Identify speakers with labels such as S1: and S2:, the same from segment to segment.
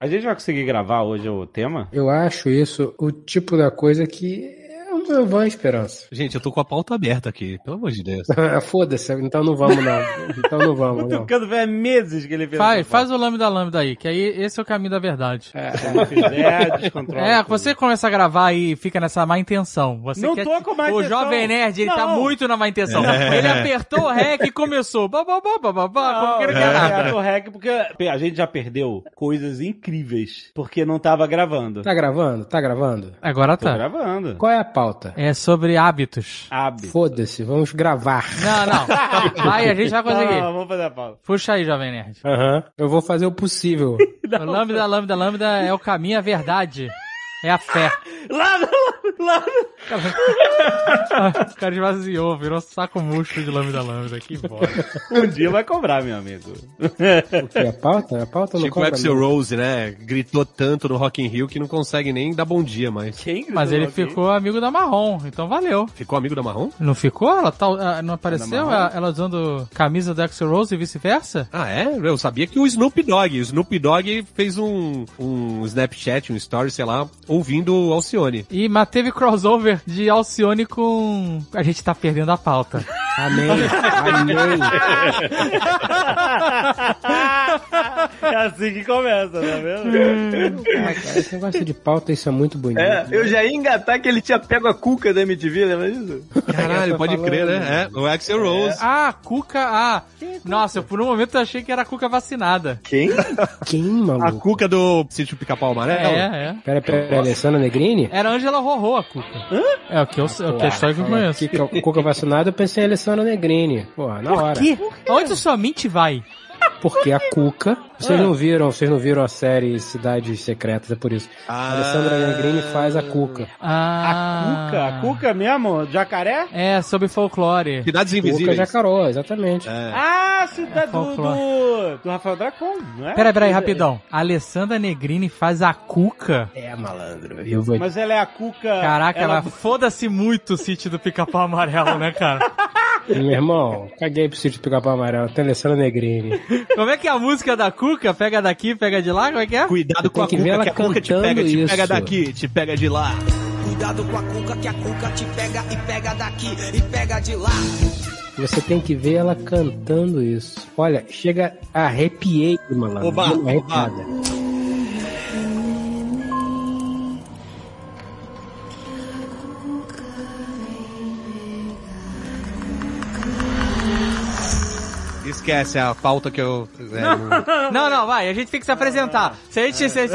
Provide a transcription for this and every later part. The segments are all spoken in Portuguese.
S1: A gente vai conseguir gravar hoje o tema?
S2: Eu acho isso o tipo da coisa que eu não eu vou à esperança.
S3: Gente, eu tô com a pauta aberta aqui, pelo amor de Deus.
S2: Foda-se, então não vamos não. Então não vamos
S1: O
S2: não.
S1: Tucano vai há meses que ele fez.
S4: Faz,
S1: essa
S4: faz o lambda lambda aí, que aí esse é o caminho da verdade. É,
S1: foto. Se não né? fizer, descontrola. tudo.
S4: você começa a gravar e fica nessa má intenção. Você
S1: Não
S4: quer-
S1: tô com má
S4: O
S1: intenção.
S4: Jovem Nerd, ele tá
S1: Não.
S4: muito na má intenção.
S3: É.
S4: Ele apertou o rec e começou. Bá, bá, bá, bá, bá, bá, como
S1: Não,
S4: que ele
S1: é,
S4: quer nada.
S1: é, tô hack porque a gente já perdeu coisas incríveis porque não tava gravando.
S2: Tá gravando? Tá gravando?
S4: Agora
S1: Tô
S4: tá.
S1: gravando.
S2: Qual é a pauta?
S4: É sobre hábitos.
S1: Abre.
S2: Foda-se, vamos gravar.
S4: Não, não. Vai, a gente vai
S1: Não,
S4: conseguir.
S1: Ah, vamos fazer a pausa.
S4: Puxa aí, Jovem Nerd.
S2: Aham. Eu vou fazer o possível.
S4: O lambda, lambda, lambda é o caminho, a verdade. É a fé.
S1: Lá, lá, lá.
S4: O cara esvaziou, virou saco murcho de lambda, lambda. Que bosta.
S1: Um dia vai cobrar, meu amigo.
S2: O que? A pauta? A pauta não
S3: Tipo o
S2: compra.
S3: Axel Rose, né? Gritou tanto no Rock in Rio que não consegue nem dar bom dia mais.
S1: Quem gritou
S4: Mas ele
S1: aqui?
S4: ficou amigo da Marrom, então valeu.
S3: Ficou amigo da Marrom?
S4: Não ficou? Ela tá- ah, não apareceu?
S1: Marrom?
S4: Ela, ela usando camisa do Axel Rose e vice-versa?
S3: Ah, é? Eu sabia que o Snoop Dogg. O Snoop Dogg fez um, um Snapchat, um story, sei lá, ouvindo Alcione.
S4: E mas teve crossover de Alcione com. A gente tá perdendo a pauta.
S2: Amém. Amém.
S1: É assim que começa, tá
S4: Hum.
S1: vendo?
S2: Ah, cara, Esse negócio de pauta, isso é muito bonito.
S5: É, eu já ia engatar que ele tinha pego a cuca da MTV, lembra disso?
S3: Caralho, pode
S2: tá falando.
S3: crer, né? É, o Axel Rose.
S4: Ah, Cuca. Ah, nossa, por um momento eu achei que era a Cuca vacinada.
S5: Quem?
S2: Quem,
S3: A
S2: maluco?
S3: cuca do sítio Pica-Pau Amarelo.
S4: É, é.
S2: Pera, pera, pera, Alessandra Negrini?
S4: Era Angela Rorô, a Cuca. É o que eu sei, é o que a história que eu conheço.
S2: Que que- Cuca vacinado, eu pensei em Alessandra Negrini. Porra, na hora.
S4: Que? Onde sua mente vai?
S2: Porque a Cuca. Vocês não viram, vocês não viram a série Cidades Secretas, é por isso. A
S3: Ah.
S2: Alessandra Negrini faz a Cuca.
S4: Ah,
S1: Cuca, a Cuca mesmo? Jacaré?
S4: É, sobre folclore.
S3: Cidades
S2: Cuca é
S3: Invisíveis.
S2: Jacaró, exatamente.
S3: É.
S1: Ah, se tá do,
S4: folclore.
S1: do, do Rafael Dracon, não é?
S4: Peraí, peraí, rapidão. A Alessandra Negrini faz a Cuca.
S2: É, malandro. Eu vou...
S1: Mas ela é a Cuca...
S4: Caraca, ela, foda-se muito o sítio do pica-pau amarelo, né, cara?
S2: Meu irmão, caguei pro sítio Pica-Pau Amarelo. Tem Alessandra Negrini.
S4: Como é que é a música da Cuca? Pega daqui, pega de lá? Como é que é?
S3: Cuidado
S2: Tem
S3: com a
S2: que
S3: cuca,
S2: ver ela
S3: que a cuca te
S2: cantando
S3: pega, te
S2: isso.
S3: pega daqui, te pega de lá.
S6: Cuidado com a cuca, que a cuca te pega e pega daqui e pega de lá.
S2: Você tem que ver ela cantando isso. Olha, chega, arrepiei, malandro. né?
S3: Oba,
S2: Deu uma
S3: oba.
S2: arrepiada.
S3: Esquece a pauta que eu... é, não-
S4: Não, não, vai, a gente tem que se apresentar. Se a gente, se, se-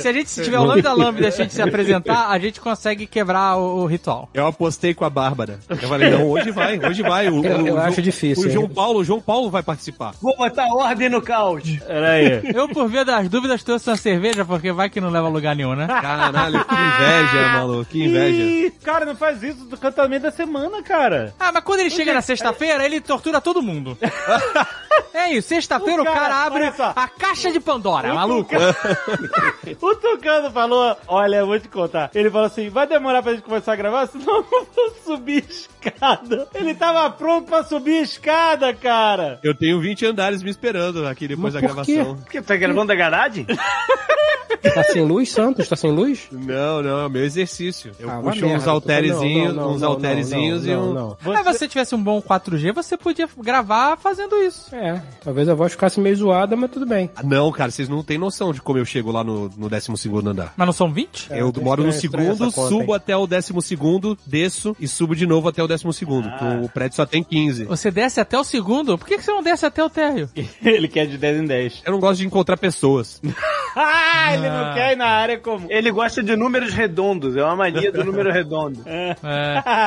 S4: se a gente tiver o lambda lambda e a gente se apresentar, a gente consegue quebrar o, o ritual.
S3: Eu apostei com a Bárbara. Eu falei, não, hoje vai, hoje vai. O,
S2: Eu-
S3: o-
S2: eu
S3: o-
S2: acho difícil,
S3: O
S2: hein?
S3: João Paulo, o João Paulo vai participar.
S5: Vou botar ordem no caos.
S1: Peraí.
S4: Eu, por via das dúvidas, trouxe uma cerveja, porque vai que não leva a lugar nenhum, né?
S3: Caralho, que inveja, maluco, que inveja.
S1: Ih, cara, não faz isso do cantamento da semana, cara.
S4: Ah, mas quando ele chega na sexta-feira, ele tortura todo mundo. É isso, sexta-feira o
S1: O cara,
S4: cara abre
S1: olha só.
S4: a caixa de Pandora, maluco.
S1: O Tucano falou, olha, eu vou te contar. Ele falou assim, vai demorar pra gente começar a gravar, senão eu vou subir a escada. Ele tava pronto pra subir a escada, cara.
S3: Eu tenho 20 andares me esperando aqui depois
S2: Mas
S3: da
S2: por quê?
S3: gravação.
S5: Porque tá gravando da garagem?
S2: Tá sem luz, Santos? Tá sem luz?
S3: Não, não, é meu exercício. Eu
S2: Ah,
S3: puxo
S2: uma merda,
S3: uns
S2: tô- não,
S3: halterezinhos,
S2: não, não,
S3: uns
S2: não,
S3: halterezinhos
S2: não,
S3: e
S2: não,
S3: um...
S2: não.
S4: Se você tivesse um bom 4G, você podia gravar fazendo isso.
S2: É, talvez a voz ficasse meio zoada, mas tudo bem.
S3: Ah, Não, cara, vocês não têm noção de como eu chego lá no, no 12 andar.
S4: Mas não são 20?
S3: eu
S2: tá
S3: moro no
S2: estranho- estranha
S3: segundo,
S2: essa conta,
S3: subo
S2: hein?
S3: até o décimo segundo, desço e subo de novo até o décimo segundo.
S2: Ah.
S3: O prédio só tem 15.
S4: Você desce até o segundo? Por que que você não desce até o térreo?
S1: Ele quer de 10 em 10.
S3: Eu não gosto de encontrar pessoas.
S1: Ah, ele não quer ir na área comum.
S5: Ele gosta de números redondos, é uma mania do número redondo.
S4: É.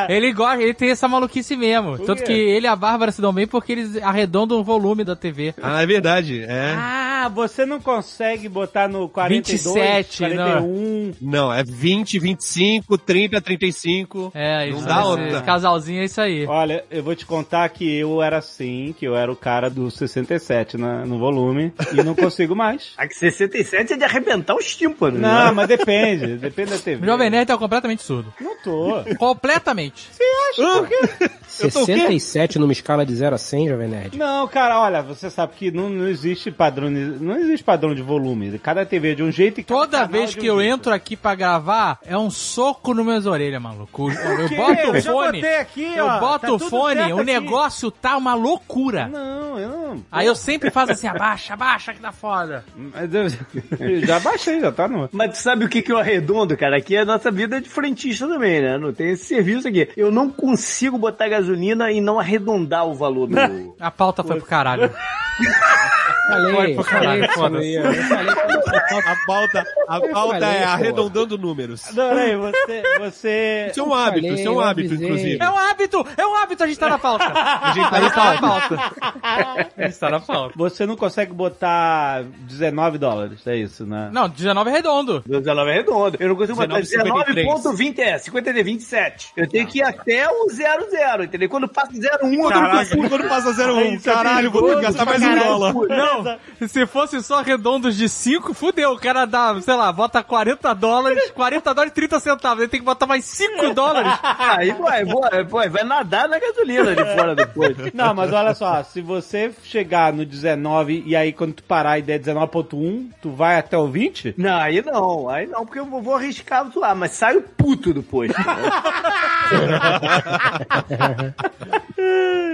S4: Ele gosta, ele tem essa maluquice mesmo. Tanto
S1: quê?
S4: que ele e a Bárbara se dão bem porque eles arredondam o volume da TV.
S3: Ah, é verdade. É.
S1: Ah, você não consegue botar no 42,
S4: 27,
S1: 41.
S3: Não, é 20, 25, 30, 35.
S4: É, isso.
S3: Não dá
S4: esse
S3: outra.
S4: casalzinho é isso aí.
S1: Olha, eu vou te contar que eu era assim, que eu era o cara do 67 na, no volume e não consigo mais.
S5: A que 67 é de arrebentar os tímpanos.
S1: Não,
S5: né?
S1: mas depende, depende da
S4: O
S1: TV.
S4: Jovem Nerd tá completamente surdo.
S1: Não tô.
S4: Completamente.
S1: é
S3: Eu tô o quê?
S2: 67 numa escala de 0 a 100, Jovem Nerd.
S1: Não, cara, olha, você sabe que não, não existe padroni- não existe padrão de volume. Cada TV é de um jeito e cada
S4: Toda
S1: canal é
S4: vez
S1: de um
S4: que eu
S1: jeito.
S4: entro aqui pra gravar, é um soco nas minhas orelhas, maluco. Eu, eu
S1: Que?
S4: boto o
S1: Eu já
S4: fone.
S1: botei aqui,
S4: eu
S1: ó.
S4: boto
S1: Tá
S4: o
S1: tudo
S4: fone,
S1: certo
S4: o
S1: aqui.
S4: negócio tá uma loucura.
S1: Não, eu não.
S4: Aí eu sempre faço assim, abaixa, abaixa que tá foda.
S1: Mas eu- já baixei, já tá no.
S5: Mas tu sabe o que, que eu arredondo, cara? Aqui é a nossa vida de frentista também, né? Não tem esse serviço aqui. Eu não consigo botar gasolina e não arredondar o valor do.
S4: A pauta foi pro caralho.
S2: Falei,
S3: pro
S2: falei,
S3: caralho,
S2: isso aí, ó. eu falei é. que eu só falta-
S3: A pauta, a pauta
S2: falei,
S3: é
S2: pô.
S3: arredondando números.
S1: Adorei, você. Você.
S3: Isso é um hábito,
S2: falei,
S3: isso é um
S2: eu
S3: hábito,
S2: avisei.
S3: inclusive.
S4: É um hábito, é um hábito, a gente tá na pauta. A gente tá na pauta. A gente tá na pauta.
S1: Você não consegue botar 19 dólares, é isso, né?
S4: Não, 19 é redondo.
S5: do 19 é redondo. Eu não consigo botar
S3: 19,53.
S5: 19.20 é, 50 de 27. Eu tenho que ir até o 00, entendeu? Quando passa 01, eu não
S3: Caraca,
S5: consigo.
S3: quando passa
S1: Aí
S3: 01,
S1: você tem
S3: caralho, vou ter que
S1: todos
S3: gastar
S1: pra
S3: mais um
S1: caralho.
S3: dólar.
S4: Não, se fosse só redondos de 5, fudeu. O cara dá, sei lá, bota 40 dólares, 40 dólares e 30 centavos. Ele tem que botar mais 5 dólares.
S5: Aí, pô, aí, pô, aí, pô, aí vai nadar na gasolina de fora depois.
S1: Não, mas olha só, se você chegar no 19 e aí quando tu parar e der 19.1, tu vai até o 20?
S5: Não, aí não, aí não, porque eu vou vou arriscar zoar, mas saio puto do posto.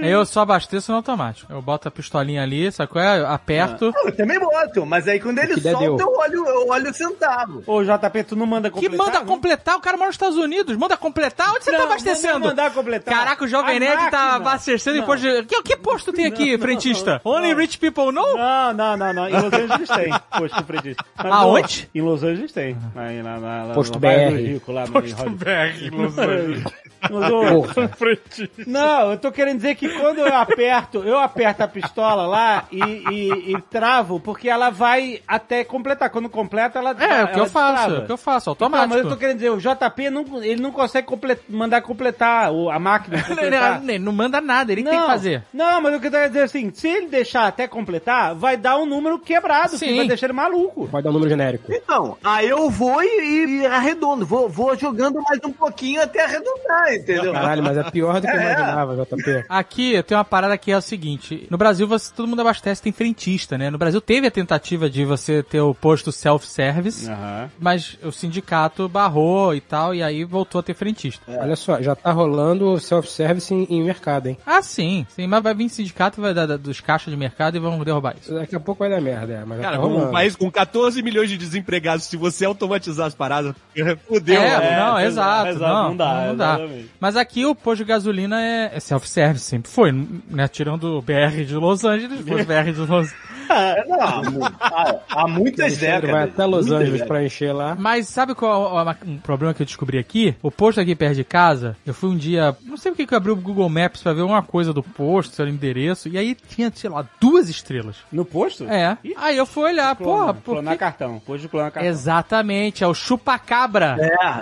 S4: Eu só abasteço no automático. Eu boto a pistolinha ali, sacou? Eu Aperto.
S5: eu também boto, mas aí quando ele
S2: der,
S5: solta,
S2: deu.
S5: eu olho, eu olho o centavo.
S1: Ô, JP, tu não manda
S4: Que
S1: completar?
S4: manda
S1: não?
S4: completar, o cara mora nos Estados Unidos, manda completar, onde você tá
S1: Não,
S4: abastecendo?
S1: manda mandar completar.
S4: Caraca, o Jovem
S1: A
S4: Nerd tá
S1: máquina.
S4: abastecendo em posto de... Que, que posto tem aqui, frentista? Only rich people know?
S1: Não, não, não, não. Em Los Angeles tem posto frentista. Mas,
S4: Aonde?
S1: Em Los Angeles tem.
S4: Ah.
S1: Aí, lá, lá, lá,
S2: Posto
S1: no bairro
S2: BR.
S1: do Rico, lá posto em BR, Los Angeles. Mas, ô, Não, eu tô querendo dizer que quando eu aperto, eu aperto a pistola lá e, e- e travo, porque ela vai até completar. Quando completa, ela
S4: É, o que
S1: ela
S4: eu faço,
S1: destrava.
S4: é o que eu faço,
S1: Não, mas
S4: automático.
S1: eu tô querendo dizer, o JP não, ele não consegue comple- mandar completar o- a máquina. completar.
S4: Ele não manda nada, ele que tem que fazer.
S1: Não, mas o que eu quero dizer é assim, se ele deixar até completar, vai dar um número quebrado,
S4: Sim.
S1: que vai deixar ele maluco.
S2: Pode dar um número genérico.
S5: Então, aí eu vou e, e arredondo, vou, vou jogando mais um pouquinho até arredondar, entendeu?
S2: Caralho, mas é pior do que eu imaginava, JP.
S4: Aqui tem uma parada que é o seguinte: no Brasil você todo mundo abastece tem frentista, né? No Brasil teve a tentativa de você ter o posto self-service,
S1: Aham.
S4: mas o sindicato barrou e tal, e aí voltou a ter frentista.
S2: Olha só, já tá rolando o self-service em, em mercado, hein?
S4: Ah, sim, sim, mas vai vir sindicato vai dar, dos caixas de mercado e vão derrubar isso.
S2: Daqui a pouco vai dar merda, é, mas já
S3: Cara,
S2: tá
S3: um
S2: rolando.
S3: país com 14 milhões de desempregados, se você automatizar as paradas, fudeu.
S4: é,
S3: mano.
S4: não,
S1: é,
S4: exato,
S1: exato,
S4: não,
S1: não dá,
S4: não dá.
S1: exatamente.
S4: Mas aqui o posto de gasolina é, é self-service, sempre foi, né? Tirando o BR de Los Angeles, o BR de Los
S5: É, não, há mu- há, há muitas
S2: Alexandre
S5: décadas.
S2: vai até Los
S5: muitas
S2: Angeles
S5: décadas.
S2: pra encher lá.
S4: Mas sabe qual é um problema que eu descobri aqui? O posto aqui perto de casa, eu fui um dia, não sei porque que eu abri o Google Maps pra ver uma coisa do posto, seu endereço, e aí tinha, sei lá, duas estrelas.
S1: No posto?
S4: É.
S1: Ih,
S4: Aí eu fui olhar, porra,
S1: Clona,
S4: por
S1: clonar
S4: que...
S1: cartão. Posto de clonar cartão.
S4: Exatamente, é o chupacabra.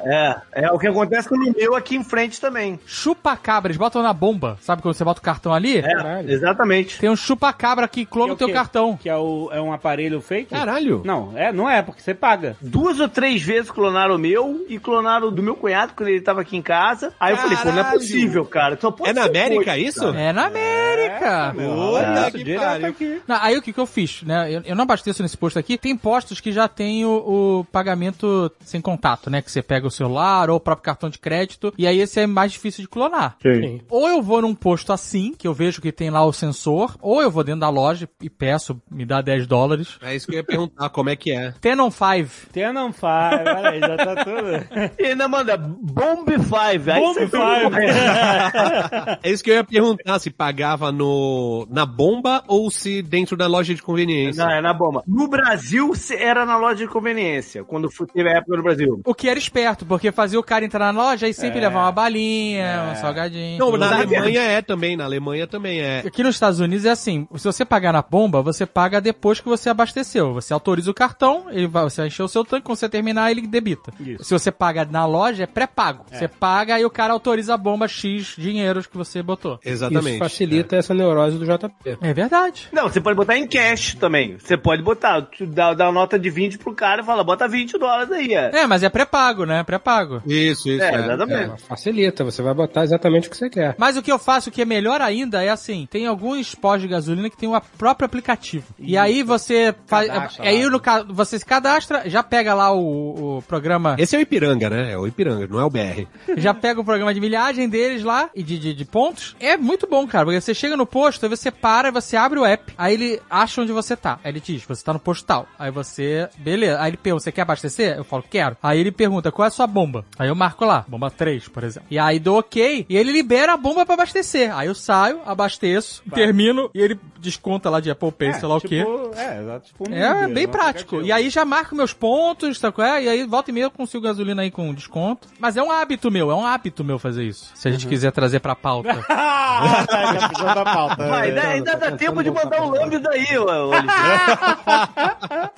S5: É, é, é o que acontece com o meu aqui em frente também.
S4: Chupacabra, eles botam na bomba. Sabe quando você bota o cartão ali?
S5: É, exatamente.
S4: Tem um chupacabra que clona
S1: Que é
S4: o teu
S1: quê?
S4: cartão.
S1: Que é, o, é um aparelho fake?
S3: Caralho.
S1: Não, é, não é, porque você paga.
S5: Duas ou três vezes clonaram o meu e clonaram o do meu cunhado quando ele tava aqui em casa. Aí eu falei, pô, não é
S3: Caralho.
S5: possível, cara. Só pode
S3: É na
S5: ser
S3: América
S5: posto,
S3: isso?
S5: cara.
S4: É na É, América.
S3: Puta
S1: Isso,
S3: que
S1: direto
S3: pariu.
S1: aqui.
S4: Não, aí o que, que eu fiz, né? Eu, eu não abasteço nesse posto aqui. Tem postos que já tem o, o pagamento sem contato, né? Que você pega o celular ou o próprio cartão de crédito. E aí esse é mais difícil de clonar.
S2: Sim.
S4: Ou eu vou num posto assim, que eu vejo que tem lá o sensor, ou eu vou dentro da loja e peço, me dá 10 dólares.
S3: É isso que eu ia perguntar, como é que é?
S4: Tenon 5.
S1: Tenon Five, olha aí, já tá tudo.
S5: E ainda manda Bomb Five. Aí
S1: Bomb
S5: você-
S1: Five.
S3: É isso que eu ia perguntar, se pagava no, na bomba ou se dentro da loja de conveniência.
S5: Não, é na bomba. No Brasil, se- era na loja de conveniência, quando fu- teve a época no Brasil.
S4: O que era esperto, porque fazia o cara entrar na loja e sempre levar uma balinha, um salgadinho.
S3: Não,
S4: tudo.
S3: na
S5: Não,
S3: Alemanha é também, na Alemanha também é.
S4: Aqui nos Estados Unidos é assim, se você pagar na bomba, você paga depois que você abasteceu. Você autoriza o cartão, ele vai, você vai encher o seu tanque, quando você terminar, ele debita.
S1: Isso.
S4: Se você paga na loja, é pré-pago. Você paga e o cara autoriza a bomba X dinheiros que você botou.
S3: Exatamente. é.
S2: Isso facilita essa neurose do JP.
S4: É verdade.
S5: Não, você pode botar em cash também. Você pode botar, tu dá, dá uma nota de 20 pro cara e fala, bota 20 dólares aí. É,
S4: É, mas é pré-pago, né? Pré-pago.
S3: Isso, isso. é.
S5: É, exatamente.
S2: Mas Facilita, você vai botar exatamente o que você quer.
S4: Mas o que eu faço, que é melhor ainda, é assim, tem alguns pós de gasolina que tem o próprio aplicativo. E aí você faz. é, Aí no caso, você se cadastra, já pega lá o, o programa.
S3: Esse é o Ipiranga, né? É o Ipiranga, não é o BR.
S4: Já pega o programa de milhagem deles lá e de, de, de pontos. É muito bom, cara. Porque você chega no posto, aí você para, você abre o app, aí ele acha onde você tá. Aí ele te diz, você tá no posto tal. Aí você. Beleza. Aí ele pergunta, você quer abastecer? Eu falo, quero. Aí ele pergunta, qual é a sua bomba? Aí eu marco lá, bomba 3, por exemplo. E aí dou ok, e ele libera a bomba para abastecer. Aí eu saio, abasteço, termino e ele desconta lá de Apple Pay, sei lá o quê.
S1: É, exato, tipo um
S4: É
S1: modelo,
S4: bem
S1: né?
S4: prático. E aí já marco meus pontos, sabe qual é? E aí volta e meia eu consigo gasolina aí com desconto. Mas é um hábito meu, é um hábito meu fazer isso. Se a
S3: Uhum.
S4: gente quiser trazer pra pauta.
S1: Ah, já ficou da pauta.
S5: Vai,
S3: É,
S5: ainda,
S3: tá
S5: ainda dá tempo de mandar um lambda aí, ô, ô, Alexandre.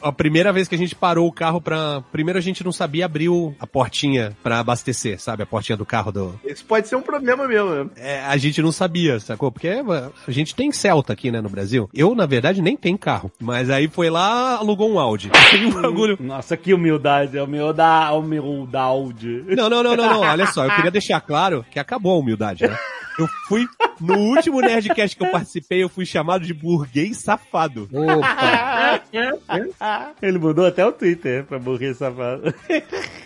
S3: A primeira vez que a gente parou o carro pra. Primeiro a gente não sabia abrir o- a portinha pra abastecer, sabe? A portinha do carro do.
S5: Isso pode ser um problema mesmo. né?
S3: É, a gente não sabia, sacou? Porque ué, a gente tem Celta aqui, né, no Brasil. Eu, na verdade, nem tenho carro. Mas aí foi lá, alugou um Audi. Tem um bagulho.
S1: Nossa, que humildade. É humilda, humildade.
S3: Não, não, não, não, não. Olha só, eu queria deixar claro que acabou a humildade, né? Eu fui. No último Nerdcast que eu participei, eu fui chamado de burguês safado.
S2: Opa,
S1: Ele mudou até o Twitter é, pra morrer safado.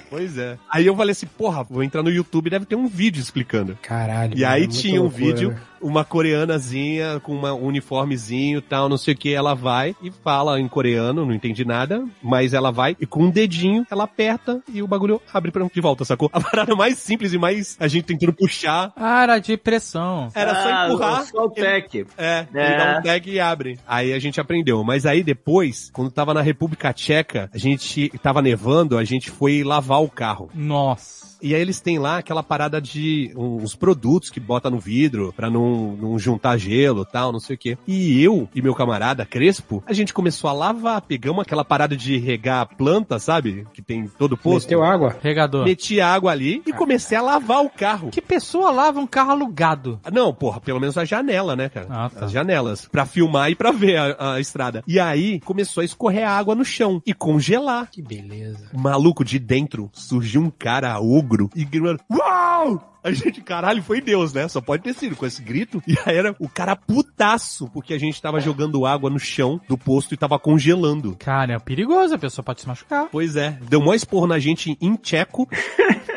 S3: Pois é. Aí eu falei assim, porra, vou entrar no YouTube, deve ter um vídeo explicando.
S2: caralho.
S3: E aí
S2: mano, É, muita
S3: tinha um
S2: loucura,
S3: vídeo,
S2: né?
S3: uma coreanazinha com uma- um uniformezinho e tal, não sei o que. Ela vai e fala em coreano, não entendi nada, mas ela vai e com um dedinho ela aperta e o bagulho abre pra de volta, sacou? A parada mais simples e mais a gente tentando puxar.
S4: Ah, era de pressão.
S3: Era
S5: Ah,
S3: só empurrar.
S5: Só o
S3: ele-
S5: tech.
S3: é,
S5: É.
S3: ele dá um tag e abre. Aí a gente aprendeu. Mas aí depois, quando tava na República Tcheca, a gente tava nevando, a gente foi lavar o carro.
S4: Nossa.
S3: E aí eles têm lá aquela parada de um, uns produtos que bota no vidro pra não, não juntar gelo tal, não sei o quê. E eu e meu camarada Crespo, a gente começou a lavar, pegamos aquela parada de regar a planta, sabe? Que tem em todo posto.
S2: Meteu água?
S4: Regador.
S3: Meti água ali e comecei a lavar o carro.
S4: Que pessoa lava um carro alugado?
S3: Ah, Não, porra, pelo menos a janela, né, cara?
S4: Ah, tá.
S3: As janelas. Pra filmar e pra ver a, a estrada. E aí começou a escorrer água no chão e congelar.
S2: Que beleza.
S3: Maluco, de dentro surgiu um cara ogro e gritando: Uau! A gente, caralho, foi Deus, né? Só pode ter sido com esse grito. E aí era o cara putaço, porque a gente tava jogando água no chão do posto e tava congelando.
S4: Cara, é perigoso, a pessoa pode se machucar.
S3: Pois é, deu mó esporro na gente em tcheco.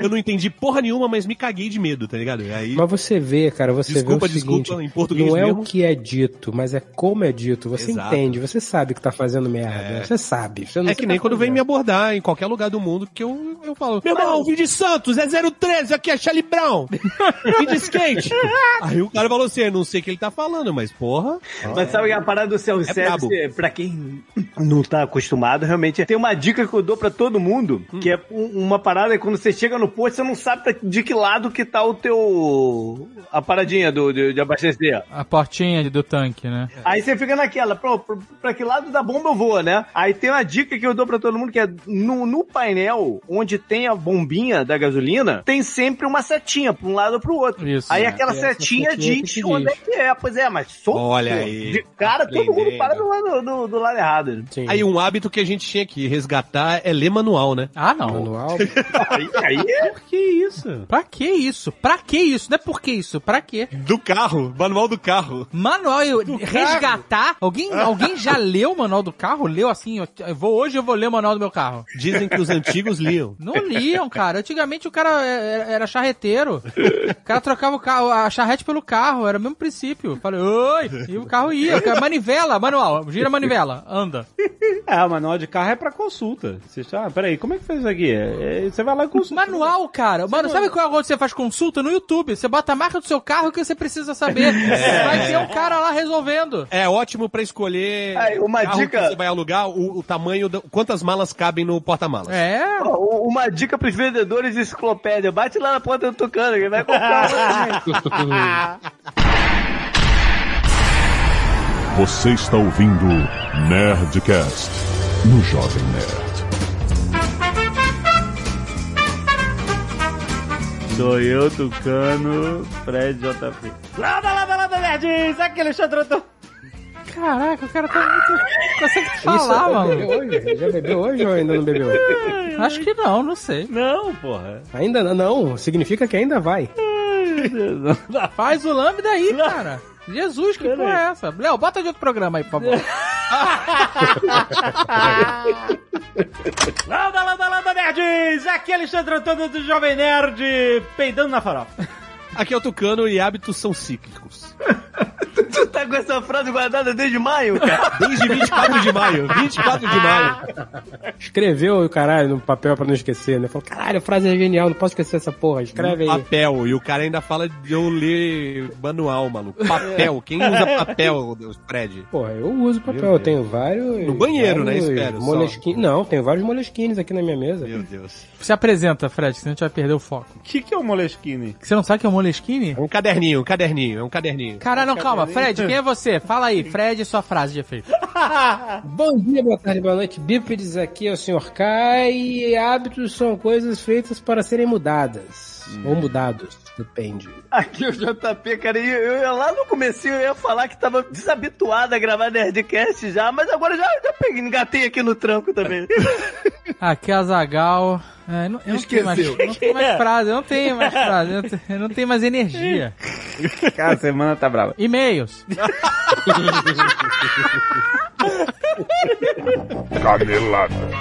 S3: Eu não entendi porra nenhuma, mas me caguei de medo, tá ligado? E aí,
S2: Mas você vê, cara, você
S3: Desculpa,
S2: vê o
S3: desculpa,
S2: seguinte,
S3: em português
S2: não é
S3: mesmo.
S2: o que é dito, mas é como é dito. Você
S3: Exato.
S2: entende, você sabe que tá fazendo merda, você sabe. Você tá não
S3: é que nem quando vem me abordar em qualquer lugar do mundo que eu, eu falo: Meu irmão, vim de Santos, é 013, aqui é Charlie Brown. Vim de skate. aí o cara falou assim: "Eu Não sei o que ele tá falando, mas porra.
S5: Mas sabe que a parada do
S3: Ah, é. brabo.
S5: self-service, pra quem não tá acostumado, realmente, tem uma dica que eu dou pra todo mundo, que é um- uma parada que quando você chega no posto, você não sabe pra- de que lado que tá o teu... a paradinha do, de, de abastecer.
S4: A portinha do tanque, né?
S5: Aí você fica naquela, pra, pra, pra que lado da bomba eu vou, né? Aí tem uma dica que eu dou pra todo mundo, que é no, no painel, onde tem a bombinha da gasolina, tem sempre uma setinha pra um lado ou pro outro.
S4: Isso,
S5: aí
S4: né?
S5: aquela
S2: E essa
S5: setinha
S2: setinha que
S5: diz
S2: te
S5: onde é
S2: diz.
S5: que é, pois é, mas só
S3: Olha
S5: pô,
S3: aí,
S5: de cara todo mundo
S3: aprendendo.
S5: para do lado, do, do lado errado. né?
S2: Sim.
S3: Aí um hábito que a gente tinha que resgatar é ler manual, né?
S4: Ah, não.
S2: Manual,
S5: Aí, aí é
S1: Por que isso?
S4: Pra que isso? Pra que isso? Não é por que isso, pra quê?
S3: Do carro, manual do carro.
S4: Manual, eu- resgatar? Alguém, alguém já leu o manual do carro? Leu assim, eu, eu vou, hoje eu vou ler o manual do meu carro.
S3: Dizem que os antigos liam.
S4: Não liam, cara. Antigamente o cara era, era charreteiro. O cara trocava o carro, a charrete pelo carro, era o mesmo princípio. Falei, oi! E o carro ia. Cara, Manivela, manual, gira a manivela, anda.
S1: Ah, manual de carro é pra consulta. Você fala, ah, peraí, como é que fez isso aqui? É, você vai lá e consulta.
S4: Manual, cara. Mano, sabe qual é onde você faz consulta? No YouTube. Você bota a marca do seu carro que você precisa saber. Vai ter um cara lá resolvendo.
S3: É ótimo pra escolher
S5: Aí, uma
S3: carro
S5: dica-
S3: que você vai alugar, o, o tamanho, da- quantas malas cabem no porta-malas.
S4: É.
S5: ó, uma dica pros vendedores de enciclopédia. Bate lá na porta do Tucano, que vai comprar.
S7: Você está ouvindo Nerdcast no Jovem Nerd.
S1: Sou eu, Tucano, Fred JP. Lada, lada, lada, nerds! Aqui é Alexandre Antônio.
S4: Caraca, o cara tá muito. Consegue falar,
S2: é
S4: mano.
S2: bebeu hoje? Já bebeu hoje ou ainda não bebeu?
S4: Acho que não, não sei.
S1: Não, porra.
S2: Ainda não, não, significa que ainda vai.
S4: Faz o lambda aí, cara. Jesus, que porra é essa? Léo, bota de outro programa aí, por favor.
S1: Landa, landa, landa, nerds! Aqui é Alexandre Antônio do Jovem Nerd, peidando na farofa.
S3: Aqui é o Tucano e hábitos são cíclicos.
S5: tu, tu tá com essa frase guardada desde maio, cara?
S3: Desde 24 de maio. 24 de maio.
S2: Escreveu, caralho, no papel pra não esquecer, né? Falou, caralho, a frase é genial, não posso esquecer essa porra.
S3: Hum,
S2: Escreve aí.
S3: Papel. E o cara ainda fala de eu ler manual, maluco. Papel. Quem usa papel, Fred?
S2: Porra, eu uso papel, eu tenho vários.
S3: No banheiro, né?
S2: vários
S3: Espero, só.
S2: moleskine- Não, tenho vários moleskines aqui na minha mesa.
S3: Meu Deus.
S4: Se apresenta, Fred, que senão a gente vai perder o foco.
S1: O que, que é o Moleskine?
S4: Você não sabe que é o Moleskine?
S3: É um caderninho, um caderninho, é um caderninho.
S4: Caralho, não, calma. Fred, quem é você? Fala aí, Fred e sua frase de efeito.
S2: Bom dia, boa tarde, boa noite, bípedes. Aqui é o Sr. Kai. E hábitos são coisas feitas para serem mudadas.
S3: Hum.
S2: Ou mudados, depende.
S5: Aqui é o JP, cara, e eu, eu lá no comecinho eu ia falar que tava desabituado a gravar Nerdcast já, mas agora já, já peguei, engatei aqui no tranco também.
S4: Aqui é a Zagal. É, eu não, eu não tenho mais, eu não tenho mais frase, eu não tenho mais frase, eu não tenho- eu não tenho mais energia.
S8: Cara, a semana tá brava.
S4: E-mails.
S7: Canelada.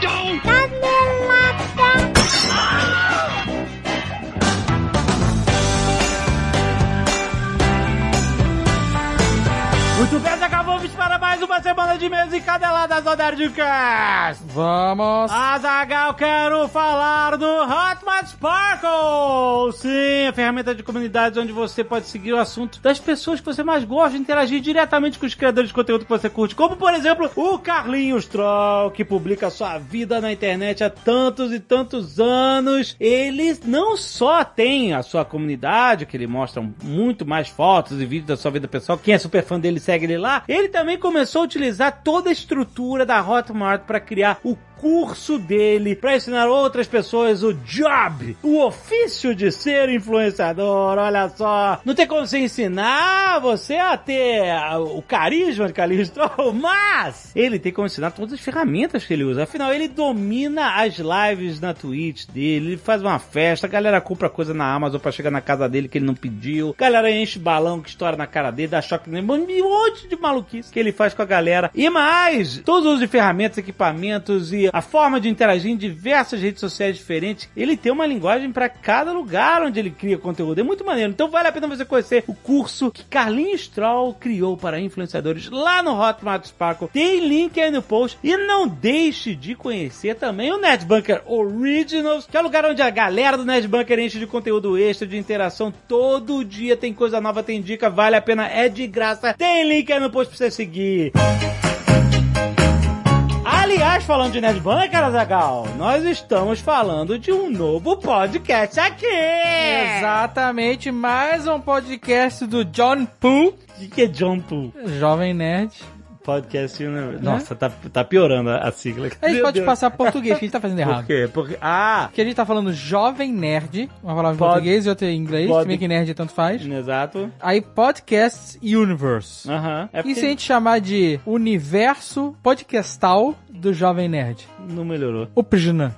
S1: Muito bem, acabamos para mais uma semana de mesa e cadelada do Nerdcast!
S4: Vamos.
S1: Azagal, quero falar do Hotmart Sparkle! Sim, a ferramenta de comunidades onde você pode seguir o assunto das pessoas que você mais gosta, interagir diretamente com os criadores de conteúdo que você curte, como por exemplo o Carlinhos Troll, que publica sua vida na internet há tantos e tantos anos. Ele não só tem a sua comunidade, que ele mostra muito mais fotos e vídeos da sua vida pessoal, quem é super fã dele segue ele lá, ele também começou a utilizar toda a estrutura da Hotmart para criar o curso dele para ensinar outras pessoas o job, o ofício de ser influenciador. Olha só, não tem como você ensinar você a ter ah, o carisma de Calixto, mas ele tem como ensinar todas as ferramentas que ele usa. Afinal, ele domina as lives na Twitch dele, ele faz uma festa, a galera compra coisa na Amazon para chegar na casa dele que ele não pediu, a galera enche balão que estoura na cara dele, dá choque nele, um monte de maluquice que ele faz com a galera. E mais, todos os de ferramentas, equipamentos e a forma de interagir em diversas redes sociais diferentes, ele tem uma linguagem para cada lugar onde ele cria conteúdo. É muito maneiro. Então vale a pena você conhecer o curso que Carlinhos Troll criou para influenciadores lá no Hotmart Sparkle. Tem link aí no post. E não deixe de conhecer também o NetBunker Originals, que é o lugar onde a galera do NetBunker enche de conteúdo extra, de interação todo dia. Tem coisa nova, tem dica, vale a pena, é de graça. Tem link aí no post pra você seguir. Aliás, falando de Nerdbunker, Azagal, nós estamos falando de um novo podcast aqui! É.
S4: Exatamente, mais um podcast do John Poo,
S1: O que, que é John Poole?
S4: Jovem Nerd.
S1: Podcast Universe. Nossa, tá, tá piorando a, a sigla.
S4: Né? A gente
S1: Meu
S4: pode
S1: Deus.
S4: passar português, que a gente tá fazendo
S1: Por
S4: errado.
S1: quê? Porque, ah,
S4: Porque a gente tá falando Jovem Nerd, uma palavra em
S1: Pod-
S4: português e outra em inglês,
S1: Pod-
S4: se bem que nerd tanto faz.
S1: exato.
S4: Aí Podcast Universe.
S1: Aham. É
S4: E
S1: porque
S4: se a gente chamar de Universo Podcastal do Jovem Nerd?
S1: não melhorou.
S4: O Pjna.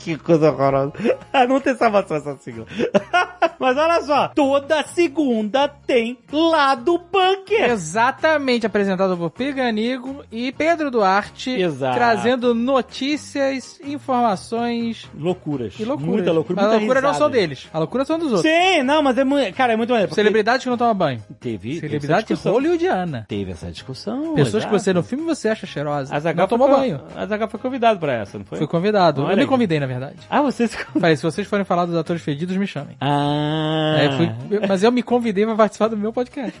S1: Que coisa horrorosa. Ah, Não tem salvação essa sigla. Mas olha só, toda segunda tem lá do bunker.
S4: Exatamente, apresentado por Peganigo e Pedro Duarte,
S1: Exato.
S4: trazendo notícias, informações
S1: Loucuras.
S4: e loucuras.
S1: Muita loucura,
S4: A
S1: muita
S4: loucura não é
S1: risada.
S4: são deles, a loucura são dos outros.
S1: Sim, não, mas é muito. Cara, é muito maneiro. porque
S4: Celebridades que não tomam banho.
S1: Teve. teve essa
S4: Celebridade
S1: discussão.
S4: hollywoodiana.
S1: Teve essa discussão.
S4: Pessoas que
S1: exato.
S4: você no filme você acha cheirosa.
S1: A Zagal
S4: não tomou
S1: foi,
S4: banho.
S1: A Zagal foi convidado pra essa, não foi?
S4: Fui convidado.
S1: Olha
S4: eu me
S1: aí.
S4: convidei, na verdade.
S1: Ah, você se
S4: Falei, se vocês forem falar dos atores fedidos, me chamem.
S1: Ah.
S4: Aí eu É, fui- eu- mas eu me convidei pra participar do meu podcast.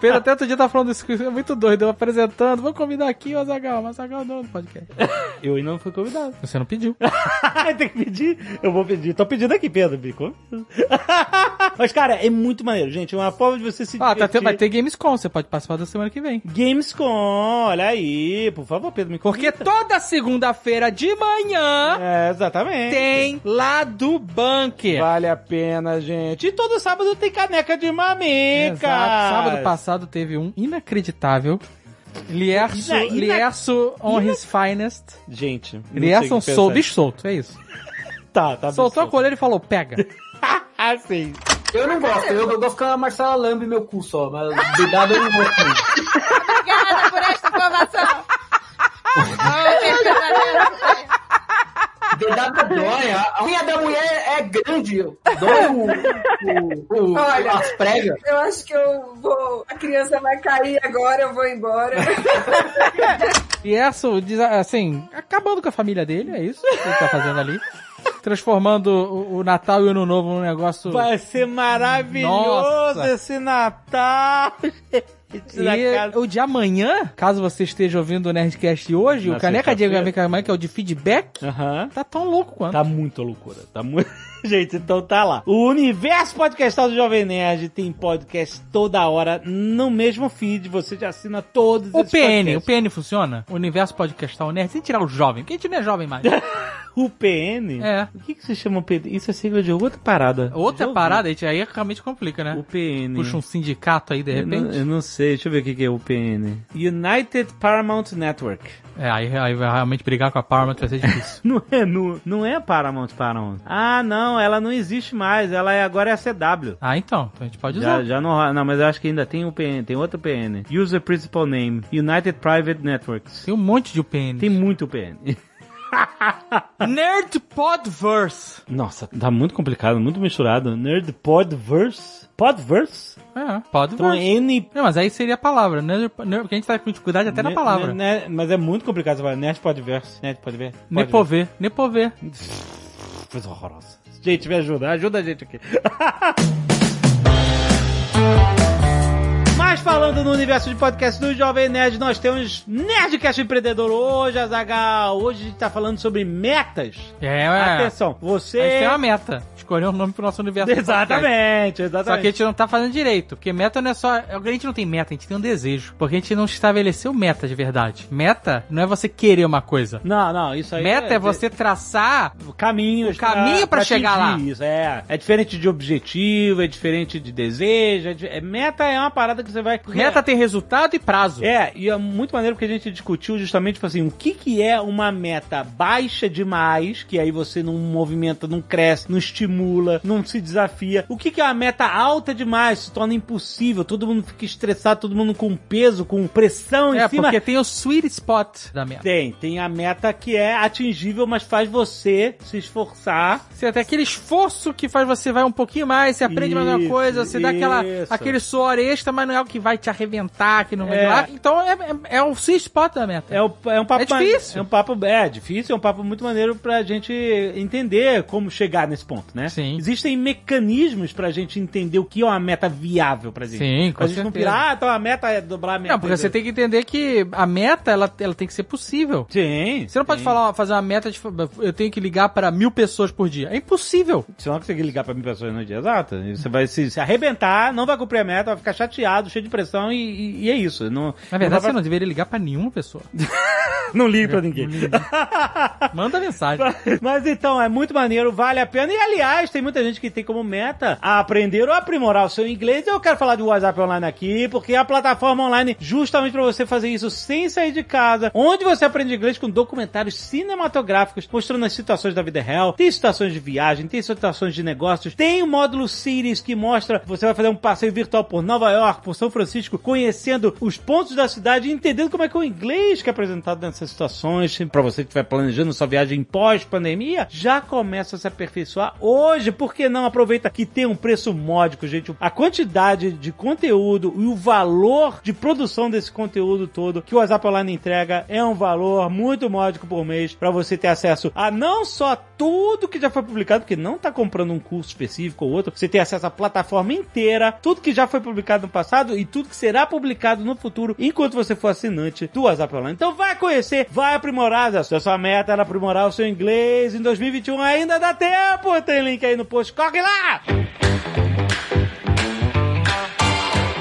S4: Pedro até outro dia tá falando isso, que é muito doido, eu apresentando, vou convidar aqui o Azagal, o Azagal é o dono do podcast.
S1: Eu ainda não fui convidado.
S4: Você não pediu.
S1: Ah. Tem que pedir. Eu vou pedir. Tô pedindo aqui, Pedro. Me convida. Mas, cara, é muito maneiro, gente. É uma forma de você se
S4: Ah, tá, te-
S1: divertir.
S4: vai ter Gamescom, você pode participar da semana que vem.
S1: Gamescom, olha aí. Por favor, Pedro, me
S4: Porque
S1: convida.
S4: toda segunda-feira de manhã
S1: É, exatamente.
S4: tem lá do bunker.
S1: Vale a pena, gente. E todo sábado tem caneca de mamica.
S4: Exato. Sábado passado teve um inacreditável. Lierso,
S1: Ina- ina-
S4: Lierso on his finest.
S1: Gente. não sei o que
S4: Lierson
S1: pensar.
S4: sol, bicho é solto, é isso.
S1: Tá, tá.
S4: Soltou a
S1: absurdo.
S4: coleira e falou, pega.
S1: Ah, sim.
S9: Eu não gosto, eu, eu gosto que a Marcela lambe meu cu só, mas cuidado eu não gosto.
S10: Obrigada por
S9: Dedada dói. A unha da mulher é grande. Dói o, o, o,
S10: Olha.
S9: as pregas.
S10: Eu acho que eu vou. A criança vai cair agora, eu vou embora.
S4: E essa, o desa- assim, acabando com a família dele, é isso que ele tá fazendo ali. Transformando o, o Natal e o Ano Novo num negócio.
S1: Vai ser maravilhoso
S4: Nossa.
S1: esse Natal. gente, na
S4: E
S1: casa.
S4: o de amanhã, caso você esteja ouvindo o Nerdcast hoje,
S11: Na
S4: o Caneca Diego
S11: sexta-feira.
S4: Vem Cá Amanhã, que é o de feedback,
S1: Aham.
S4: tá tão louco quanto.
S1: Tá muita loucura. Tá muito. Gente, então tá lá. O universo podcastal do Jovem Nerd tem podcast toda hora no mesmo feed. Você já assina todos
S4: O
S1: esses
S4: PN, o
S1: podcasts.
S4: PN funciona? O universo podcastal o nerd, sem tirar o jovem, porque a gente não é jovem mais.
S1: O PN?
S4: É.
S1: O que, que se chama PN? Isso é sigla de outra parada.
S4: Outra
S1: Já ouvi.
S4: parada, gente, aí realmente complica, né?
S1: O PN.
S4: Puxa um sindicato aí de
S1: eu, não,
S4: repente.
S1: eu não sei, deixa eu ver o que, que é o PN. United Paramount Network.
S4: É, aí, aí vai realmente brigar com a Paramount vai ser difícil.
S1: Não é, não, não é Paramount Paramount. Ah, não, ela não existe mais. Ela é, agora é a CW.
S4: ah, então, então a gente pode
S1: Já,
S4: usar.
S1: já não, rola- não, mas eu acho que ainda tem um PN, tem outro PN. User Principal Name, United Private Networks.
S4: Tem um monte de UPN.
S1: Tem muito PN.
S4: Nerd Podverse.
S1: Nossa, tá muito complicado, muito misturado. Nerd Podverse? Podverse?
S4: É,
S1: Então
S4: Podverse.
S1: N...
S4: Não, mas aí seria a palavra, né? Porque a gente tá com dificuldade até na palavra.
S1: Né- né- mas é muito complicado você falar Nerd Podverse. Nerd Podverse. Podverse.
S4: Nepové, Nepové.
S1: Coisa horrorosa. Gente, me ajuda, ajuda a gente aqui. Mas falando no universo de podcast do Jovem Nerd, nós temos Nerdcast Empreendedor hoje, Azagal. Hoje a gente tá falando sobre metas.
S4: É, é.
S1: Atenção,
S4: A gente
S1: você.
S4: tem uma meta. Escolher um nome pro nosso universo.
S1: Exatamente,
S4: Só que a
S1: exatamente.
S4: gente não tá fazendo direito, porque meta não é só. A gente não tem meta, a gente tem um desejo. Porque a gente não estabeleceu meta de verdade. Meta não é você querer uma coisa.
S1: Não, não, isso aí.
S4: Meta é você traçar.
S1: Caminhos
S4: o caminho pra chegar lá.
S1: atingir Isso, é. É diferente de objetivo, é diferente de desejo. é di- é- meta é uma parada que você vai.
S4: Meta tem resultado e prazo.
S1: É, e é muito maneiro porque a gente discutiu justamente, tipo assim, o que que é uma meta baixa demais, que aí você não movimenta, não cresce, não estimula, não se desafia. O que que é uma meta alta demais, se torna impossível, todo mundo fica estressado, todo mundo com peso, com pressão em
S4: É,
S1: cima.
S4: porque tem o sweet spot da meta.
S1: Tem, tem a meta que é atingível, mas faz você se esforçar.
S4: Você tem aquele esforço que faz você vai um pouquinho mais, você aprende mais uma
S1: Isso,
S4: coisa, você dá aquela,
S1: isso.
S4: aquele suor extra, mas não é o que vai te arrebentar, que não vai
S1: É.
S4: lá. Então é, é, é o sweet spot da meta.
S1: É, o- é um papo
S4: É difícil.
S1: É um papo é difícil, é um papo muito maneiro pra gente entender como chegar nesse ponto, né?
S4: Sim.
S1: Existem mecanismos pra gente entender o que é uma meta viável pra gente.
S4: Sim, com
S1: pra gente não
S4: certeza.
S1: pirar, ah, então a meta é dobrar a meta.
S4: Não, porque você tem que entender que a meta, ela, ela tem que ser possível.
S1: Sim.
S4: Você não pode
S1: sim.
S4: falar, fazer uma meta de eu tenho que ligar para mil pessoas por dia. É impossível.
S1: Você não vai conseguir ligar pra mil pessoas no dia exato. E Você vai se, se arrebentar, não vai cumprir a meta, vai ficar chateado, cheio de pressão e, e- e é isso. Não,
S4: Na verdade,
S1: não,
S4: você não deveria ligar para nenhuma pessoa.
S1: não liga pra ninguém.
S4: Manda mensagem.
S1: Mas então, é muito maneiro, vale a pena. E aliás, tem muita gente que tem como meta aprender ou aprimorar o seu inglês. Eu quero falar do WhatsApp Online aqui, porque é a plataforma online justamente para você fazer isso sem sair de casa, onde você aprende inglês com documentários cinematográficos mostrando as situações da vida real. Tem situações de viagem, tem situações de negócios, tem o módulo Series que mostra você vai fazer um passeio virtual por Nova York, por São Francisco, conhecendo os pontos da cidade e entendendo como é que é o inglês que é apresentado nessas situações. Para você que estiver planejando sua viagem pós-pandemia, já começa a se aperfeiçoar hoje. Por que não? Aproveita que tem um preço módico, gente. A quantidade de conteúdo e o valor de produção desse conteúdo todo que o WhatsApp Online entrega é um valor muito módico por mês para você ter acesso a não só tudo que já foi publicado, porque não tá comprando um curso específico ou outro, você tem acesso à plataforma inteira, tudo que já foi publicado no passado e tudo que será publicado no futuro enquanto você for assinante do WhatsApp Online. Então vai conhecer, vai aprimorar, Zé. se a sua meta era aprimorar o seu inglês em 2021, ainda dá tempo, tem link aí no post, corre lá!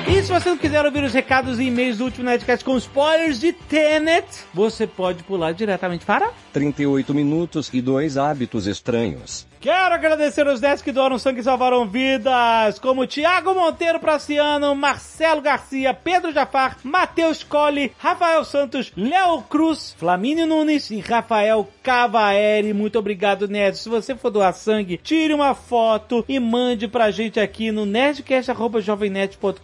S1: E se você não quiser ouvir os recados e e-mails do último Nerdcast com spoilers de Tenet, você pode pular diretamente para...
S12: 38 minutos e dois hábitos estranhos.
S1: Quero agradecer aos 10 que doaram sangue e salvaram vidas, como Tiago Monteiro Praciano, Marcelo Garcia, Pedro Jafar, Matheus Colli, Rafael Santos, Léo Cruz, Flamínio Nunes e Rafael Cavaeri. Muito obrigado, Nerd. Se você for doar sangue, tire uma foto e mande pra gente aqui no nerdcast.jovemnet.com.br.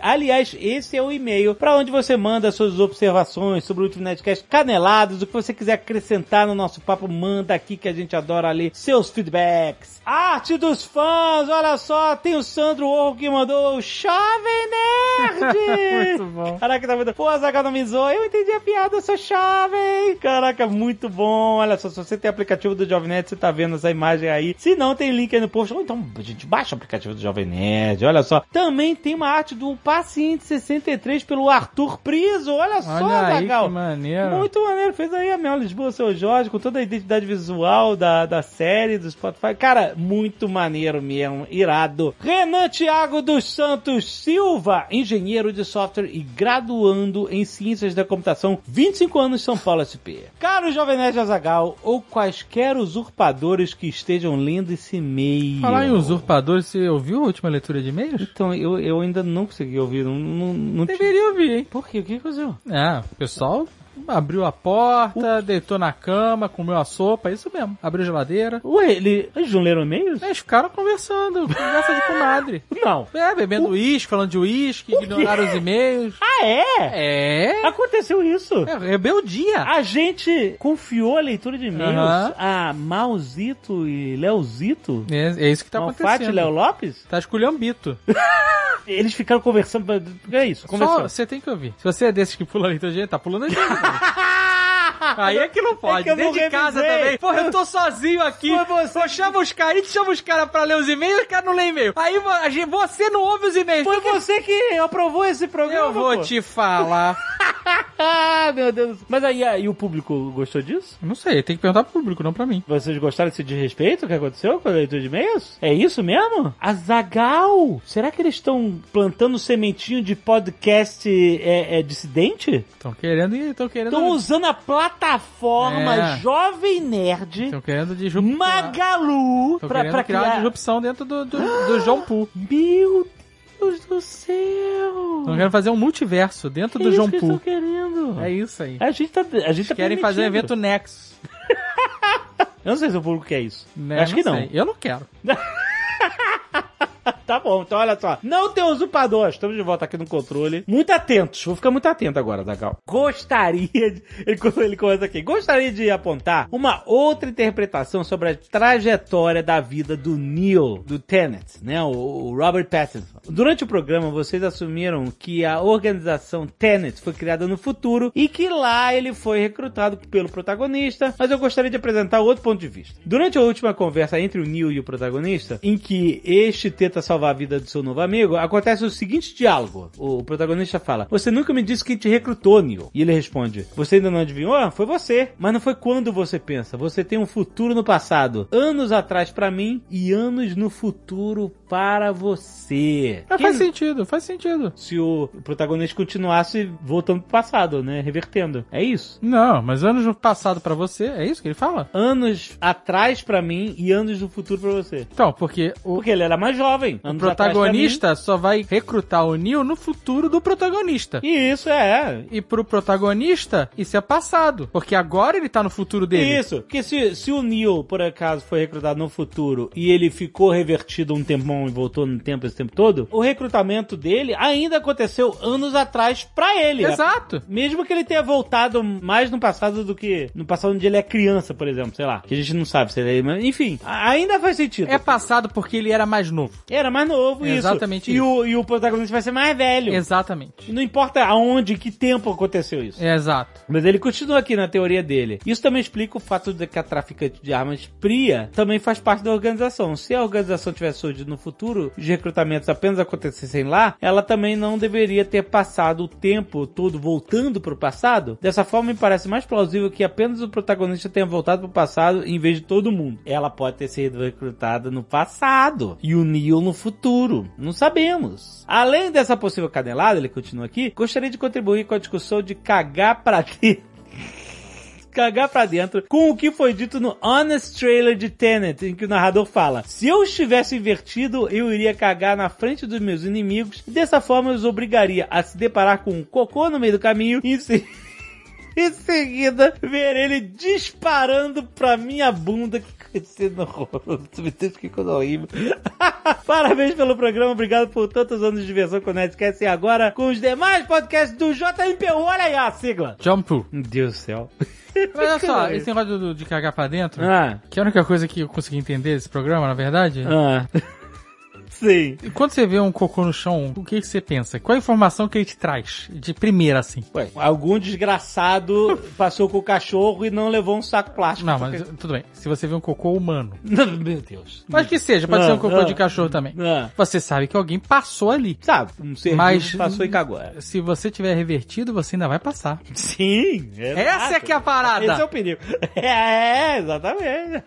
S1: Aliás, esse é o e-mail para onde você manda suas observações sobre o último Nerdcast, canelados, o que você quiser acrescentar no nosso papo, manda aqui que a gente adora ler seus feedbacks. Arte dos fãs, olha só, tem o Sandro Orro que mandou Jovem Nerd! muito bom. Caraca, tá muito... Pô, a Zaga não me zoou, eu entendi a piada, eu sou jovem! Caraca, muito bom. Olha só, se você tem aplicativo do Jovem Nerd, você tá vendo essa imagem aí. Se não, tem link aí no post. Ou então, gente, baixa o aplicativo do Jovem Nerd, olha só. Também tem uma arte do Paciente 63 pelo Arthur Priso, olha, só,
S4: Olha aí,
S1: Zagal.
S4: que maneiro.
S1: Muito maneiro. Fez aí a Mel Lisboa, seu Jorge, com toda a identidade visual da, da série, do Spotify. Cara, muito maneiro mesmo. Irado. Renan Thiago dos Santos Silva, engenheiro de software e graduando em ciências da computação, 25 anos, São Paulo SP. Caro Jovem Nerd Azagal, ou quaisquer usurpadores que estejam lendo esse e-mail.
S4: Falar em usurpadores, você ouviu a última leitura de e-mails?
S1: Então, eu, eu ainda não consegui ouvir. Não, não, não
S4: Deveria ouvir, hein?
S1: Por quê? O que aconteceu?
S4: É, o pessoal abriu a porta, deitou na cama, comeu a sopa, isso mesmo. Abriu a geladeira.
S1: Ué, ele... eles não leram e-mails?
S4: Eles ficaram conversando, conversa de comadre.
S1: Não.
S4: É, bebendo uísque, falando de uísque, ignoraram os e-mails.
S1: Ah, é?
S4: É.
S1: Aconteceu isso.
S4: É rebeldia.
S1: A gente confiou a leitura de e-mails
S4: Aham.
S1: a Mauzito e Leozito.
S4: É, é isso que tá
S1: Malfatti e
S4: acontecendo.
S1: Léo Lopes?
S4: Tá esculhambito.
S1: Eles ficaram conversando. pra- É isso,
S4: Só
S1: conversando.
S4: você tem que ouvir. Se você é desses que pula a leitura de e-mail, tá pulando a gente. Aí é que não pode.
S1: eu não
S4: Dentro de casa
S1: revisei.
S4: também. Porra, eu tô sozinho aqui.
S1: Foi você
S4: Eu chamo os caras, a gente chama os caras pra ler os e-mails, os caras não lêem e-mail. Aí vo- a gente- você não ouve os e-mails.
S1: Foi
S4: Então que-
S1: você que aprovou esse programa.
S4: Eu vou
S1: pô.
S4: te falar.
S1: Ah, meu Deus. Mas aí, aí o público gostou disso?
S4: Não sei, tem que perguntar pro público, não pra mim.
S1: Vocês gostaram desse desrespeito que aconteceu com a leitura de e-mails? É isso mesmo? Azagal! Será que eles estão plantando sementinho de podcast é, é, dissidente?
S4: Estão querendo e estão querendo.
S1: Estão usando a plataforma
S4: É. Então,
S1: Jovem Nerd,
S4: Estão querendo disrupção.
S1: Magalu,
S4: Estão
S1: pra,
S4: querendo
S1: pra
S4: criar, uma
S1: criar...
S4: disrupção dentro do, do, do João Poo.
S1: Meu Deus do
S4: Estão
S1: céu!
S4: querendo fazer um multiverso dentro
S1: É
S4: do
S1: isso
S4: João
S1: que eles estão
S4: Poo.
S1: querendo.
S4: É isso aí.
S1: A gente tá, a gente tá
S4: Querem fazer um
S1: permitindo.
S4: evento Nexus.
S1: Eu não sei se o público quer isso.
S4: Né?
S1: Acho que não.
S4: sei. Eu não quero.
S1: Tá bom, então olha só. Não tem usurpador, estamos de volta aqui no controle. Muito atentos, vou ficar muito atento agora, Zagal. Gostaria, de, ele, co- ele começa aqui, gostaria de apontar uma outra interpretação sobre a trajetória da vida do Neil, do Tenet, né, o, o Robert Pattinson. Durante o programa, vocês assumiram que a organização Tenet foi criada no futuro e que lá ele foi recrutado pelo protagonista, mas eu gostaria de apresentar outro ponto de vista. Durante a última conversa entre o Neil e o protagonista, em que este tenta salvar a vida do seu novo amigo, acontece o seguinte diálogo. O protagonista fala, você nunca me disse quem te recrutou, Neil. E ele responde, você ainda não adivinhou? Ah, Foi você. Mas não foi quando você pensa. Você tem um futuro no passado. Anos atrás pra mim e anos no futuro para você.
S4: Mas
S1: Quem-
S4: É, faz sentido, faz sentido.
S1: se o protagonista continuasse voltando pro passado, né? Revertendo. É isso.
S4: Não, mas anos no passado pra você, é isso que ele fala?
S1: Anos atrás pra mim e anos no futuro pra você.
S4: Então, porque o,
S1: Porque ele era mais jovem.
S4: o
S1: anos atrás pra
S4: protagonista só vai recrutar o Neil no futuro do protagonista.
S1: mim. E isso é.
S4: E pro protagonista, isso é passado. Porque agora ele tá no futuro dele.
S1: Isso, porque se, se o Neil, por acaso, foi recrutado no futuro e ele ficou revertido um tempão e voltou no tempo esse tempo todo, o recrutamento dele ainda aconteceu anos atrás pra ele. é
S4: Exato.
S1: Mesmo que ele tenha voltado mais no passado do que no passado onde ele é criança, por exemplo, sei lá. Que a gente não sabe se ele é. mas, Enfim, a- ainda faz sentido.
S4: É passado porque ele era mais novo.
S1: Era mais novo, isso.
S4: Exatamente
S1: E
S4: isso.
S1: o, e o protagonista vai ser mais velho.
S4: Exatamente. É,
S1: Não importa aonde, que tempo aconteceu isso.
S4: Exato.
S1: Mas ele continua aqui na teoria dele. Isso também explica o fato de que a traficante de armas Priya também faz parte da organização. Se a organização tivesse surgido no futuro, os recrutamentos apenas acontecessem lá, ela também não deveria ter passado o tempo todo voltando para o passado. Dessa forma, me parece mais plausível que apenas o protagonista tenha voltado para o passado em vez de todo mundo. Ela pode ter sido recrutada no passado e o Neil no futuro. Não sabemos. Além dessa possível canelada, ele continua aqui, gostaria de contribuir com a discussão de cagar pra dentro. cagar pra dentro com o que foi dito no Honest Trailer de Tenet, em que o narrador fala: Se eu estivesse invertido, eu iria cagar na frente dos meus inimigos e dessa forma eu os obrigaria a se deparar com um cocô no meio do caminho e se. Em seguida, ver ele disparando pra minha bunda. Que coisa horrorosa. Meu Deus, que coisa horrível. Parabéns pelo programa. Obrigado por tantos anos de diversão com o Nerdcast. E agora, com os demais podcasts do JMPU. Olha aí a sigla.
S4: Jump.
S1: Meu Deus do céu.
S4: Mas olha
S1: é
S4: só, esse negócio do- de cagar pra dentro,
S1: Ah.
S4: que é a única coisa que eu consegui entender desse programa, na verdade.
S1: Ah. Sim.
S4: Quando você vê um cocô no chão, o que, que você pensa? Qual a informação que ele te traz? De primeira, assim.
S1: Ué, algum desgraçado passou com o cachorro e não levou um saco plástico.
S4: Não, mas tudo bem. Se você vê um cocô humano.
S1: Meu Deus.
S4: Mas que seja, pode
S1: Ah,
S4: ser um cocô
S1: ah.
S4: de cachorro também.
S1: Ah.
S4: Você sabe que alguém passou ali.
S1: Sabe, um ser
S4: Mas-
S1: vivo passou e cagou. é.
S4: Se você tiver revertido, você ainda vai passar.
S1: Sim. é
S4: Essa é
S1: fato.
S4: que é a parada.
S1: Esse é o perigo. É, exatamente.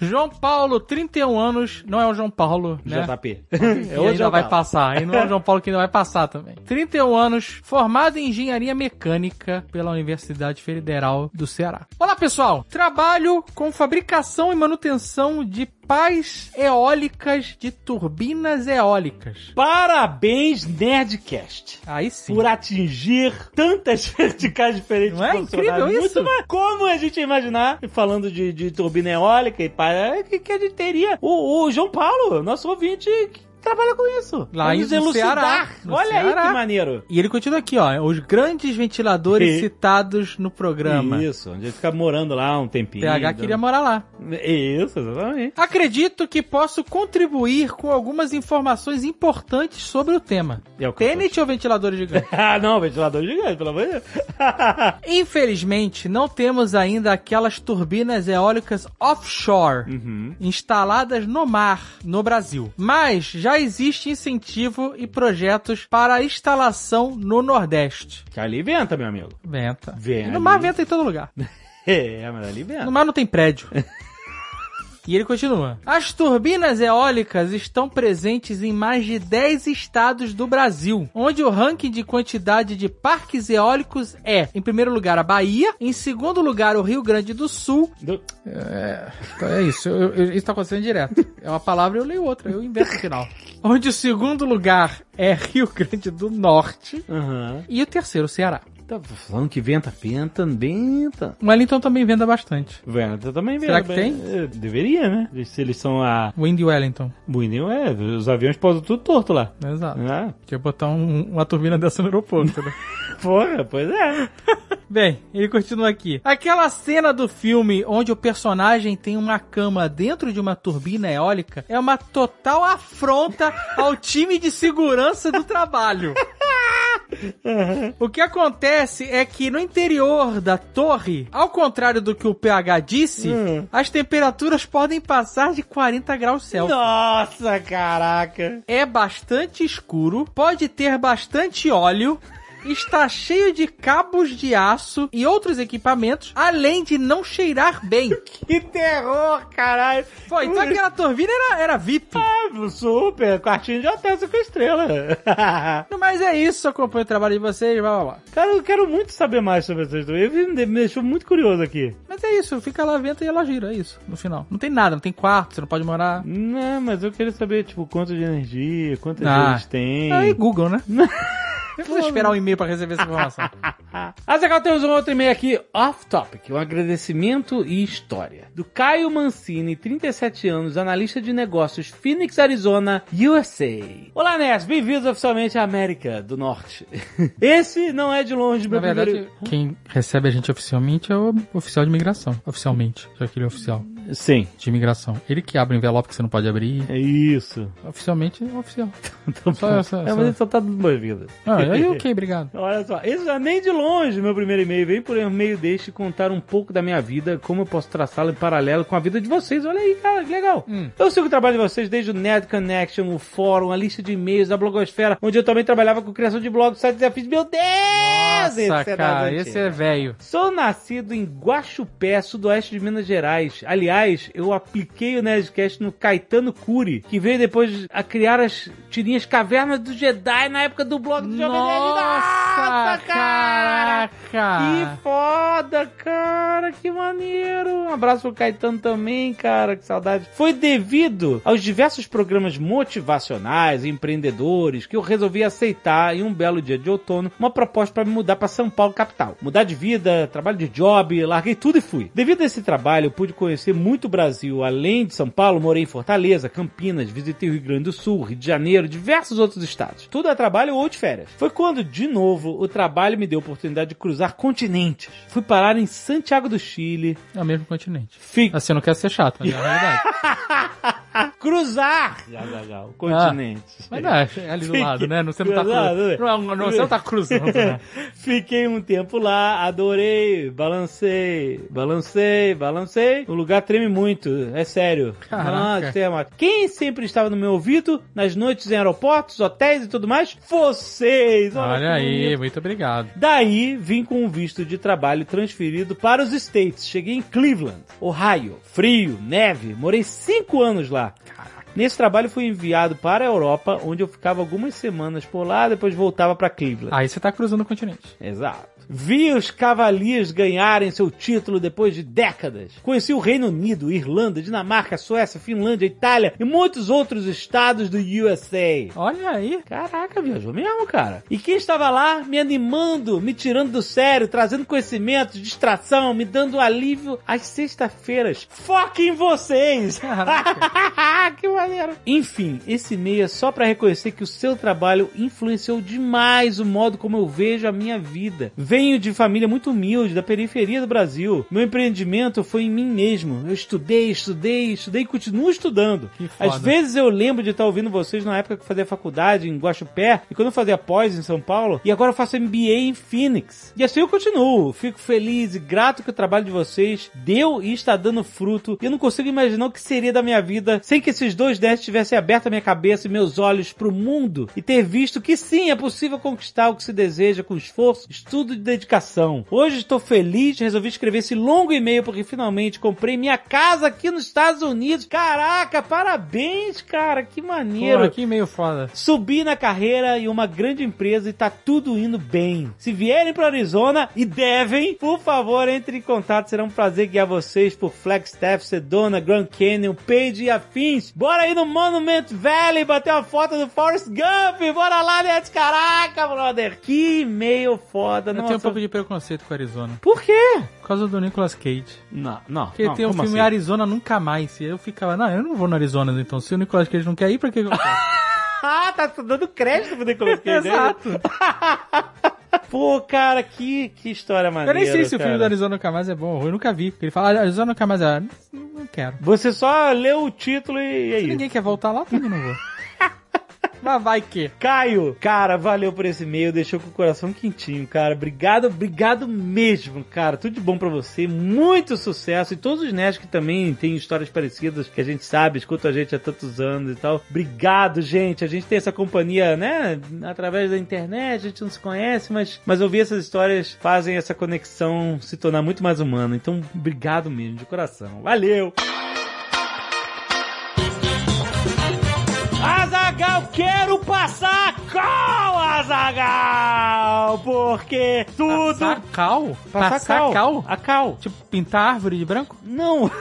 S4: João Paulo, 31 anos, não é o João Paulo, né?
S1: JP.
S4: É e ainda
S1: João
S4: vai
S1: Paulo.
S4: passar. E não é o João Paulo que ainda vai passar também. 31 anos, formado em Engenharia Mecânica pela Universidade Federal do Ceará. Olá, pessoal! Trabalho com fabricação e manutenção de pás eólicas de turbinas eólicas.
S1: Parabéns, Nerdcast.
S4: Aí sim.
S1: Por atingir tantas verticais diferentes.
S4: Não é
S1: funcionais.
S4: incrível
S1: Muito
S4: isso?
S1: mais. Como a gente ia imaginar, falando de, de turbina eólica e para que, que a gente teria? O, o João Paulo, nosso ouvinte, que trabalha com isso.
S4: Lá
S1: Vamos
S4: em- no
S1: elucidar.
S4: Ceará. No
S1: Olha aí
S4: Ceará.
S1: que maneiro.
S4: E ele continua aqui, ó. Os grandes ventiladores
S1: E-
S4: citados no programa.
S1: Isso, onde ele fica morando lá um tempinho.
S4: PH queria morar lá.
S1: Isso, exatamente.
S4: Acredito que posso contribuir com algumas informações importantes sobre o tema.
S1: É o que eu
S4: Tenet ou ventilador gigante?
S1: Ah, não, ventilador gigante, pelo amor de Deus.
S4: Infelizmente, não temos ainda aquelas turbinas eólicas offshore
S1: uhum.
S4: instaladas no mar no Brasil. Mas já existe incentivo e projetos para a instalação no Nordeste.
S1: Que ali venta, meu amigo.
S4: Venta.
S1: Vem
S4: E
S1: ali.
S4: no mar venta em todo lugar.
S1: É, mas ali venta.
S4: No mar não tem prédio. E ele continua. As turbinas eólicas estão presentes em mais de 10 estados do Brasil, onde o ranking de quantidade de parques eólicos é, em primeiro lugar, a Bahia, em segundo lugar, o Rio Grande do Sul.
S1: Do-
S4: Então é isso, eu- eu- isso tá acontecendo direto. É uma palavra, eu leio outra, eu inverto o final. Onde o segundo lugar é Rio Grande do Norte
S1: Aham.
S4: e o terceiro, o Ceará.
S1: Tá falando que venta, venta, venta.
S4: O Wellington também venda bastante.
S1: Venta também venta.
S4: Será que tem?
S1: Eh, Deveria, né? Se eles são a...
S4: Windy Wellington,
S1: Buinil, é, os aviões pousam tudo torto lá.
S4: exato.
S1: Ah,
S4: Tinha que botar um- uma turbina dessa no aeroporto, né?
S1: porra, pois é.
S4: Bem, ele continua aqui. Aquela cena do filme onde o personagem tem uma cama dentro de uma turbina eólica é uma total afronta ao time de segurança do trabalho. O que acontece é que no interior da torre, ao contrário do que o PH disse,
S1: Hum.
S4: as temperaturas podem passar de 40 graus
S1: É
S4: Celsius.
S1: Nossa, caraca.
S4: É bastante escuro, pode ter bastante óleo, está cheio de cabos de aço e outros equipamentos, além de não cheirar bem.
S1: Que terror, caralho.
S4: Pô, então aquela turbina era, era VIP.
S1: Ah, super, quartinho de hotel, cinco estrelas. Cara,
S4: Mas é isso, acompanho o trabalho de vocês, blá blá blá.
S1: eu quero muito saber mais sobre essas duas. Me deixou muito curioso aqui.
S4: Mas é isso, fica lá, venta e ela gira, é isso, no final. Não tem nada, não tem quarto, você não pode morar.
S1: Não, mas eu queria saber, tipo, quanto de energia, quantas
S4: Ah.
S1: eles têm.
S4: Aí Google, né? Eu vou esperar um e-mail pra receber essa informação.
S1: Azaghal, temos um outro e-mail aqui, off-topic, um agradecimento e história. Do Caio Mancini, 37 anos, analista de negócios, Phoenix, Arizona, USA. Olá, Ness, bem-vindos oficialmente à América do Norte. Esse não é de longe
S4: Na
S1: meu
S4: verdade,
S1: primeiro...
S4: quem recebe a gente oficialmente é o oficial de imigração. Oficialmente, já que ele é oficial
S1: Sim,
S4: de imigração. Ele que abre o envelope que você não pode abrir.
S1: é isso.
S4: Oficialmente é oficial.
S1: Então,
S4: Só essa-
S1: é,
S4: só-
S1: mas ele só tá dando boas-vindas.
S4: Ah, aí ok, obrigado.
S1: Olha só, esse não é nem de longe meu primeiro e-mail. Vem por meio deste contar um pouco da minha vida, como eu posso traçá-la em paralelo com a vida de vocês. Olha aí, cara, que legal.
S4: Hum.
S1: Eu sigo o trabalho de vocês desde o Nerd Connection, o fórum, a lista de e-mails, a blogosfera, onde eu também trabalhava com criação de blogs, sites e afins. Meu Deus! Nossa, etc.
S4: cara,
S1: antigas.
S4: esse é velho.
S1: Sou nascido em Guaxupé, sudoeste de Minas Gerais. Aliás, eu apliquei o Nerdcast no Caetano Cury, que veio depois a criar as tirinhas Cavernas do Jedi na época do blog do Jovem Nerd.
S4: Nossa,
S1: Que
S4: caraca!
S1: foda, cara, que maneiro. Um abraço pro Caetano também, cara, que saudade. Foi devido aos diversos programas motivacionais, empreendedores, que eu resolvi aceitar em um belo dia de outono uma proposta para me mudar para São Paulo, capital. Mudar de vida, trabalho de job, larguei tudo e fui. Devido a esse trabalho, eu pude conhecer muito o Brasil. Além de São Paulo, morei em Fortaleza, Campinas, visitei o Rio Grande do Sul, Rio de Janeiro, diversos outros estados. Tudo a trabalho ou de férias. Foi quando, de novo, o trabalho me deu a oportunidade de cruzar continentes. Fui parar em Santiago do Chile.
S4: É o mesmo continente.
S1: Fi...
S4: Assim, eu não quero ser chato, mas é a realidade.
S1: Cruzar! o continente.
S4: Ah. Mas não, é ali do lado, né? Não- Você não tá
S1: Exato,
S4: cruzando.
S1: é.
S4: Não, não, não, você não tá cruzando, né?
S1: Fiquei um tempo lá, adorei, balancei, balancei, balancei. O lugar treme muito, é sério.
S4: Caraca.
S1: Nossa, é uma- Quem sempre estava no meu ouvido, nas noites em aeroportos, hotéis e tudo mais? Vocês! que
S4: Olha aí,
S1: bonito.
S4: muito obrigado.
S1: Daí vim com um visto de trabalho transferido para os States. Cheguei em Cleveland, Ohio. Frio, neve, morei cinco anos lá. Nesse trabalho fui enviado para a Europa, onde eu ficava algumas semanas por lá, depois voltava para Cleveland.
S4: Aí você tá cruzando o continente.
S1: Exato. Vi os Cavaliers ganharem seu título depois de décadas. Conheci o Reino Unido, Irlanda, Dinamarca, Suécia, Finlândia, Itália e muitos outros estados do USA.
S4: Olha aí.
S1: Caraca, viajou mesmo, cara. E quem estava lá me animando, me tirando do sério, trazendo conhecimento, distração, me dando alívio às sexta-feiras. Foque em vocês! que maneiro! Enfim, esse e-mail é só para reconhecer que o seu trabalho influenciou demais o modo como eu vejo a minha vida. Venho de família muito humilde, da periferia do Brasil. Meu empreendimento foi em mim mesmo. Eu estudei, estudei, estudei e continuo estudando.
S4: Que
S1: Às
S4: foda.
S1: vezes vezes eu lembro de estar ouvindo vocês na época que eu fazia faculdade em Guaxupé e quando eu fazia pós em São Paulo e agora eu faço MBA em Phoenix. E assim eu continuo. Fico feliz e grato que o trabalho de vocês deu e está dando fruto. E eu não consigo imaginar o que seria da minha vida sem que esses dois nerds tivessem aberto a minha cabeça e meus olhos para o mundo e ter visto que sim, é possível conquistar o que se deseja com esforço, estudo e dedicação. Hoje estou feliz, resolvi escrever esse longo e-mail porque finalmente comprei minha casa aqui nos Estados Unidos. Caraca, parabéns, cara, que maneiro.
S4: Porra, que meio foda.
S1: Subi na carreira em uma grande empresa e tá tudo indo bem. Se vierem para Arizona e devem, por favor, entre em contato. Será um prazer guiar vocês por Flagstaff, Sedona, Grand Canyon, Page e afins. Bora aí no Monument Valley bater uma foto do Forrest Gump. Bora lá, Nerd. Caraca, brother. Que e-mail foda.
S4: Eu
S1: Não
S4: tenho um pouco de preconceito com Arizona.
S1: Por quê?
S4: Por causa do Nicolas Cage.
S1: Não, não. assim?
S4: Porque tem um filme Arizona Nunca Mais. E eu ficava, não, eu não vou no Arizona, então. Se o Nicolas Cage não quer ir, pra que eu vou?
S1: Ah, tá dando crédito pro Nicolas Cage. né?
S4: Exato.
S1: Pô, cara, que, que história
S4: Eu
S1: maneira.
S4: nem sei se o filme do
S1: cara.
S4: Arizona Nunca Mais é bom ou ruim. Eu nunca vi. Porque ele fala, "Ah, Arizona Nunca Mais é... Não, não quero.
S1: Você só leu o título e é
S4: Se
S1: isso.
S4: ninguém quer voltar lá, também não vou. Mas vai que...
S1: Caio, cara, valeu por esse e-mail, deixou com o coração quentinho, cara. Obrigado, obrigado mesmo, cara. Tudo de bom pra você, muito sucesso. E todos os nerds que também têm histórias parecidas, que a gente sabe, escuta a gente há tantos anos e tal. Obrigado, gente. A gente tem essa companhia, né? Através da internet, a gente não se conhece, mas, mas ouvir essas histórias fazem essa conexão se tornar muito mais humana. Então, obrigado mesmo, de coração. Valeu! Azagal, quero passar com Azagal! Porque tudo.
S4: Passar cal?
S1: cal.
S4: Passar cal?
S1: A cal.
S4: Tipo, pintar a árvore de branco?
S1: Não!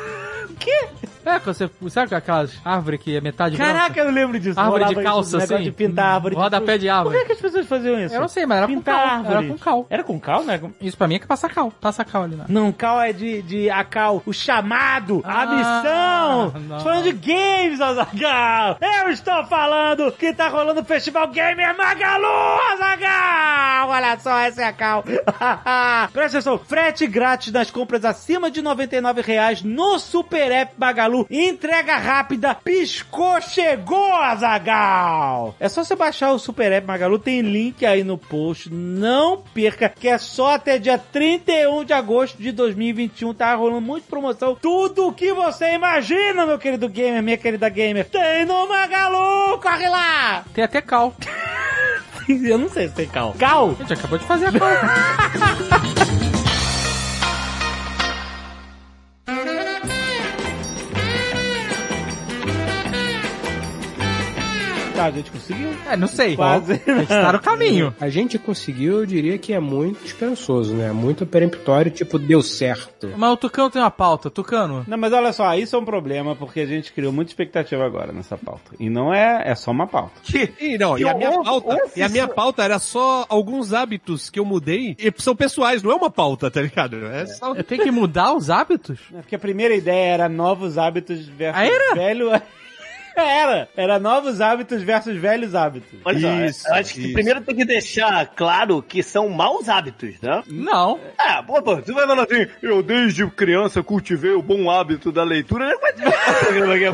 S1: O quê?
S4: É, quando você, sabe aquelas árvores que é metade
S1: Caraca,
S4: branca?
S1: eu lembro disso.
S4: Árvore
S1: Rolava
S4: de calça,
S1: esse negócio
S4: assim.
S1: de pintar árvore. de
S4: Rodapé
S1: Por
S4: de
S1: que,
S4: árvore.
S1: que as pessoas faziam isso?
S4: Eu não sei, mas era com
S1: Pintar
S4: cal. Era
S1: árvores.
S4: com cal.
S1: Era com cal, né? Com-
S4: Isso pra mim é que passa cal. Passa cal ali lá.
S1: Não, cal é de, de a cal, o chamado, a
S4: Ah,
S1: missão.
S4: não.
S1: Estou falando de games, Azagal. Eu estou falando que tá rolando o Festival Gamer Magalu, Azagal. Olha só, essa é a cal. Presta atenção, frete grátis nas compras acima de R$ 99 reais no Super App Magalu. Entrega rápida, piscou, chegou, Azagal. É só você baixar o Super App Magalu, tem link aí no post. Não perca, que é só até dia 31 de agosto de 2021. Tá rolando muita promoção. Tudo o que você imagina, meu querido gamer, minha querida gamer, tem no Magalu. Corre lá!
S4: Tem até cal.
S1: Eu não sei se tem cal. Cal?
S4: A gente acabou de fazer a cal.
S1: Tá, a gente conseguiu?
S4: É, não sei. Quase. A gente tá no caminho.
S2: A gente conseguiu, eu diria que é muito esperançoso, né? Muito peremptório, tipo, deu certo.
S4: Mas o Tucano tem uma pauta, Tucano.
S1: Não, mas olha só, isso é um problema, porque a gente criou muita expectativa agora nessa pauta. E não é, é só uma pauta.
S3: Que, e não, que e, a minha ouço, pauta, ouço e a minha pauta era só alguns hábitos que eu mudei, e são pessoais, não é uma pauta, tá ligado? É, é.
S4: só... Tem que mudar os hábitos?
S1: É porque a primeira ideia era novos hábitos
S4: Ah,
S1: versus era? velho... Era. Era novos hábitos versus velhos hábitos.
S5: Olha só, eu acho que isso. primeiro tem que deixar claro que são maus hábitos, né?
S4: Não.
S5: Ah, pô, pô, tu vai falar assim, eu desde criança cultivei o bom hábito da leitura, né? Mas é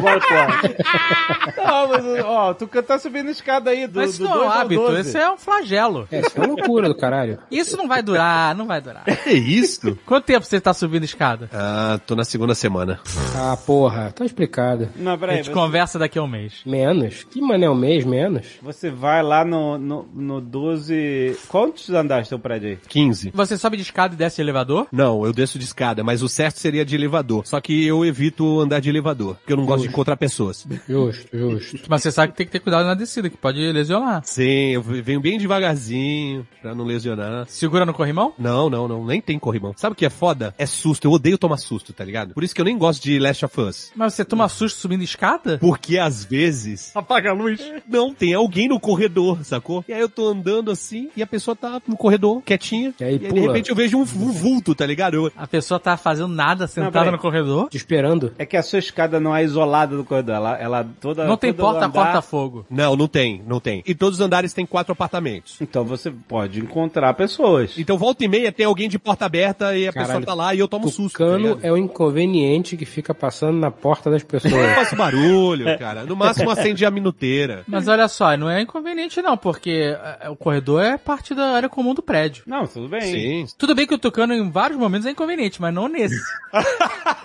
S1: Não, mas, ó, tu tá subindo a escada aí do
S4: Mas isso não é um hábito, isso é um flagelo.
S2: É, isso é loucura do caralho.
S4: Isso não vai durar, não vai durar.
S3: É isso?
S4: Quanto tempo você tá subindo a escada?
S3: Ah, tô na segunda semana.
S2: Ah, porra, tá explicado.
S4: Não, peraí. A gente mas... conversa daqui a um mês.
S2: Menos? Que mano é um mês, menos?
S1: Você vai lá no, no, no 12. Quantos andares tem o prédio aí?
S3: 15.
S4: Você sobe de escada e desce de elevador?
S3: Não, eu desço de escada, mas o certo seria de elevador. Só que eu evito andar de elevador, porque eu não justo. gosto de encontrar pessoas.
S2: Justo, justo.
S4: Mas você sabe que tem que ter cuidado na descida, que pode lesionar.
S3: Sim, eu venho bem devagarzinho pra não lesionar.
S4: Segura no corrimão?
S3: Não, não, não. Nem tem corrimão. Sabe o que é foda? É susto. Eu odeio tomar susto, tá ligado? Por isso que eu nem gosto de Last of Us.
S4: Mas você toma susto subindo escada?
S3: Porque que às vezes.
S4: Apaga a luz.
S3: Não, tem alguém no corredor, sacou? E aí eu tô andando assim e a pessoa tá no corredor, quietinha. E aí, e aí de repente eu vejo um vulto, tá ligado? Eu...
S4: A pessoa tá fazendo nada, sentada não, no corredor.
S2: Te esperando.
S1: É que a sua escada não é isolada do corredor. Ela, ela toda.
S4: Não tem
S1: toda
S4: porta, Tá andar... corta fogo.
S3: Não, não tem, não tem. E todos os andares tem quatro apartamentos.
S1: Então você pode encontrar pessoas.
S3: Então volta e meia tem alguém de porta aberta e a Caralho, pessoa tá lá e eu tomo susto. O
S2: cano tá é o inconveniente que fica passando na porta das pessoas. Eu
S3: faço barulho,
S4: É.
S3: cara. No máximo acende a minuteira.
S4: Mas olha só, não é inconveniente não, porque o corredor é parte da área comum do prédio.
S1: Não, tudo bem.
S4: Sim. Tudo bem que o Tucano em vários momentos é inconveniente, mas não nesse.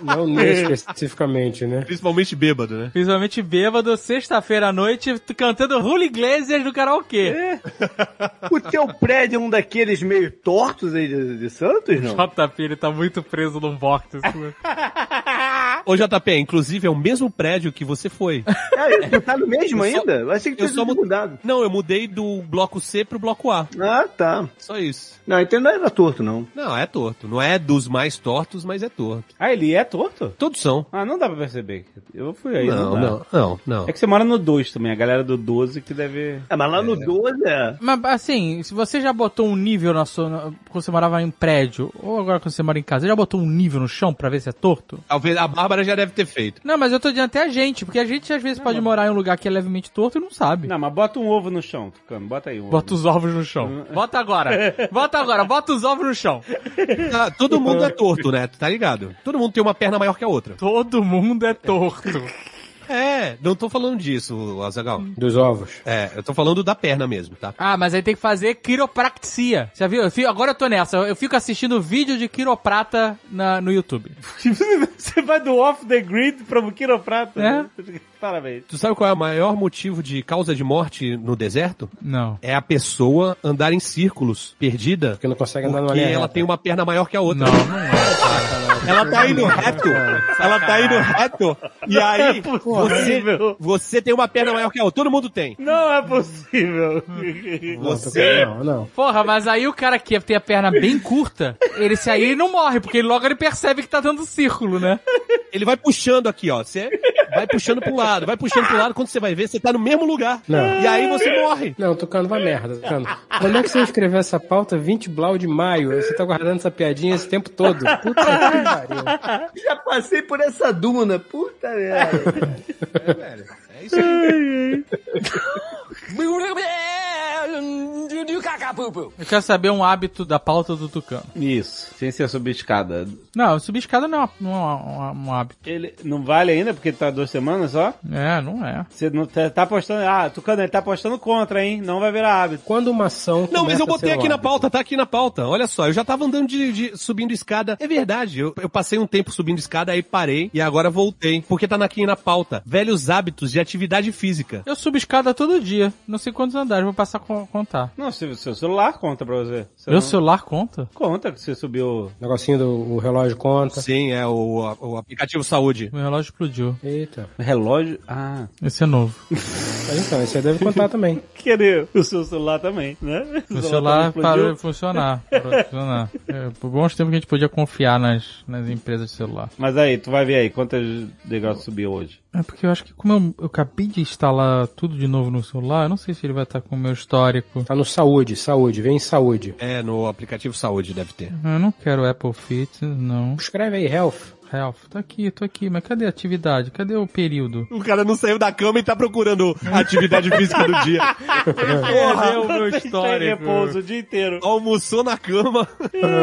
S2: não nesse especificamente, né?
S3: Principalmente bêbado, né?
S4: Principalmente bêbado, sexta-feira à noite, cantando Rully Iglesias no karaokê. É.
S5: o teu prédio é um daqueles meio tortos aí de, de Santos, não?
S4: JP, ele tá muito preso num assim. vórtice.
S3: Ô, JP, inclusive é o mesmo prédio que você foi.
S5: É, você tá no mesmo eu ainda? Só, Achei que tinha mudado.
S3: Não, eu mudei do bloco C pro bloco A.
S5: Ah, tá.
S3: Só isso.
S5: Não, então não era torto, não.
S3: Não, é torto. Não é dos mais tortos, mas é torto.
S1: Ah, ele é torto?
S3: Todos são.
S1: Ah, não dá pra perceber. Eu fui aí.
S3: Não, não, não, não, não,
S1: É que você mora no 2 também, a galera do 12 que deve...
S5: É, mas lá é. no 12 é...
S4: Mas, assim, se você já botou um nível na sua... Quando você morava em prédio, ou agora quando você mora em casa, já botou um nível no chão pra ver se é torto?
S3: Talvez a Bárbara já deve ter feito.
S4: Não, mas eu tô dizendo até a gente, porque a gente às vezes não, pode mas... morar em um lugar que é levemente torto e não sabe.
S1: Não, mas bota um ovo no chão, Tucano, bota aí um ovo.
S4: Bota os ovos no chão. Bota agora. bota agora, bota os ovos no chão.
S3: Ah, todo mundo é torto, né? Tá ligado? Todo mundo tem uma perna maior que a outra.
S4: Todo mundo é torto.
S3: É, não tô falando disso, Azagal.
S2: Dos ovos.
S3: É, eu tô falando da perna mesmo, tá?
S4: Ah, mas aí tem que fazer quiropraxia. Já viu? Eu fico, agora eu tô nessa. Eu fico assistindo vídeo de quiroprata na, no YouTube.
S1: Você vai do off the grid pra um quiroprata?
S4: um- É.
S1: Né? Parabéns.
S3: Tu sabe qual é o maior motivo de causa de morte no deserto?
S4: Não.
S3: É a pessoa andar em círculos, perdida.
S2: Porque não consegue andar
S3: Porque ela é tem uma perna maior que a outra.
S4: Não, não é.
S3: Ela tá indo reto. Ela tá indo reto. E aí, é você, você tem uma perna maior que a outra. Todo mundo tem.
S1: Não é possível.
S3: Você.
S4: Não, não. Porra, mas aí o cara que tem a perna bem curta, ele se aí ele não morre, porque logo ele percebe que tá dando círculo, né?
S3: Ele vai puxando aqui, ó. Você vai puxando pro lado, vai puxando pro lado. Quando você vai ver, você tá no mesmo lugar.
S2: Não.
S3: E aí você morre.
S2: Não, tocando vai merda, tocando. Quando é que você escreveu essa pauta 20 Blau de maio? Você tá guardando essa piadinha esse tempo todo. Puta que
S5: já passei por essa duna, puta merda. é, velho. É isso aí.
S4: bubu. Eu quero saber um hábito da pauta do Tucano.
S1: Isso, sem ser subescada.
S4: Não, subir escada não é uma- não é uma- um hábito.
S1: Ele não vale ainda porque tá duas semanas só?
S4: É, não é.
S1: Você não tá, tá postando. Ah, Tucano, ele tá postando contra, hein? Não vai virar hábito.
S2: Quando uma ação.
S3: Não, mas eu botei aqui na pauta, tá aqui na pauta. Olha só, eu já tava andando de, de- subindo escada. É verdade, eu, eu passei um tempo subindo escada, aí parei e agora voltei. Porque tá na- aqui na pauta. Velhos hábitos de atividade física.
S4: Eu subo escada todo dia. Não sei quantos andares, vou passar a contar.
S1: Não, se seu celular conta pra você. Você
S4: Meu
S1: não-
S4: celular conta?
S1: Conta que você subiu.
S2: Negocinho do o relógio conta.
S3: Sim, é o, a- o aplicativo saúde.
S4: Meu relógio explodiu.
S2: Eita.
S1: Relógio. Ah.
S4: Esse é novo.
S2: Mas então, esse aí deve contar também.
S1: Querer o seu celular também, né?
S4: O celular
S1: também
S4: parou
S1: explodiu.
S4: de funcionar. Parou de funcionar. É, por bons tempos que a gente podia confiar nas, nas empresas de celular.
S1: Mas aí, tu vai ver aí quantas negócios subiu hoje.
S4: É porque eu acho que como eu, eu acabei de instalar tudo de novo no celular, eu não sei se ele vai estar com o meu histórico.
S2: Tá no saúde, saúde, vem em saúde.
S3: É, no aplicativo saúde deve ter.
S4: Eu não quero Apple Fit, não.
S2: Escreve aí, health.
S4: Health, tá aqui, tô aqui, mas cadê a atividade? Cadê o período?
S3: O cara não saiu da cama e tá procurando a atividade física do dia.
S4: Cadê o meu
S1: Tá em
S4: histórico?
S1: repouso o dia inteiro.
S3: Almoçou na cama.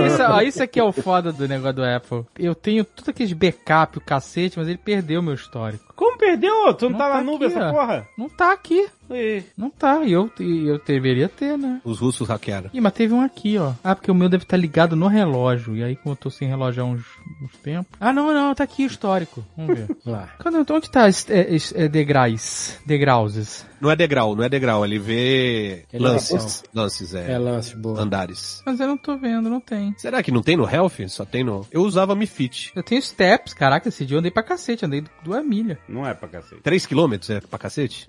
S4: Isso, ó, isso aqui é o foda do negócio do Apple. Eu tenho tudo aqueles backup, o cacete, mas ele perdeu meu histórico.
S1: Como perdeu? Tu não,
S4: Não
S1: tá,
S4: tá
S1: na nuvem
S4: aqui,
S1: essa
S4: ó.
S1: porra?
S4: Não tá aqui.
S1: E...
S4: Não tá. E eu, e eu deveria ter, né?
S3: Os russos hackearam.
S4: Ih, mas teve um aqui, ó. Ah, porque o meu deve estar ligado no relógio. E aí, como eu tô sem relógio há uns, uns tempos. Ah, não, não, tá aqui o histórico. Vamos ver.
S2: Vamos lá.
S4: Cadê? Onde tá es- é- es- é degraus? Degrauses.
S3: Não é degrau, não é degrau. Ele vê
S2: Elevação.
S3: lances. Lances, é.
S2: É lance, boa.
S3: Andares.
S4: Mas eu não tô vendo, não tem.
S3: Será que não tem no Health? Só tem no... Eu usava MiFit.
S4: Eu tenho steps, caraca, esse dia eu andei pra cacete, andei duas milhas.
S1: Não é pra cacete.
S3: 3 quilômetros é pra cacete?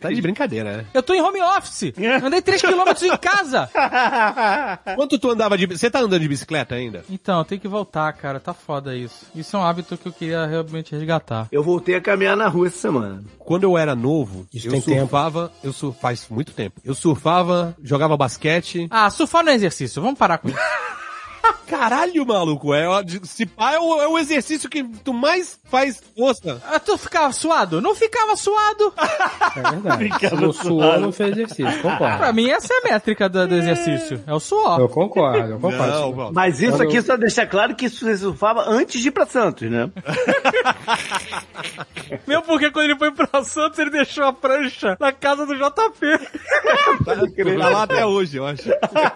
S3: tá de brincadeira, né?
S4: Eu tô em home office! Andei 3km em casa!
S3: Quanto tu andava de... Você tá andando de bicicleta ainda?
S4: Então, eu tenho que voltar, cara, tá foda isso. Isso é um hábito que eu queria realmente resgatar.
S5: Eu voltei a caminhar na rua essa semana.
S3: Quando eu era novo,
S2: Isso
S3: eu
S2: tem tempo.
S3: surfava... Eu sur... Faz muito tempo. Eu surfava, jogava basquete...
S4: Ah, surfar não é exercício, vamos parar com isso.
S3: Caralho, maluco! É, ó, de- se pá, é o, é o exercício que tu mais faz força.
S4: Ah, tu ficava suado? Não ficava suado!
S2: É verdade. Se não suou, não fez exercício.
S4: Pra
S2: Concordo.
S4: mim essa é a métrica do, do exercício, é o
S2: Eu
S4: suor.
S2: concordo, eu concordo.
S3: Paulo.
S5: Mas isso
S2: Quando-
S5: aqui só deixar claro que isso você surfava antes de ir pra Santos, né?
S4: Meu, porque quando ele foi pra Santos, ele deixou a prancha na casa do JP.
S3: Tá lá até hoje, eu acho.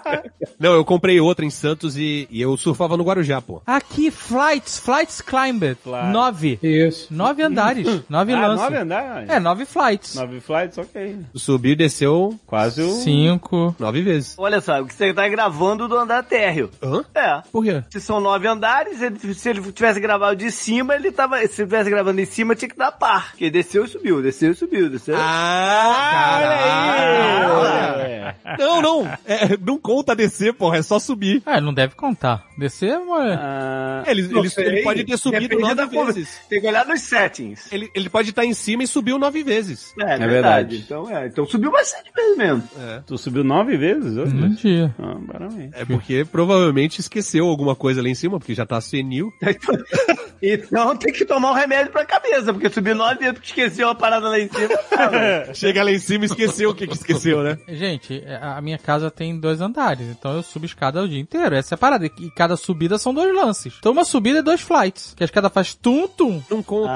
S3: Não, eu comprei outra em Santos e, e eu surfava no Guarujá, pô.
S4: Aqui, Flights, Flights Climber,
S1: Claro.
S4: nove.
S2: Isso.
S4: Nove andares, nove
S1: Ah,
S4: lances.
S1: nove andares?
S4: É, nove flights.
S1: Nove flights, ok.
S3: Subiu e desceu
S1: Quase o...
S4: Cinco.
S3: nove vezes.
S5: Olha só, você tá gravando do andar térreo.
S3: Hã?
S5: É.
S4: Por quê?
S5: Se são nove andares, ele- se ele tivesse gravado de cima, ele tava. Se tivesse gravando em cima, tinha que dar par. Porque desceu e subiu, desceu e subiu, desceu. Ah,
S3: Ah,
S1: Olha aí!
S3: caralho. Não, não. É, não conta descer, porra. É só subir.
S4: Ah, não deve contar. Descer, mano.
S5: Ah,
S3: Ele,
S5: não
S3: ele-
S5: sei.
S3: ele pode ter subido
S5: Depende
S3: nove
S5: da conver-
S3: vezes.
S5: Tem que olhar nos settings.
S3: Ele, ele pode estar em cima e subiu nove vezes.
S5: É, verdade.
S1: verdade.
S5: Então, é. Então subiu bastante vezes mesmo.
S1: Tu subiu nove vezes hoje?
S4: Um dia.
S1: Ah, parabéns.
S3: É porque provavelmente esqueceu alguma coisa lá em cima, porque já tá senil.
S5: Então tem que tomar um remédio pra cabeça, porque subiu nove vezes porque esqueceu uma parada lá em cima. tá
S3: É, Chega lá em cima e esqueceu o que, que esqueceu, né?
S4: Gente, é, a minha casa tem dois andares, então eu subo escada o dia inteiro. Essa é a parada. E cada subida são dois lances. Então uma subida é dois flights. Que a escada faz tum-tum.
S3: Não conta.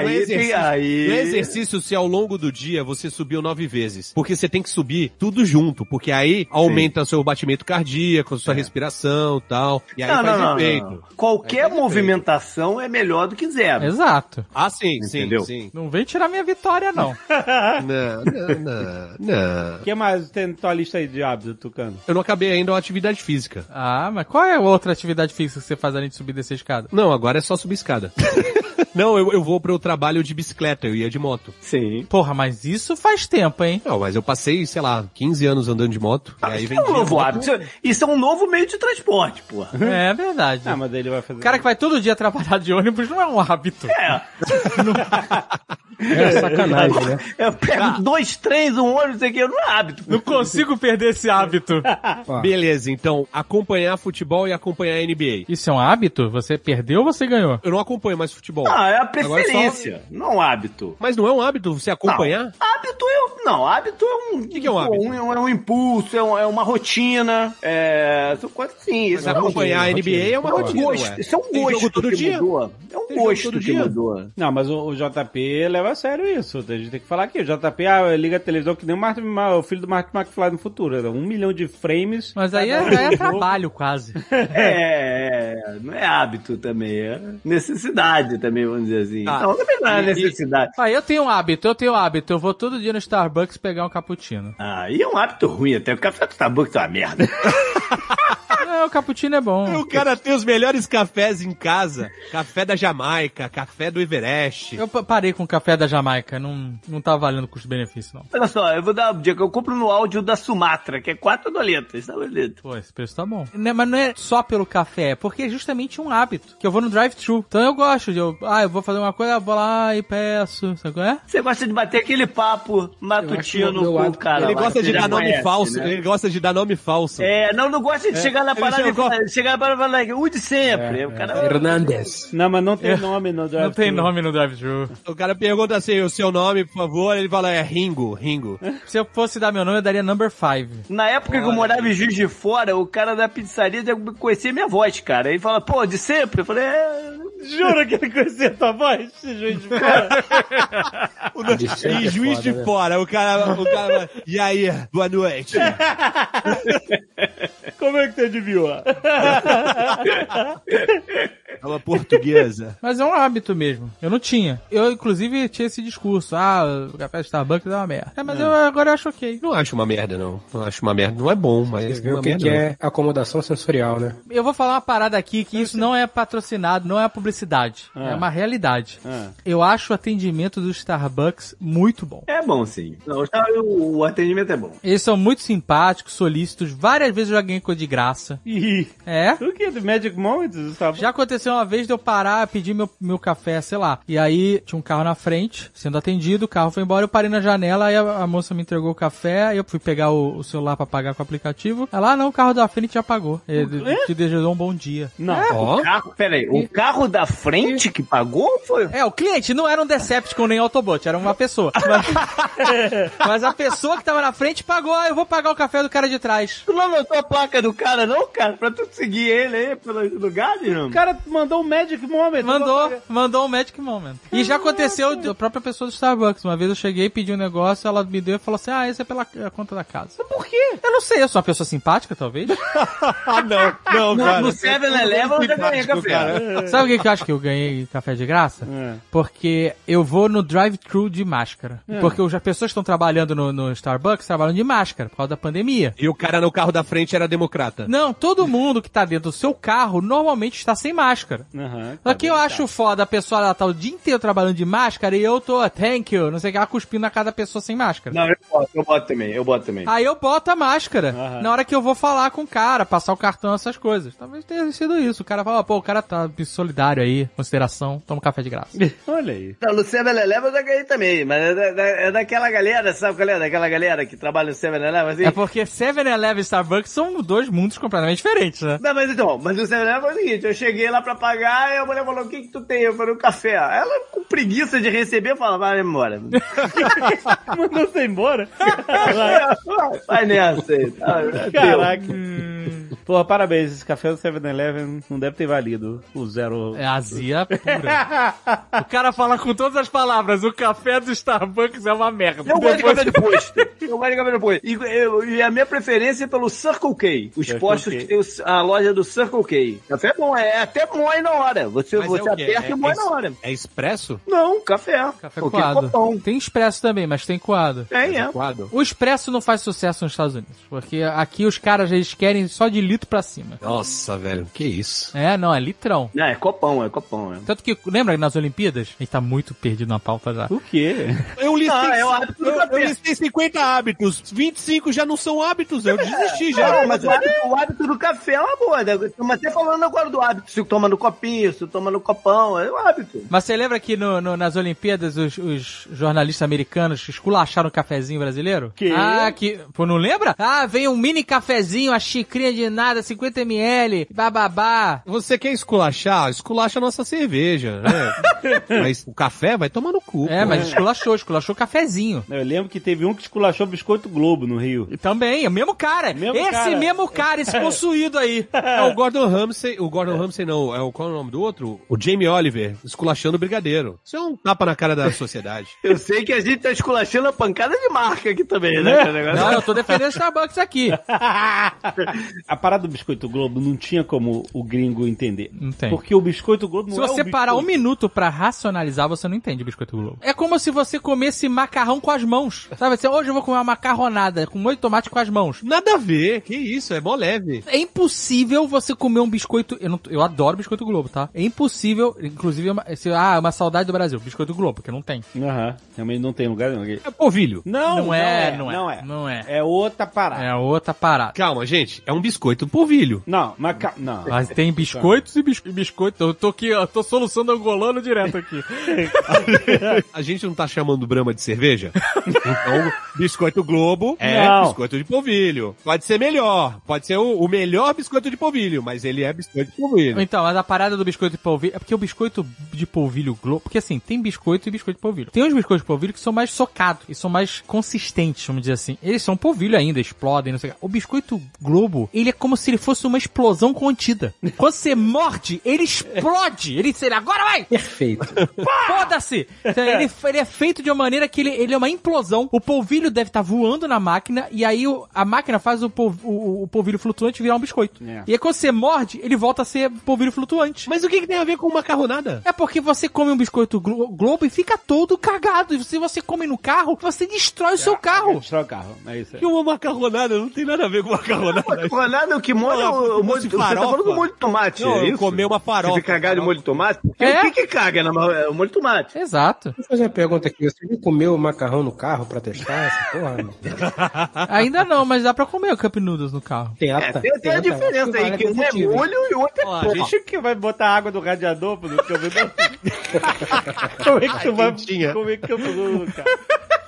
S3: não é, não é
S5: aí tem-
S3: exercício.
S5: aí-
S3: Não é exercício se ao longo do dia você subiu nove vezes. Porque você tem que subir tudo junto. Porque aí aumenta o seu batimento cardíaco, sua respiração e tal. E aí faz efeito.
S5: Qualquer movimentação é melhor do que zero.
S4: Exato.
S3: Ah, sim,
S5: Entendeu?
S3: sim, sim.
S4: Não vem tirar minha vitória, não.
S3: Ah. Não, não, não, não.
S1: O que mais tem na tua lista aí de hábitos, Tucano?
S3: Eu não acabei ainda a atividade física.
S4: ah, mas qual é a outra atividade fixa que você faz além de subir e descer a escada?
S3: Não, agora é só subir escada. não, eu, eu vou pro trabalho de bicicleta, eu ia de moto.
S5: Sim.
S4: Porra, mas isso faz tempo, hein?
S3: Não, mas eu passei, sei lá, 15 anos andando de moto. e aí
S5: isso
S3: vem
S5: é um novo hábito. Isso- Isso é um novo meio de transporte, porra.
S4: É verdade.
S1: Uhum. Ah, mas ele vai fazer...
S4: O cara que vai todo dia trabalhar de ônibus não é um hábito.
S2: É sacanagem, né?
S5: Eu
S3: Tá.
S5: pego dois trens, um ônibus, isso aqui não é hábito.
S4: Não consigo perder esse hábito.
S5: Ah.
S3: Beleza, então, acompanhar futebol e acompanhar NBA.
S4: Isso é um hábito? Você perdeu ou você ganhou?
S3: Eu não acompanho mais futebol.
S5: Não, é a
S3: Agora é só-
S5: preferência, não é um hábito.
S3: Mas não é um hábito você acompanhar?
S5: Hábito eu não. Hábito é um. O
S3: que, que é um hábito?
S5: Um, é um impulso, é, um- é uma rotina. É. São coisas assim.
S3: Mas acompanhar a NBA é uma rotina,
S5: Gosto,
S3: ué.
S5: isso é um
S3: Tem
S5: gosto.
S3: jogo todo
S5: que
S3: dia?
S5: mudou. É um
S3: Tem jogo
S5: gosto
S3: todo
S5: que
S3: dia?
S5: mudou.
S1: Não, mas o, o JP leva a sério isso. A gente tem que falar aqui. O JP ah, liga a televisão que nem o, Martin, Ma- o filho do Martin McFly no futuro. né? Um milhão de frames.
S4: Mas aí é,
S1: Cada um
S4: aí é
S1: jogo.
S4: trabalho quase.
S5: É, é, não é hábito também, é necessidade também, vamos dizer assim.
S4: Ah,
S5: não, também não é
S4: e-
S5: necessidade.
S4: Ah, eu tenho um hábito, eu tenho um hábito. Eu vou todo dia no Starbucks pegar um cappuccino.
S5: Ah, e é um hábito ruim até. O café do Starbucks é uma merda.
S4: Não, o cappuccino é bom.
S3: O cara tem os melhores cafés em casa. Café da Jamaica, café do Everest.
S4: Eu pa- parei com o café da Jamaica, não, não tá valendo custo-benefício, não.
S5: Olha só, eu vou dar uma dica. Eu compro no áudio da Sumatra, que é quatro doletas, tá bonito?
S4: Pô, esse preço tá bom. Né, mas não é só pelo café, é porque é justamente um hábito. Que eu vou no drive-thru. Então eu gosto de. Eu, ah, eu vou fazer uma coisa, eu vou lá e peço. Sabe qual é?
S5: Você gosta de bater aquele papo matutino
S2: meu
S5: com o
S2: hábito-
S5: cara.
S3: Ele
S5: lá,
S3: gosta
S5: que
S3: de
S5: já
S3: dar nome
S5: conhece,
S3: falso.
S5: né?
S3: Ele gosta de dar nome falso.
S5: É, não, não gosta de chegar na
S3: Ele
S5: parada e
S3: chegou- É,
S5: falar, chegar na parada e falar, like, o de sempre. o cara,
S2: Hernandes.
S1: Não, mas não tem nome no
S4: É. Não tem
S1: drive-thru.
S4: nome no drive-thru.
S3: O cara pergunta assim, o seu nome, por favor. Ele fala, é Ringo, Ringo.
S4: Se eu fosse dar meu nome, eu daria number 5.
S5: Na época que eu morava em Juiz de Fora, o cara da pizzaria já conhecia minha voz, cara. Ele fala, pô, de sempre? Eu falei, é...
S1: Jura que ele conhecia a tua voz? esse juiz de fora?
S5: Ah, é
S3: E juiz de
S5: né?
S3: fora, o cara, o cara fala, e aí, boa noite.
S1: Como é que você adivinhou?
S3: É uma portuguesa.
S4: Mas é um hábito mesmo. Eu não tinha. Eu, inclusive, tinha esse discurso. Ah, o café de Starbucks é uma merda. É, mas eu agora eu acho ok.
S3: Não acho uma merda, não. Não acho uma merda. Não é bom, mas
S2: Você
S3: não é
S2: viu o
S3: uma
S2: que, que
S3: merda.
S2: é acomodação sensorial, né?
S4: Eu vou falar uma parada aqui que isso não é patrocinado, não é publicidade. É uma realidade.
S1: Ah.
S4: Eu acho o atendimento do Starbucks muito bom.
S5: É bom, sim. Não, tá, o, o atendimento é bom.
S4: Eles são muito simpáticos, solícitos. Várias vezes eu já ganhei coisa de graça.
S1: Ih,
S4: É.
S1: o que? Do Magic Moments? Tá bom?
S4: Já aconteceu uma vez de eu parar, pedir meu, meu café, sei lá. E aí tinha um carro na frente, sendo atendido, o carro foi embora, eu parei na janela, aí a, a moça me entregou o café, aí eu fui pegar o, o celular pra pagar com o aplicativo. Ela, ah, não, o carro da frente já pagou. Ele te desejou um bom dia.
S1: Não.
S3: Ó,
S5: Carro, peraí, o carro da frente que pagou foi...
S4: É, o cliente não era um Decepticon nem Autobot, era uma pessoa. Mas, mas a pessoa que tava na frente pagou, ah, eu vou pagar o café do cara de trás.
S5: Tu não anotou a placa do cara não, cara? Pra tu seguir ele aí pelos lugares, não?
S1: O cara mandou o Magic Moment.
S4: Mandou, mandou um Magic Moment. E já aconteceu da própria pessoa do Starbucks. Uma vez eu cheguei, pedi um negócio, ela me deu e falou assim, ah, esse é pela eh, conta da casa.
S1: Por quê?
S4: Eu não sei, eu sou uma pessoa simpática, talvez.
S3: Ah, não, não,
S5: No-
S3: cara.
S5: no 7-Eleven eu já ganhei
S3: Simpático,
S5: café.
S3: cara.
S4: Sabe o que que eu acho que eu ganhei café de graça?
S1: É.
S4: Porque eu vou no drive-thru de máscara. Porque os- as pessoas que estão trabalhando no, no Starbucks trabalham de máscara por causa da pandemia.
S3: E o cara no carro da frente era democrata.
S4: Não, todo mundo que tá dentro do seu carro normalmente está sem máscara.
S1: Aham.
S4: Só que eu acho foda a pessoa ela tá o dia inteiro trabalhando de máscara e eu tô, "Ah, thank you, não sei o que, ela cuspindo na cara da pessoa sem máscara.
S5: Não, eu boto, eu boto também, eu boto também.
S4: Aí eu boto a máscara
S1: Aham.
S4: na hora que eu vou falar com o cara, passar o cartão, essas coisas. Talvez tenha sido isso. O cara fala, pô, o cara tá solidário aí, consideração, toma um café de graça.
S1: Olha aí.
S5: Não, no 7-Eleven eu já ganhei também, mas é, da- da- é daquela galera, sabe qual é? Daquela galera que trabalha no 7-Eleven, assim...
S4: É porque 7-Eleven e Starbucks são dois mundos completamente diferentes, né?
S5: Não, mas então, mas o 7 foi o seguinte, eu cheguei lá pra pagar e a mulher falou, o que que tu tem? Eu falei, o café. Ela, com preguiça de receber, fala, vai embora.
S1: Mandou você embora?
S5: vai nessa aí. Ah, deu.
S1: Caraca. Porra, parabéns. Esse café do 7-Eleven não deve ter valido o zero.
S4: É azia pura. o cara fala com todas as palavras, o café do Starbucks é uma merda.
S5: Eu gosto de café de posto. Eu gosto de café de posto. E, eu- e a minha preferência é pelo Circle K. Os
S1: Circle
S5: postos
S1: K.
S5: que tem o- a loja do Circle K. Café é bom, é até moe na hora. Você,
S3: Mas é
S5: você
S3: o quê?
S5: aperta
S3: É-
S5: e moe
S3: é
S5: na hora.
S3: É expresso?
S5: Não, café.
S4: Café
S5: Porque é
S4: coado.
S5: copão.
S4: Tem expresso também, mas tem coado.
S5: Tem, é.
S3: Quadro.
S4: O expresso não faz sucesso nos Estados Unidos, porque aqui os caras eles querem só de litro pra cima.
S3: Nossa, velho, que isso.
S4: É, não, é litrão.
S5: Não, é copão, é copão. É.
S4: Tanto que, lembra nas Olimpíadas? A gente tá muito perdido na pauta já.
S1: O quê?
S3: Eu listei,
S5: Não, é o hábito do
S3: eu- eu
S5: café.
S3: listei 50 hábitos, 25 já não são hábitos, eu desisti já.
S5: Não, É mas o hábito, o hábito do café é uma boa. né? Estamos até falando agora do hábito. Se toma no copinho, se toma no copão, é um hábito.
S4: Mas você lembra que no- no- nas Olimpíadas os, os jornalistas americanos esculacharam o cafezinho brasileiro?
S1: Que?
S4: Ah, que. Pô, não lembra? Ah, veio um mini cafezinho, a xicrinha garrafinha de nada, 50ml, bababá.
S1: Uh,
S3: Você quer esculachar? Esculacha a nossa cerveja, né? mas o café vai tomar no cu.
S4: É, mas esculachou, esculachou cafezinho.
S1: Eu lembro que teve um que esculachou biscoito Globo no Rio.
S4: E também, é o mesmo cara.
S1: Mesmo
S4: esse
S1: cara.
S4: mesmo cara, esse possuído aí.
S3: É o Gordon Ramsay, o Gordon Ramsay não, é o qual é o nome do outro? O Jamie Oliver, esculachando o brigadeiro. Isso é um tapa na cara da sociedade.
S5: Eu sei que a gente tá esculachando a pancada de marca aqui também, né? cara? Agora-
S4: Não, eu tô defendendo Starbucks aqui.
S1: A parada do biscoito Globo não tinha como o gringo entender.
S4: Não tem.
S1: Porque o biscoito Globo não
S4: Se
S1: é
S4: você
S1: o
S4: parar um
S1: biscoito.
S4: minuto pra racionalizar, você não entende biscoito Globo. É como se você comesse macarrão com as mãos. Sabe assim, hoje eu vou comer uma macarronada com molho de tomate com as mãos.
S3: Nada a ver, que isso, é mó leve.
S4: É impossível você comer um biscoito. Eu, não- eu adoro biscoito Globo, tá? É impossível, inclusive, é uma, esse- ah, é uma saudade do Brasil, biscoito Globo, que não tem.
S1: Aham, realmente não tem lugar nenhum.
S3: É polvilho.
S1: Não,
S4: um Não é, não é,
S1: Não é.
S4: não é.
S1: É outra parada.
S4: É outra parada.
S3: Calma, gente, é um biscoito polvilho.
S1: Não, mas calma. Não.
S4: Mas tem biscoitos e bisco- e biscoitos. Eu tô aqui, eu tô soluçando angolano direto aqui.
S3: A gente não tá chamando Brahma de cerveja? Então, biscoito Globo é
S1: Não.
S3: biscoito de polvilho. Pode ser melhor, pode ser o, o melhor biscoito de polvilho, mas ele é biscoito de polvilho.
S4: Então, mas a parada do biscoito de polvilho. É porque o biscoito de polvilho Globo. Porque assim, tem biscoito e biscoito de polvilho. Tem uns biscoitos de polvilho que são mais socados e são mais consistentes, vamos dizer assim. Eles são polvilho ainda, explodem, não sei o que. O biscoito Globo, ele é como se ele fosse uma explosão contida. Quando você morde, ele explode. Ele, sei lá, agora vai!
S2: Perfeito.
S4: Foda-se! Então, Ele, ele é feito de uma maneira que ele, ele é uma implosão. O polvilho deve estar voando na máquina e aí o- a máquina faz o, pol- o- o polvilho flutuante virar um biscoito.
S1: É.
S4: E aí quando você morde, ele volta a ser polvilho flutuante.
S3: Mas o que, que tem a ver com macarronada?
S4: É porque você come um biscoito glo- Globo e fica todo cagado. E se você come no carro, você destrói o seu carro.
S1: Destrói o carro. É isso aí.
S3: Que uma macarronada não tem nada a ver com macarronada.
S5: Macarronada é o que molha
S3: Não,
S5: o, o molho.
S3: fosse
S5: Você tá
S3: farofa.
S5: falando do molho de tomate,
S3: Não,
S5: é
S3: eu
S5: isso?
S3: comi uma farofa.
S5: Você fica cagado de molho de tomate?
S4: É.
S5: O que que caga na ma- é o molho de tomate?
S4: Exato.
S2: Vou fazer uma pergunta aqui. Você já comeu macarrão no carro pra testar essa porra? Não.
S4: Ainda não, mas dá pra comer o Cup Noodles no carro.
S5: É, tem, tem a diferença aí, que um é molho e o outro é
S3: Ó, a
S5: porra.
S1: Acho que vai botar água do radiador pro campeonato. Como é que tu vai.
S3: quentinha.
S1: Como é que eu vou, cara?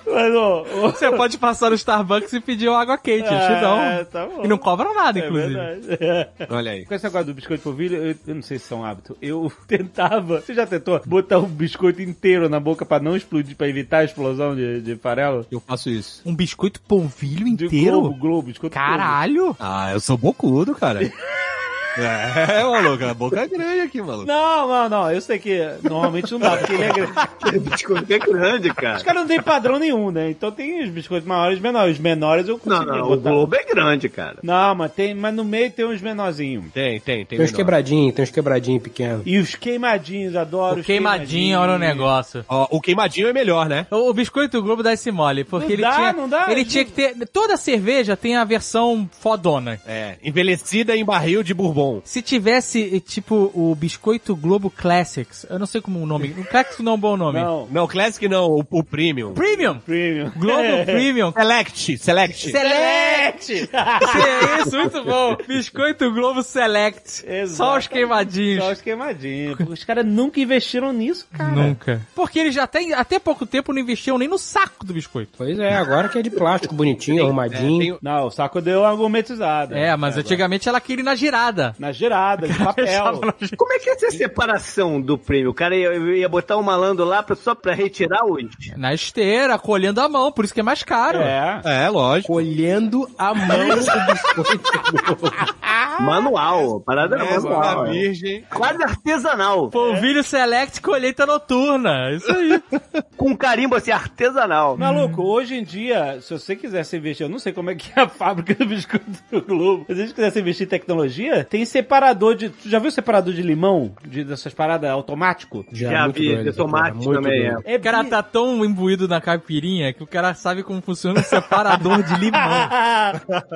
S1: Mas, ô, ô,
S4: Você pode passar no Starbucks e pedir água quente, eles te dão.
S1: é, tá bom.
S4: E não cobram nada,
S1: É
S4: inclusive.
S1: verdade.
S3: Olha aí.
S1: Com esse negócio do biscoito de polvilho, eu, eu não sei se é um hábito. Eu tentava. Você já tentou botar um biscoito inteiro na boca pra não explodir, pra evitar a explosão de, de farelo?
S3: Eu faço isso.
S4: Um biscoito polvilho
S1: De
S4: inteiro?
S1: Globo, Globo, biscoito
S4: Caralho!
S3: Ah, eu sou bocudo, cara. é, maluco, a boca é grande aqui, maluco.
S1: Não, não, não. Eu sei que normalmente não dá, porque ele é grande.
S5: Biscoito é grande,
S1: Os
S5: cara.
S1: caras não têm padrão nenhum, né? Então tem os biscoitos maiores e os menores. Os menores eu
S5: Não,
S1: consegui
S5: não, o
S1: botar.
S5: globo é grande, cara.
S1: Não, mas, tem, mas no meio tem uns menorzinhos.
S3: Tem, tem, tem.
S2: Tem uns
S3: menor.
S2: quebradinhos, tem uns quebradinhos pequenos.
S1: E os queimadinhos, adoro
S4: O
S1: os
S4: queimadinho era o negócio.
S3: Ó, o queimadinho é melhor, né?
S4: O o biscoito Globo dá esse mole, porque
S1: Não
S4: ele
S1: dá,
S4: tinha.
S1: não dá,
S4: ele
S1: gente.
S4: tinha que ter. Toda cerveja tem a versão fodona.
S3: É, envelhecida em barril de bourbon.
S4: Se tivesse, eh, tipo, o Biscoito Globo Classics, eu não sei como o nome. O Classics não é um bom nome.
S1: Não,
S3: Não, Classic não, o, o Premium.
S4: Premium!
S1: premium.
S4: Globo Premium!
S3: Select, Select.
S4: Select! é isso, muito bom! Biscoito Globo Select. Só os
S1: Exatamente.
S4: queimadinhos.
S1: Só os queimadinhos. Os caras nunca investiram nisso, cara.
S4: Nunca. Porque eles já até, até pouco tempo não investiam nem no saco do biscoito.
S2: Pois é, agora que é um- de plástico, bonitinho, arrumadinho.
S3: É, tem-
S1: Não, o saco deu uma gourmetizada.
S4: É, mas antigamente ela queria ir na girada.
S1: Na girada, de papel.
S5: Como é que é essa separação do prêmio? O cara ia, ia botar um malandro lá pra- só pra retirar os...
S4: Na esteira, colhendo a mão, por isso que é mais caro.
S1: É.
S3: É, lógico.
S2: Colhendo a mão do biscoito.
S5: Manual, a parada era
S3: É,
S5: manual.
S3: da virgem.
S5: Quase artesanal.
S4: Polvilho Select, colheita noturna. Isso aí.
S5: Com carimbo assim, artesanal.
S1: Maluco, hoje em dia, se você quiser se investir, eu não sei como é que é a fábrica do biscoito do Globo, mas se a gente quiser se investir em tecnologia, tem separador de. Tu já viu separador de limão? De, dessas paradas automático?
S5: Já
S2: é muito
S5: vi,
S2: doido
S5: de
S2: essa porra,
S5: tomate
S2: muito
S5: também,
S2: doido.
S1: É
S4: O cara tá tão imbuído na caipirinha que o cara sabe um como funciona o separador de limão.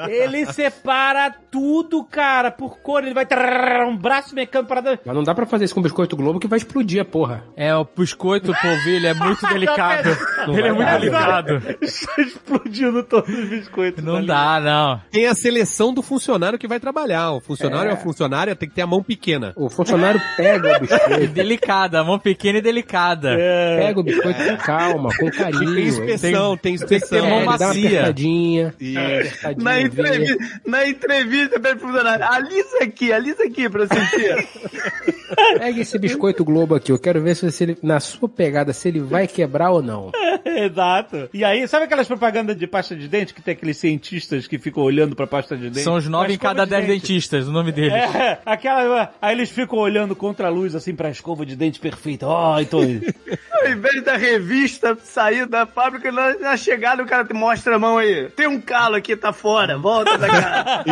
S1: Ele separa tudo, cara, por cor, ele vai. trrr, Um braço mecânico parado.
S2: Mas não dá pra fazer isso com o biscoito Globo que vai explodir a porra.
S4: É, o biscoito polvilho é muito delicado.
S2: Não
S4: Ele
S2: vai
S4: é muito
S2: dar,
S4: delicado.
S1: Está explodindo todos os biscoitos.
S4: Não dá, não.
S3: Tem a seleção do funcionário que vai trabalhar. O funcionário ou a funcionária tem que ter a mão pequena.
S2: O funcionário pega o
S4: E
S2: biscoito.
S4: É delicada, a mão pequena e delicada.
S1: É.
S2: Pega o biscoito com calma, com carinho.
S3: Tem inspeção, tem inspeção.
S4: Tem mão
S2: É, ele dá uma
S4: macia.
S2: apertadinha.
S3: Isso.
S2: apertadinha,
S5: Na
S2: vê.
S5: entrevista, na entrevista, pede pro funcionário, alisa aqui, alisa aqui pra eu sentir.
S2: Pega esse biscoito Globo aqui. Eu quero ver se ele, na sua pegada, se ele vai quebrar ou não.
S1: Exato. E aí, sabe aquelas propagandas de pasta de dente que tem aqueles cientistas que ficam olhando pra pasta de dente?
S4: São os nove
S1: Mas
S4: em cada
S1: escova de
S4: dez
S1: dente.
S4: dentistas, o nome deles.
S1: É, aquela. Aí eles ficam olhando contra a luz, assim, pra escova de dente perfeita. Ó, então.
S5: Ao invés da revista sair da fábrica, na, na chegada o cara te mostra a mão aí. Tem um calo aqui, tá fora, volta da cara.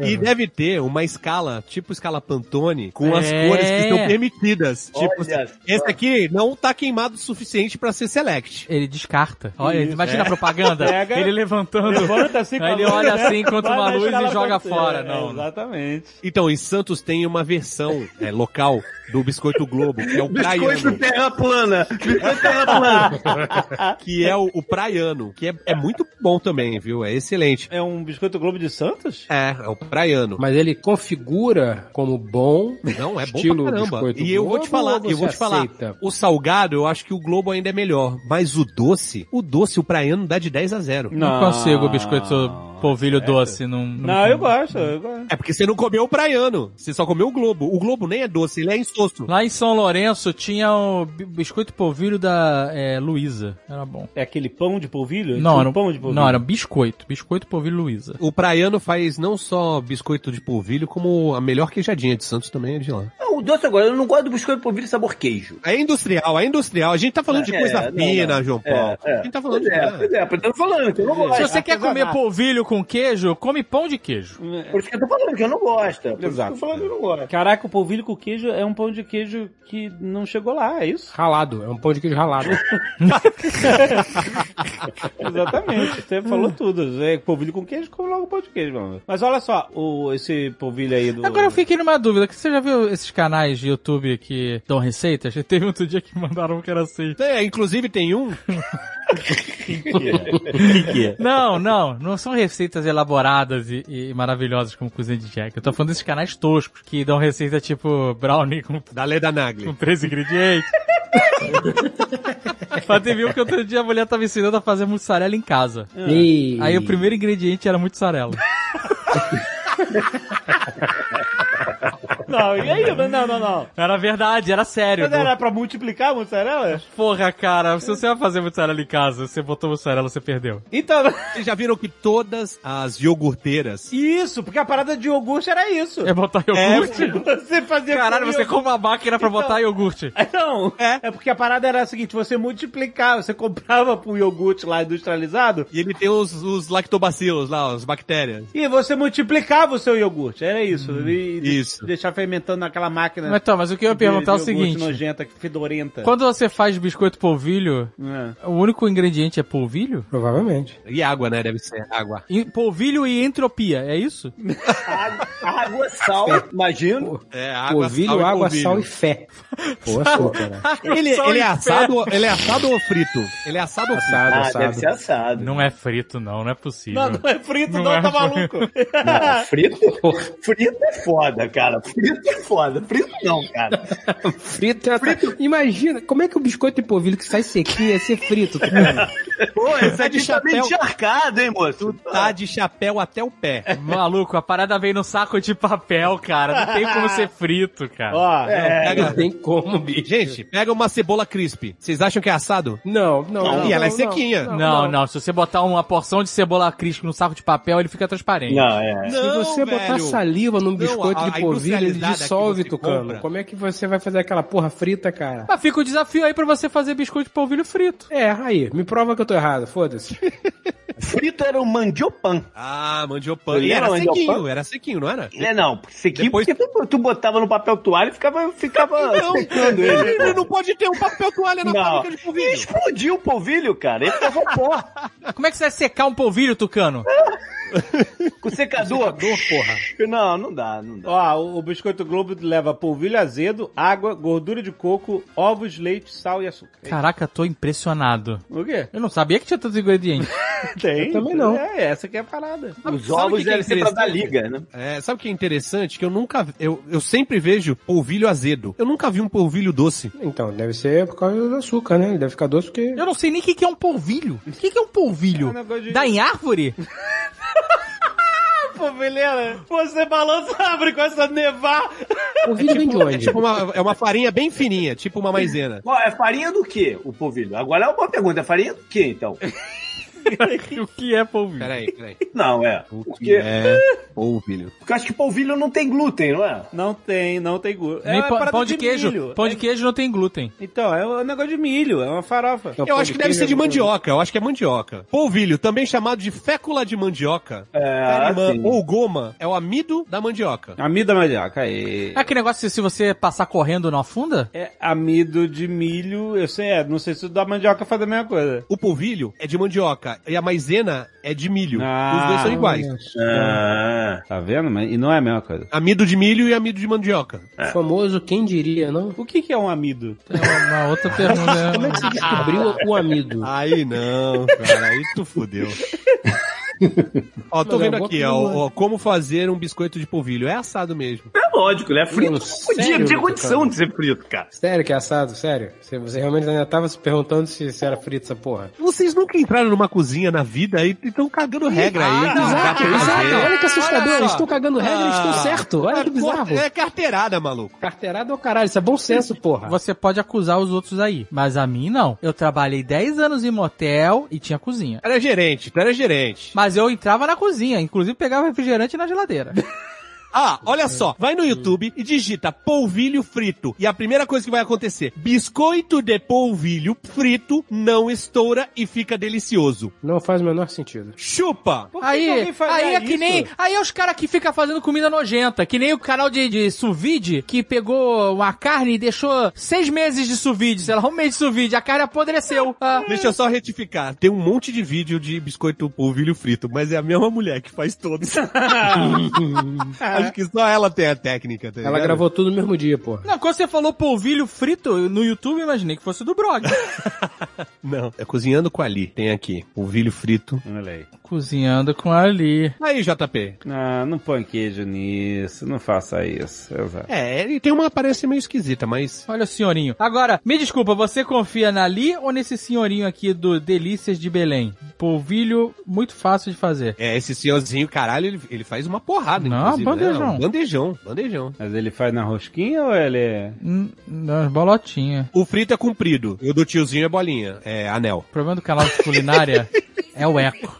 S3: E deve ter uma escala, tipo escala Pantone, com as
S4: É.
S3: cores que estão permitidas.
S5: Olha
S3: Tipo,
S5: só.
S3: esse aqui não tá queimado o suficiente pra ser select.
S4: Ele descarta. Olha,
S1: Isso, é.
S4: imagina a propaganda.
S1: Pega-
S4: ele levantando.
S1: Levanta assim com
S4: Aí
S1: a
S4: ele
S1: mão,
S4: olha
S1: né?
S4: assim enquanto
S1: Vai
S4: uma
S1: na
S4: luz
S1: escala
S4: e joga
S1: pra-
S4: fora.
S1: É,
S4: Não.
S1: Exatamente.
S3: Então, em Santos tem uma versão é, local do Biscoito Globo, que é o
S5: Biscoito
S3: praiano.
S5: terra plana. Biscoito terra plana.
S3: Que é o, o praiano, que é, é muito bom também, viu? É excelente.
S1: É um biscoito Globo de Santos?
S3: É, é o praiano.
S2: Mas ele configura como bom.
S3: Não, é bom
S2: Estilo
S3: pra caramba.
S2: biscoito
S3: E eu
S2: Globo
S3: vou te falar,
S2: ou
S3: eu vou
S2: você
S3: te falar.
S2: aceita?
S3: O salgado, eu acho que o Globo ainda é melhor. Mas o doce, o doce, o praiano dá de 10 a 0.
S4: Não consigo o biscoito polvilho doce. Não,
S1: É. Não, eu gosto, eu gosto.
S3: É porque você não comeu o praiano. Você só comeu o globo. O globo nem é doce, ele é insosso.
S4: Lá em São Lourenço tinha o bi- biscoito polvilho da é, Luísa. Era bom.
S1: É aquele pão de polvilho?
S4: Não,
S1: Tinha
S4: era
S1: um pão de polvilho.
S4: Não, era biscoito. Biscoito polvilho Luísa.
S3: O praiano faz não só biscoito de polvilho, como a melhor queijadinha de Santos também é de lá.
S5: Não, o doce agora, eu não gosto do biscoito polvilho sabor queijo.
S3: É industrial, é industrial. A gente tá falando de
S5: É,
S3: coisa
S5: não,
S3: fina,
S5: não.
S3: João
S5: É,
S3: Paulo.
S5: é.
S3: A gente tá falando
S5: Pois
S3: de...
S5: é, pois é, eu tô falando que eu não gosto.
S4: Se você quer
S1: artesanato. Hum.
S4: comer polvilho com queijo, come pão de queijo.
S5: Por isso que eu tô falando que eu não gosto. é Por isso que eu
S1: Exato.
S5: tô falando que eu não gosto.
S1: Caraca, o polvilho com queijo é um pão de queijo que não chegou lá, é isso?
S2: Ralado, é um pão de queijo ralado.
S3: É.
S1: Exatamente, você falou tudo. É, polvilho com queijo, come logo pão de queijo, mano. Mas olha só, o, esse polvilho aí do.
S4: Agora eu fiquei numa dúvida, que você já viu esses canais de YouTube que dão receitas? Teve outro dia que mandaram um que era assim.
S3: É, inclusive tem um.
S4: Não, não, não são receitas elaboradas e, e maravilhosas como Cozinha de Jack. Eu tô falando desses canais toscos, que dão receita tipo brownie com,
S3: Da Leda
S4: com
S3: Nagli.
S4: três ingredientes. Mas teve um que outro dia a mulher tava ensinando a fazer mussarela em casa.
S2: E...
S4: Aí o primeiro ingrediente era mussarela.
S1: Não, e aí? Não, não, não.
S4: Era verdade, era sério.
S1: Mas era pra multiplicar a mussarela?
S4: Porra, cara, se você vai fazer mussarela em casa, você botou mussarela, você perdeu.
S1: Então.
S3: Vocês já viram que todas as iogurteiras.
S1: Isso, porque a parada de iogurte era isso.
S4: É botar iogurte?
S1: Você fazia
S4: Caralho,
S1: com
S4: você
S1: iogurte.
S4: compra uma máquina pra botar
S1: Então-
S4: iogurte.
S1: Não, é. porque a parada era a seguinte, você multiplicava, você comprava pro iogurte lá industrializado
S3: E ele tem os, os lactobacilos lá, as bactérias.
S1: e você multiplicava o seu iogurte, era isso. E, e
S3: Isso.
S1: deixar fermentando naquela máquina.
S4: Hum, Mas então, mas o que eu ia
S1: de-
S4: perguntar é o
S1: de iogurte
S4: seguinte.
S1: nojenta, fedorenta.
S4: Quando você faz biscoito polvilho,
S1: É.
S4: o único ingrediente é polvilho?
S2: Provavelmente.
S3: E água, né? Deve ser água.
S4: E- polvilho e entropia, é isso?
S5: Água, água, sal, imagino.
S3: É,
S2: Polvilho,
S3: e
S2: água,
S3: polvilho.
S2: sal e fé. Pô, açúcar, né?
S3: Ele, ele é assado, ou- ele é assado ou frito? Ele é assado ou frito?
S2: Assado,
S5: Ah,
S2: assado.
S5: deve ser assado.
S4: Não é frito, não, não é possível.
S1: Não, não é frito, não,
S4: Não é.
S1: tá maluco.
S5: Não, frito, frito é foda, cara. Frito é foda. Frito não, cara.
S2: Frito é assado. Imagina, como é que o biscoito de polvilho que sai sequinho ia ser frito? tá cara?
S5: Pô, isso
S3: Tá de
S5: aqui tá meio
S3: chapéu.
S5: encharcado, hein, moço?
S3: Tá de chapéu até o pé.
S4: Maluco, a parada veio no saco de papel, cara. Não tem como ser frito, cara.
S1: Ó,
S5: É.
S2: Não
S3: Pega-
S2: tem como, bicho.
S3: Gente, pega uma cebola crisp. Vocês acham que é assado?
S2: Não, não. não,
S3: e ela é
S2: não,
S3: sequinha.
S4: Não, não, se você botar uma porção de cebola crisp no saco de papel, ele fica transparente.
S5: Não, é.
S2: Se você botar saliva num biscoito
S3: a- a
S2: de polvilho, ele
S3: industrializada que
S2: dissolve,
S3: você
S2: Tucano.
S3: compra.
S2: Como é que você vai fazer aquela porra frita, cara?
S4: Mas fica o desafio aí pra você fazer biscoito de polvilho frito.
S2: É, aí, me prova que eu tô errado, foda-se.
S5: Frito era o mandiopan.
S3: Ah, mandiopan.
S5: Ele
S3: E era
S5: era
S3: sequinho,
S5: mandiopan?
S3: era sequinho, não era?
S5: É, não, sequinho
S3: Depois-
S5: porque tu, tu botava no papel toalha e ficava, ficava secando ele. pô.
S3: não pode ter um papel toalha
S5: Não. E explodiu o polvilho, cara. Ele ficava pó.
S4: Como é que você vai secar um polvilho, Tucano?
S5: Com secador?
S1: secador, porra.
S5: Não, não dá, não dá.
S1: Ó, o, o Biscoito Globo leva polvilho azedo, água, gordura de coco, ovos, leite, sal e açúcar.
S4: Caraca, tô impressionado.
S1: O quê?
S4: Eu não sabia que tinha tantos ingredientes.
S1: Tem.
S4: Eu também não.
S1: É, essa que é a parada.
S5: Os ovos devem ser pra dar liga, né?
S3: É, sabe o que é interessante? Que eu nunca. Eu, eu sempre vejo polvilho azedo. Eu nunca vi um polvilho doce.
S2: Então, deve ser por causa do açúcar, né? Ele deve ficar doce porque.
S4: Eu não sei nem o que, que é um polvilho. O que, que é um polvilho?
S1: um negócio de-
S4: Dá em árvore?
S1: Pô, Vilena, você balança abre com essa nevar.
S2: O vídeo vem de
S3: É
S2: onde?
S3: tipo uma, é uma farinha bem fininha, tipo uma maisena.
S5: Ó, é farinha do quê, o polvilho? Agora é uma boa pergunta. É farinha do quê, então?
S4: o que é polvilho?
S3: Peraí, peraí.
S5: Não, é.
S3: O
S5: Porque,
S3: que é polvilho?
S5: porque eu acho que polvilho não tem glúten, não é?
S1: Não tem, não tem gosto. É
S4: Nem
S1: uma
S4: pão,
S1: parada
S4: pão de, queijo.
S1: milho.
S4: Pão de queijo não tem glúten.
S1: Então, é um negócio de milho, é uma farofa.
S3: Eu acho que deve ser de mandioca, eu acho que é mandioca. Polvilho, também chamado de fécula de mandioca,
S5: É,
S3: carimã
S5: assim.
S3: ou goma, é o amido da mandioca.
S1: Amido da mandioca, aí.
S4: É aquele negócio que se você passar correndo não afunda?
S1: É amido de milho, eu sei, é, não sei se o da mandioca faz a mesma coisa.
S3: O polvilho é de mandioca e a maisena é de milho.
S1: Ah.
S3: Os dois são iguais.
S5: Ah,
S1: Tá vendo? Mas- E não é a mesma coisa.
S3: Amido de milho e amido de mandioca.
S2: O famoso quem diria, não?
S1: O que, que é um amido?
S4: É uma outra pergunta. né?
S2: Como é que se descobriu o amido?
S3: Aí não, cara, aí tu fudeu. ó, tô
S2: Mas é
S3: vendo
S2: uma
S3: aqui,
S2: boa
S3: ó,
S2: pergunta.
S3: ó, como fazer um biscoito de polvilho. É assado mesmo.
S5: é lógico, né? Frito.
S2: Mano,
S5: não podia
S2: sério,
S5: ter condição
S2: cara?
S5: de ser frito, cara.
S2: Sério que é assado, sério? Você, você realmente ainda tava se perguntando se, se era frito essa porra.
S3: Vocês nunca entraram numa cozinha na vida e estão cagando regra aí.
S4: Ah, não.
S3: que dá pra
S4: Exato,
S3: fazer.
S4: exato.
S2: que assustador.
S4: Olha só.
S2: cagando regra, eles estão certo. Olha que bizarro.
S3: Ah, É carteirada, maluco.
S2: Carteirada ou caralho, isso é bom senso, porra.
S4: Você pode acusar os outros aí, mas a mim não. Eu trabalhei 10 anos em motel e tinha cozinha.
S3: Era é gerente, tu era gerente.
S4: Mas eu entrava na cozinha, inclusive pegava refrigerante na geladeira.
S3: Ah, olha só, vai no YouTube e digita polvilho frito. E a primeira coisa que vai acontecer, biscoito de polvilho frito não estoura e fica delicioso.
S2: Não faz o menor sentido.
S3: Chupa!
S1: Por que que
S4: aí,
S1: alguém faria
S4: aí é que
S1: isso?
S4: nem. Aí é os caras que ficam fazendo comida nojenta, que nem o canal de, de sous vide, que pegou uma carne e deixou seis meses de sous vide, sei lá, um mês de sous vide, a carne apodreceu. Ah,
S3: Deixa eu só retificar, tem um monte de vídeo de biscoito polvilho frito, mas é a mesma mulher que faz todos. Acho que só ela tem a técnica, tá
S2: Ela
S3: ligado?
S2: gravou tudo no mesmo dia, porra.
S4: Não, quando você falou polvilho frito no YouTube, eu imaginei que fosse do Brog.
S3: Não, é Cozinhando com a Ali, tem aqui, polvilho frito.
S1: Olha aí.
S4: Cozinhando com ali.
S3: Aí, JP,
S1: Ah, não põe queijo nisso, não faça isso. Exato.
S3: É, ele tem uma aparência meio esquisita, mas.
S4: Olha o senhorinho. Agora, me desculpa, você confia na Li ou nesse senhorinho aqui do Delícias de Belém? Polvilho muito fácil de fazer.
S3: É, esse senhorzinho, caralho, ele, ele faz uma porrada,
S4: Não,
S3: inclusive.
S4: bandejão.
S3: Né? Um bandejão, bandejão.
S1: Mas ele faz na rosquinha ou ele é.
S4: Hum, Não, bolotinha.
S3: O frito é comprido, e o do tiozinho é bolinha, é anel.
S4: O problema do canal de culinária é o eco.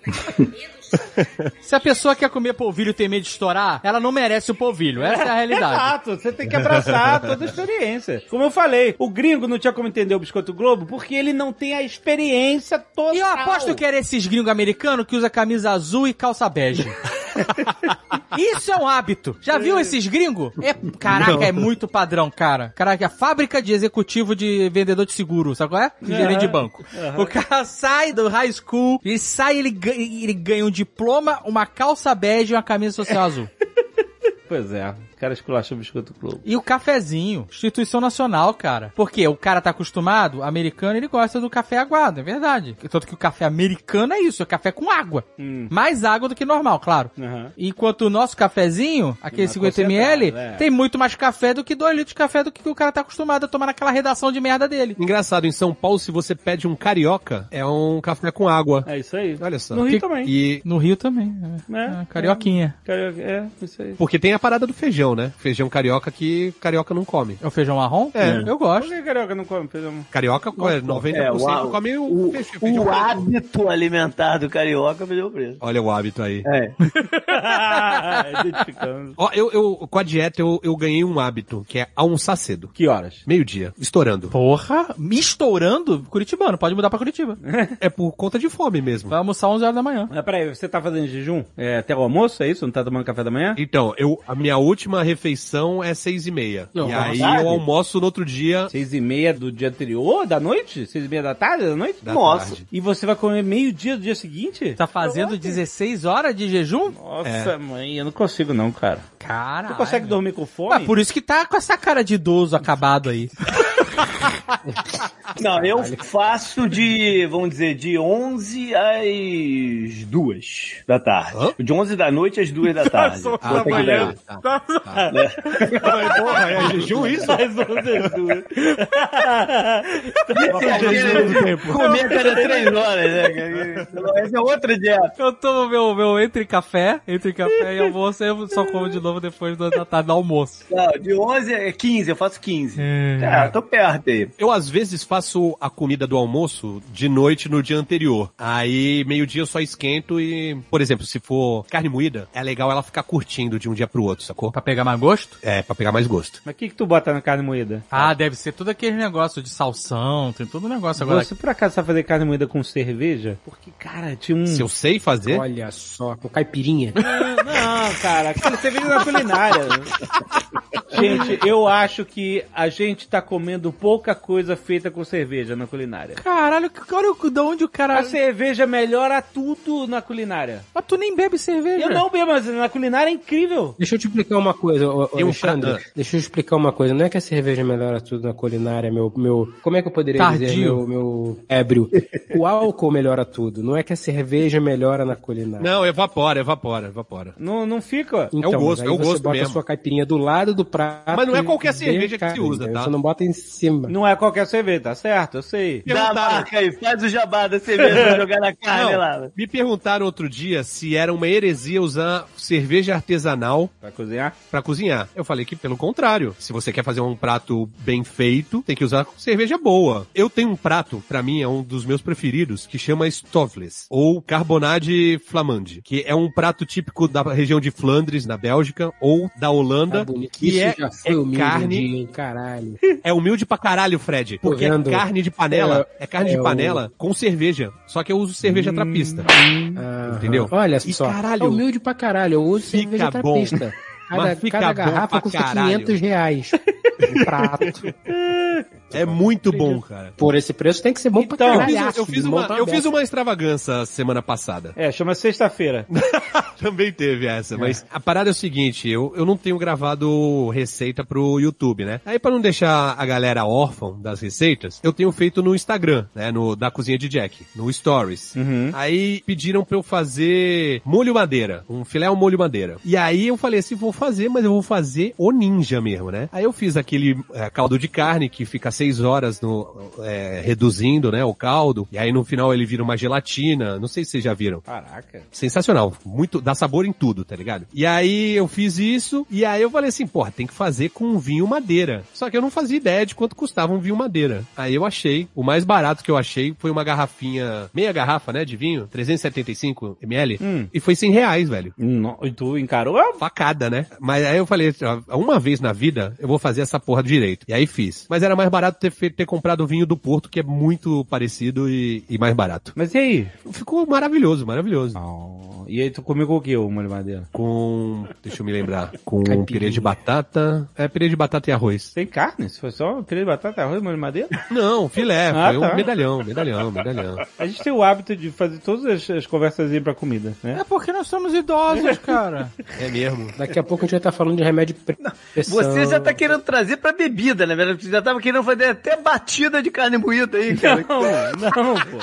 S4: Se a pessoa quer comer polvilho e tem medo de estourar, ela não merece o polvilho. Essa é a realidade.
S1: Exato, você tem que abraçar toda a experiência. Como eu falei, o gringo não tinha como entender o Biscoito Globo porque ele não tem a experiência total.
S4: E eu aposto que era esses gringos americanos que usa camisa azul e calça bege. Isso é um hábito. Já viu esses gringos? É, caraca, é muito padrão, cara. Caraca, é a fábrica de executivo de vendedor de seguro, sabe qual é? De Gerente de banco. O cara sai do high school, ele sai, ele ganha, ele ganha um diploma, uma calça bege e uma camisa social azul.
S1: Pois é, o cara esculachou o Biscoito Globo.
S4: E o cafezinho, instituição nacional, cara. Porque o cara tá acostumado, americano, ele gosta do café aguado, é verdade. Tanto que o café americano é isso, é café com água.
S1: Hum.
S4: Mais água do que normal, claro.
S1: Aham.
S4: Enquanto o nosso cafezinho, aquele
S1: Mas
S4: 50ml,
S1: concentrado, é.
S4: tem muito mais café do que 2 litros de café do que o cara tá acostumado a tomar naquela redação de merda dele.
S3: Engraçado, em São Paulo, se você pede um carioca, é um café com água.
S1: É isso aí.
S3: Olha só.
S1: No Rio
S4: Que-
S1: também.
S3: E.
S4: No Rio também. né?
S1: É.
S4: É, carioquinha.
S1: Carioca, é, isso aí.
S3: Porque tem a parada do feijão, né? Feijão carioca que carioca não come.
S4: É o feijão marrom?
S3: É.
S4: Eu
S1: Por
S4: gosto.
S1: que carioca não come? Fez um-
S3: Carioca, é, 90%
S5: É, o,
S3: come um
S5: o,
S3: o, fe- feijão.
S5: o hábito alimentar do carioca me deu preço.
S3: Olha o hábito aí.
S5: É.
S1: É Identificando.
S3: Ó, eu, eu, com a dieta, eu, eu ganhei um hábito, que é almoçar cedo.
S1: Que horas?
S3: Meio-dia, estourando.
S4: Porra, me estourando, Curitibano, pode mudar pra Curitiba.
S3: É por conta de fome mesmo.
S4: Vai almoçar 11 horas da manhã.
S1: Ah, peraí, você tá fazendo jejum? É, até o almoço, é isso? Não tá tomando café da manhã?
S3: Então, eu, a minha última última refeição é seis e meia. Não, e aí tarde? eu almoço no outro dia.
S1: Seis e meia do dia anterior, da noite? Seis e meia da tarde, da noite?
S3: Da Nossa. Tarde.
S1: E você vai comer meio-dia do dia seguinte?
S4: Tá fazendo Nossa. 16 horas de jejum?
S1: Nossa, é. mãe, eu não consigo não, cara. Ah,
S4: Cara.
S1: Tu consegue dormir com fome? Mas
S4: por isso que tá com essa cara de idoso acabado aí.
S5: Não, eu faço de, vamos dizer, de 11 às 2 da tarde. Hã? De 11 da noite às 2 da tarde. é
S1: Tá ah, trabalhando. Tá, tá, tá. tá.
S3: É. Porra, é jejum isso?
S1: Às 11 às 2. Tá Comer a cada 3 horas, né? Essa é outra dieta.
S4: Eu tomo meu, meu entre café, entre café e almoço, eu só como de novo depois da tarde do almoço.
S5: Não, de 11 é 15, eu faço 15. Hum. É, tô perto aí.
S3: Eu às vezes faço a comida do almoço de noite no dia anterior. Aí meio-dia eu só esquento e, por exemplo, se for carne moída, é legal ela ficar curtindo de um dia pro outro, sacou?
S4: Pra pegar mais gosto?
S3: É, pra pegar mais gosto.
S1: Mas o que que tu bota na carne moída?
S4: Ah, ah. deve ser tudo aquele negócio de salsão, tem todo o um negócio agora.
S1: Você por acaso sabe fazer carne moída com cerveja? Porque, cara, tinha um...
S3: Se eu sei fazer?
S2: Olha só, com caipirinha.
S1: Não, não cara, é cerveja na culinária. gente, eu acho que a gente tá comendo pouca coisa feita com cerveja na culinária.
S4: Caralho, olha de onde o cara.
S1: A cerveja melhora tudo na culinária.
S4: Mas tu nem bebe cerveja.
S1: Eu não bebo, mas na culinária é incrível.
S2: Deixa eu te explicar uma coisa, ô, ô,
S3: um
S2: Alexandre.
S3: ah.
S2: Deixa eu explicar uma coisa. Não é que a cerveja melhora tudo na culinária, meu. meu como é que eu poderia
S4: Tardio.
S2: dizer? Meu, meu ébrio. o álcool melhora tudo. Não é que a cerveja melhora na culinária.
S3: Não, é evapora, evapora, evapora.
S1: Não, não fica.
S2: Então, é o gosto, é o gosto. Você bota mesmo. a sua caipirinha do lado do prato.
S3: Mas não é qualquer cerveja carne, que se usa, tá?
S2: né? Você não bota em cima.
S1: Não é qualquer cerveja, tá certo? Eu sei.
S5: Dá marca aí, faz o jabá da cerveja pra jogar na carne não, lá.
S3: Me perguntaram outro dia se era uma heresia usar cerveja artesanal.
S1: Pra cozinhar?
S3: Pra cozinhar. Eu falei que pelo contrário. Se você quer fazer um prato bem feito, tem que usar cerveja boa. Eu tenho um prato, pra mim é um dos meus preferidos, que chama Stoffles, ou Carbonade Flamande, que é um prato típico da região de Flandres, na Bélgica, ou da Holanda, tá que é, é humilde, carne.
S2: Caralho.
S3: É humilde pra caralho, Fred. Porque é carne de panela. É, é carne é de panela o... com cerveja. Só que eu uso cerveja hum, trapista. Ah, entendeu?
S2: Olha e só. Caralho, é humilde pra caralho. Eu uso cerveja bom. trapista. Cada, cada garrafa custa caralho. 500 reais. Um prato.
S3: É muito bom, cara.
S2: Por esse preço tem que ser bom então,
S3: pra caralho. Eu, eu fiz, uma, eu fiz uma extravagança semana passada.
S1: É, chama sexta-feira.
S3: Também teve essa, mas a parada é o seguinte, eu, eu não tenho gravado receita pro YouTube, né? Aí para não deixar a galera órfã das receitas, eu tenho feito no Instagram, né? No, da Cozinha de Jack, no Stories. Uhum. Aí pediram pra eu fazer molho madeira, um filé ao molho madeira. E aí eu falei assim, vou fazer, mas eu vou fazer o ninja mesmo, né? Aí eu fiz aquele é, caldo de carne que fica seis horas no, é, reduzindo, né, o caldo. E aí no final ele vira uma gelatina. Não sei se vocês já viram.
S1: Caraca.
S3: Sensacional. Muito, dá sabor em tudo, tá ligado? E aí eu fiz isso, e aí eu falei assim, porra, tem que fazer com um vinho madeira. Só que eu não fazia ideia de quanto custava um vinho madeira. Aí eu achei, o mais barato que eu achei foi uma garrafinha, meia garrafa, né, de vinho, 375 ml, hum. e foi 100 reais, velho.
S1: No, e tu encarou?
S3: Facada, né? Mas aí eu falei, "Ah, uma vez na vida eu vou fazer essa porra direito. E aí fiz. Mas era mais barato ter, feito, ter comprado o vinho do Porto, que é muito parecido e, e mais barato.
S1: Mas e aí?
S3: Ficou maravilhoso, maravilhoso.
S1: Oh. E aí tu comeu com o que o molho madeira?
S3: Com. Deixa eu me lembrar. Com Caipirinha. purê de batata. É, purê de batata e arroz.
S1: Tem carne? Se foi só purê de batata, arroz e molho madeira?
S3: Não, filé. Ah, foi tá. um medalhão, medalhão, medalhão.
S1: A gente tem o hábito de fazer todas as, as conversas aí pra comida, né?
S4: É porque nós somos idosos, cara.
S3: É mesmo.
S2: Daqui a pouco a gente vai estar tá falando de remédio pre... Não,
S5: Você já tá querendo trazer pra bebida, né, velho? Você já tava querendo fazer até batida de carne moída aí, cara.
S1: Não, não, pô.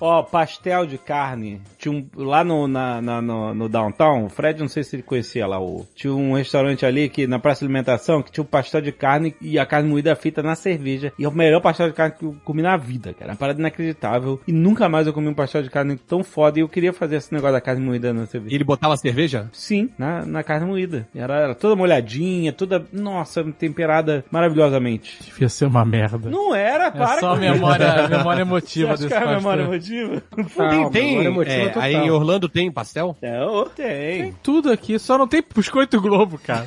S1: Ó, oh, pastel de carne. Tinha um, lá no, na, na, no, no downtown, o Fred, não sei se ele conhecia lá o. Tinha um restaurante ali que, na praça de alimentação, que tinha um pastel de carne e a carne moída frita na cerveja. E é o melhor pastel de carne que eu comi na vida, cara. É Uma parada inacreditável. E nunca mais eu comi um pastel de carne tão foda. E eu queria fazer esse negócio da carne moída na cerveja.
S3: E ele botava assim, cerveja?
S1: Sim, na, na carne moída. Era, era toda molhadinha, toda. Nossa, temperada maravilhosamente.
S4: Devia ser uma merda.
S1: Não era,
S4: para. É só a é memória, a memória emotiva desse
S1: pastel. memória emotiva?
S3: Não, tem, tem, é, total. Aí em Orlando tem pastel?
S1: É,
S4: Não, tem. Tem tudo aqui, só não tem biscoito globo, cara.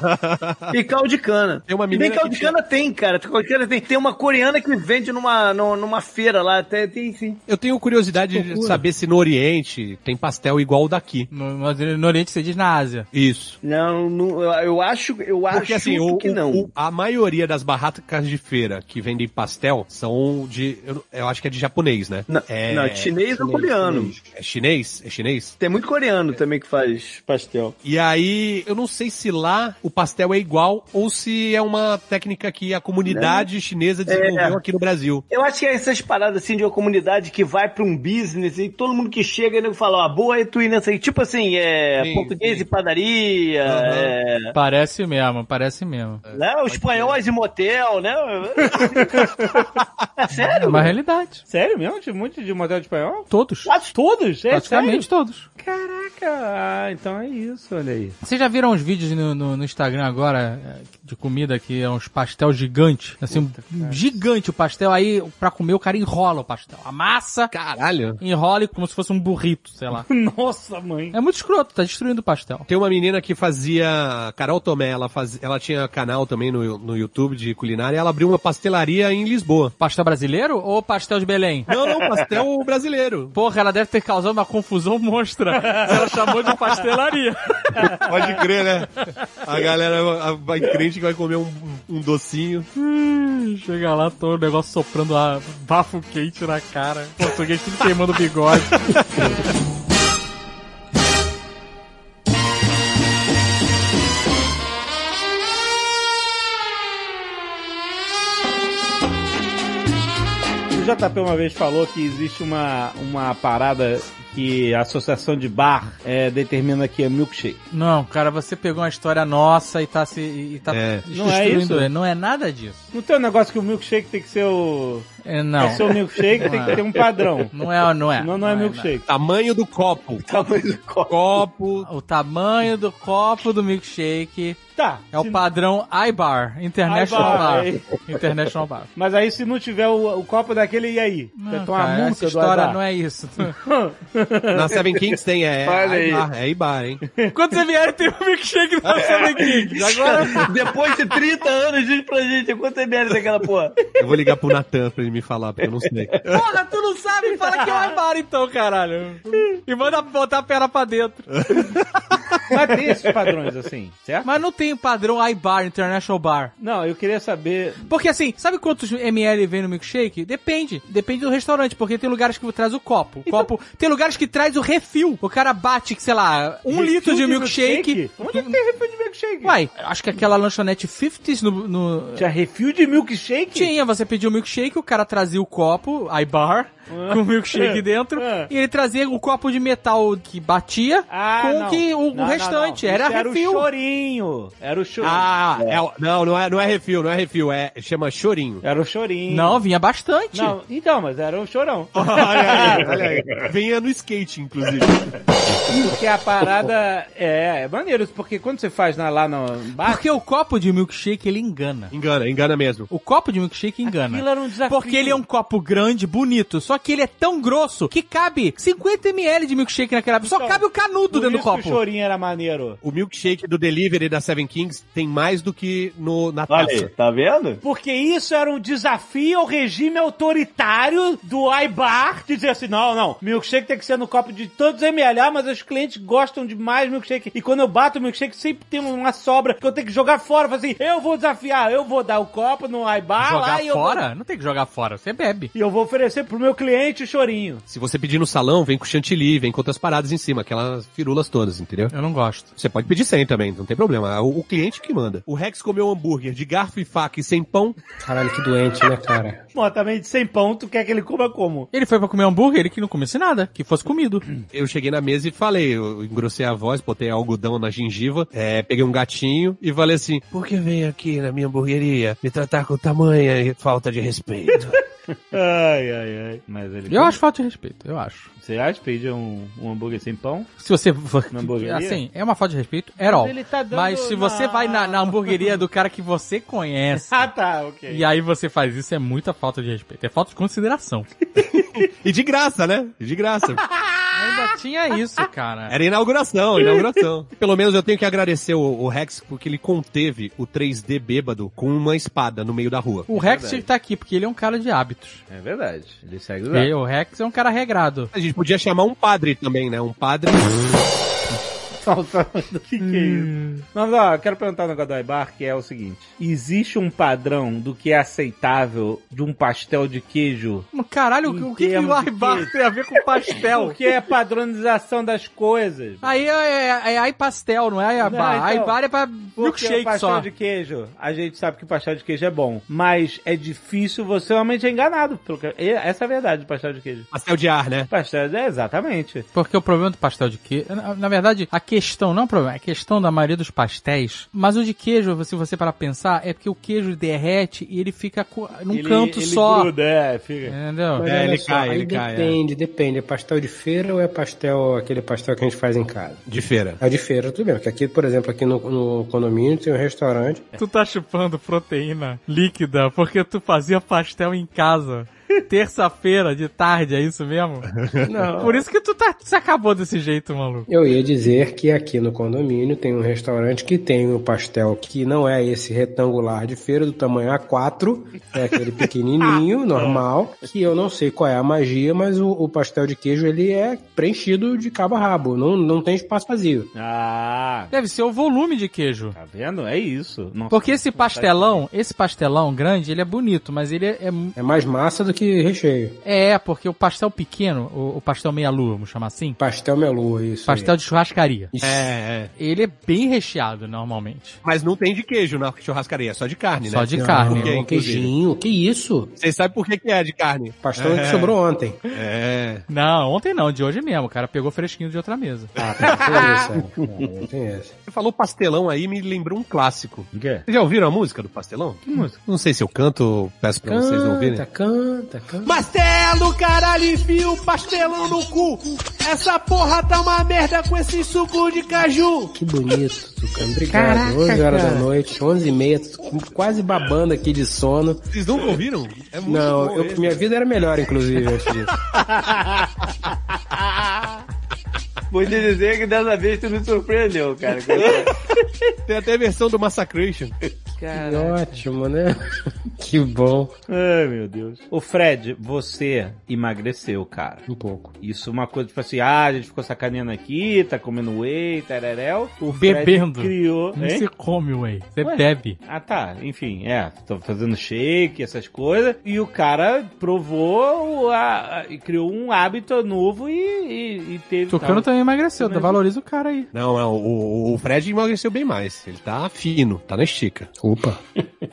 S5: e caldo de cana.
S3: Tem uma
S5: E
S3: menina
S5: nem caldo
S3: que
S5: de cana tem, cara. Caldo de cana tem. Tem uma coreana que vende numa, no- numa feira lá. Tem, tem sim.
S3: Eu tenho curiosidade de
S5: Loucura.
S3: saber se no Oriente tem pastel igual o daqui.
S4: No, no Oriente você diz na Ásia.
S3: Isso.
S5: Não, não, eu- eu acho, eu acho
S3: Porque assim, o,
S5: que
S3: o-
S5: não.
S3: o- a maioria das barracas de feira que vendem pastel são de. Eu, não- eu acho que é de japonês, né?
S5: Não,
S3: é,
S5: não, chinês ou coreano.
S3: chinês. É chinês? É chinês?
S5: Tem muito coreano também que faz pastel.
S3: E aí, eu não sei se lá o pastel é igual ou se é uma técnica que a comunidade chinesa desenvolveu
S5: Né? É.
S3: aqui no Brasil.
S5: Eu acho que é essas paradas assim de uma comunidade que vai pra um business e todo mundo que chega e fala, ó, boa e tu ir nessa aí. Tipo assim, é
S4: Sim,
S5: português e padaria, é,
S4: Parece mesmo, parece mesmo.
S5: né, os espanhóis e motel, né? é sério?
S4: É uma realidade.
S1: Sério mesmo? Tinha muito de motel de espanhol?
S4: Todos.
S1: Todos? É,
S4: Praticamente
S1: sério?
S4: todos.
S1: Caraca, ah, então é isso, olha aí.
S4: Vocês já viram uns vídeos no, no- no Instagram agora é, de comida que é uns pastel gigante? Assim, gigante o pastel. Aí, pra comer, o cara enrola o pastel. Amassa.
S3: Caralho.
S4: Enrola e como se fosse um burrito, sei lá.
S1: Nossa, mãe.
S4: É muito escroto, tá destruindo o pastel.
S3: Tem uma menina que fazia. Carol Tomé, ela, faz, ela tinha canal também no, no YouTube de culinária. Ela abriu uma pastelaria em Lisboa.
S4: Pastel brasileiro ou pastel de Belém?
S3: Não, não, pastel brasileiro.
S4: Porra, ela deve ter causado uma confusão monstra. Ela chamou de pastelaria.
S3: Pode crer, né? A galera a- vai crente que vai comer um, um docinho.
S4: Hum, Chega lá, todo o negócio soprando a bafo quente na cara. Português tudo queimando o bigode.
S1: O JP uma vez falou que existe uma, uma parada que a associação de bar é, determina que é milkshake.
S4: Não, cara, você pegou uma história nossa e tá se. e tá
S3: É.
S4: destruindo.
S1: Não é isso?
S4: ele. Não é nada disso.
S1: Não tem um negócio que o milkshake tem que ser o...
S4: É, não.
S1: O seu milkshake tem
S4: Não
S1: que
S4: é.
S1: ter um padrão.
S4: Não é, não é.
S1: Senão não é milkshake.
S3: Tamanho do copo.
S5: Tamanho do copo.
S3: Copo.
S4: O tamanho do copo do milkshake
S1: Tá.
S4: é o
S1: se-
S4: padrão iBar, International
S1: iBar,
S4: Bar.
S1: é.
S4: International Bar.
S1: Mas aí se não tiver o, o copo daquele, e aí? Você
S4: Não,
S1: toma uma
S4: cara,
S1: multa
S4: essa
S1: Então, do
S4: história
S1: azar.
S4: não é isso.
S3: Na Seven Kings tem, é.
S5: Olha
S3: é
S5: aí.
S3: bar, é bar, hein?
S4: Quando você vier, tem um milkshake na Seven Kings. Agora
S5: Depois de 30 anos, diz pra gente quanto é merda daquela porra.
S3: Eu vou ligar pro Natan pra ele me falar, porque eu não sei.
S4: Porra, tu não sabe? Fala que é o Aymar então, caralho. E manda botar a perna pra dentro. é-
S1: Mas tem esses padrões, assim, certo?
S4: Mas não tem o padrão Ibar, International Bar.
S1: Não, eu queria saber...
S4: Porque assim, sabe quantos ml vem no milkshake? Depende. Depende do restaurante, porque tem lugares que traz o copo. O
S1: Então-
S4: copo tem lugares que traz o refil. O cara bate, sei lá, um
S1: Refil
S4: litro de
S1: de
S4: milkshake.
S1: milkshake? Onde é que tem refil de milkshake?
S4: Uai, acho que aquela lanchonete 50s no... no...
S1: Tinha refil de milkshake?
S4: Tinha, você pediu o milkshake, o cara trazia o copo, iBar, com o milkshake dentro,
S1: Ah.
S4: e ele trazia o copo de metal que batia
S1: Ah,
S4: com
S1: não.
S4: que o, o
S1: Não, não,
S4: restante.
S1: não.
S4: Era
S1: Isso
S4: refil.
S1: Era o chorinho. Era o chorinho.
S3: Ah, é o- não, não é, não é refil, não é refil, é chama chorinho.
S1: Era o chorinho.
S4: Não, vinha bastante.
S1: Não, então, mas era o chorão.
S3: Olha aí, olha aí. Venha no skate, inclusive.
S1: Porque a parada é, é maneiro, porque quando você faz na- lá no bar,
S4: Porque o copo de milkshake, ele engana.
S3: Engana, engana mesmo.
S4: O copo de milkshake engana.
S1: aquilo era um desafio.
S4: Porque ele é um copo grande, bonito, só que ele é tão grosso que cabe 50ml de milkshake naquela... Só
S1: Então,
S4: cabe o canudo
S1: Por
S4: dentro do
S1: isso que
S4: copo.
S1: o chorinho era maneiro.
S3: O milkshake do delivery da Seven Kings tem mais do que no, na taça.
S5: Olha aí, tá vendo?
S1: Porque isso era um desafio ao regime autoritário do iBar, de dizer assim, não, não, milkshake tem que ser no copo de todos os ml, ah, mas os clientes gostam demais do milkshake, e quando eu bato o milkshake sempre tem uma sobra que eu tenho que jogar fora, Falo assim, eu vou desafiar, eu vou dar o copo no iBar Ah, lá
S4: Jogar
S1: e eu vou-
S4: fora? Não tem que jogar fora, você bebe.
S1: E eu vou oferecer pro meu cliente o chorinho.
S3: Se você pedir no salão, vem com chantilly, vem com outras paradas em cima, aquelas firulas todas, entendeu?
S4: Eu não gosto.
S3: Você pode pedir sem também, não tem problema. É O, o cliente que manda. O Rex comeu hambúrguer de garfo e faca e sem pão.
S2: Caralho, que doente, né, cara?
S1: Bom, também de sem pão, tu quer que ele coma como?
S4: Ele foi pra comer hambúrguer, ele que não comesse nada, que fosse comido.
S1: Uhum.
S3: Eu cheguei na mesa e falei, eu engrossei a voz, botei algodão na gengiva, é, peguei um gatinho e falei assim: Por que veio aqui na minha hamburgueria me tratar com tamanha e falta de respeito?
S1: Ai, ai, ai. Mas ele...
S4: Eu acho falta de respeito, eu acho.
S1: Você acha que pedir um, um hambúrguer sem pão?
S4: Se você for.
S1: Na hamburgueria?
S4: Assim, é uma falta de respeito, é all.
S1: ele tá dando
S4: Mas se
S1: na-
S4: você vai na, na hamburgueria do cara que você conhece.
S1: Ah, tá, ok.
S4: E aí você faz isso, é muita falta de respeito. É falta de consideração.
S3: e de graça, né? E de graça.
S4: já tinha isso, cara.
S3: Era inauguração, inauguração. Pelo menos eu tenho que agradecer o, o Rex porque ele conteve o 3D bêbado com uma espada no meio da rua.
S4: O Rex tinha que estar aqui, porque ele é um cara de hábitos.
S5: É verdade. Ele segue
S4: E o Rex é um cara regrado.
S3: A gente podia chamar um padre também, né? Um padre.
S1: O que, que é isso? Não, não, eu quero perguntar um negócio do Ibar, que é o seguinte: existe um padrão do que é aceitável de um pastel de queijo?
S4: Caralho, o que- o que, que
S1: termos
S4: o
S1: de
S4: Aibar
S1: queijo.
S4: tem a ver com pastel?
S1: Porque é padronização das coisas.
S4: Aí é, é, é ai pastel, não é Aibar.
S1: Não, então,
S4: Aibar é pra
S1: Porque o
S4: milkshake
S1: pastel
S4: só.
S1: de queijo, a gente sabe que o pastel de queijo é bom, mas é difícil você realmente é enganado. pelo que- e- Essa é a verdade do pastel de queijo.
S3: Pastel de ar, né?
S1: Pastel, é, exatamente.
S4: Porque o problema do pastel de queijo. Na, na verdade, a questão, não é o problema, é a questão da maioria dos pastéis. Mas o de queijo, se você parar pra pensar, é porque o queijo derrete e ele fica co- num
S1: Ele-
S4: Um canto
S1: ele
S4: só.
S1: gruda, é, fica.
S4: Entendeu?
S2: Mas
S3: É,
S2: olha
S3: ele
S2: só,
S3: cai,
S2: aí
S3: ele cai, é.
S2: Depende, depende. É pastel de feira ou é pastel, aquele pastel que a gente faz em casa?
S3: De feira.
S2: É o de feira, tudo bem. Porque aqui, por exemplo, aqui no, no condomínio tem um restaurante.
S4: Tu tá chupando proteína líquida porque tu fazia pastel em casa. Terça-feira de tarde, é isso mesmo?
S2: Não.
S4: Por isso que tu tá, se acabou desse jeito, maluco.
S2: Eu ia dizer que aqui no condomínio tem um restaurante que tem um pastel que não é esse retangular de feira do tamanho A4, é aquele
S3: Ah,
S2: pequenininho, normal, que eu não sei qual é a magia, mas o, o pastel de queijo ele é preenchido de cabo a rabo, não, não tem espaço vazio.
S1: Ah,
S4: Deve ser o volume de queijo.
S1: tá vendo? É isso. Não-
S4: Porque esse pastelão, esse pastelão grande, ele é bonito, mas ele é.
S2: É mais massa do que recheio.
S4: É, é, porque o pastel pequeno, o, o pastel meia-lua, vamos chamar assim,
S2: Pastel melua, isso. aí.
S4: pastel de churrascaria.
S2: Isso.
S3: É, é.
S4: Ele é bem recheado, normalmente.
S3: Mas não tem de queijo na churrascaria, é só de carne, né?
S4: Só de
S2: Não,
S4: carne.
S3: Ok,
S2: Um queijinho, que isso?
S3: Vocês sabem por que, que é de carne?
S2: Pastel que sobrou ontem.
S3: É.
S4: Não, ontem não, de hoje mesmo. O cara pegou fresquinho de outra mesa.
S2: Ah, tá, que isso, é. Não, não tem essa.
S3: Você falou pastelão aí, me lembrou um clássico.
S1: O quê?
S3: Vocês já ouviram a música do pastelão? Que música? Não sei se eu canto, peço pra vocês não ouvirem.
S2: Canta, canta, canta.
S3: Marcelo, caralho, enfia o pastelão no cu. Essa porra tá uma merda com esse suco de caju.
S2: Que bonito, Tucano. Obrigado. 11 horas da noite, 11 e meia, tô quase babando aqui de sono.
S3: Vocês nunca ouviram? É muito
S2: Não,
S3: bom
S2: eu-
S3: esse.
S2: minha vida era melhor, inclusive, antes disso.
S5: Vou te dizer que dessa vez tu me surpreendeu, cara.
S3: Tem até a versão do Massacration.
S2: Que ótimo, né? Que bom.
S1: Ai, meu Deus. Ô, Fred, você emagreceu, cara.
S2: Um pouco.
S1: Isso é uma coisa, tipo assim, ah, a gente ficou sacaneando aqui, tá comendo whey, tararel. O Fred
S4: Bebendo.
S1: criou...
S4: Não
S1: Hein?
S4: se come, ué. Você
S1: Ué.
S4: bebe.
S1: Ah, tá. Enfim, é. Tô fazendo shake, essas coisas. E o cara provou o- a- a- e criou um hábito novo e, e, e teve...
S4: Tucano
S1: tal.
S4: também emagreceu,
S1: Mas-
S4: valoriza o cara aí.
S3: Não, não, o, o Fred emagreceu bem mais. Ele tá fino, tá na estica.
S2: Opa.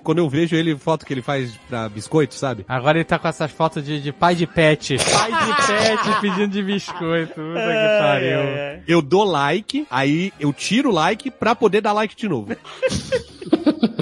S3: Quando eu vejo ele, foto que ele faz pra biscoito, sabe?
S4: Agora ele tá com essas fotos de, de pai de pet. Pai de pet pedindo de biscoito. Puta que pariu.
S1: É, é, é.
S3: Eu dou like, aí eu tiro o like pra poder dar like de novo.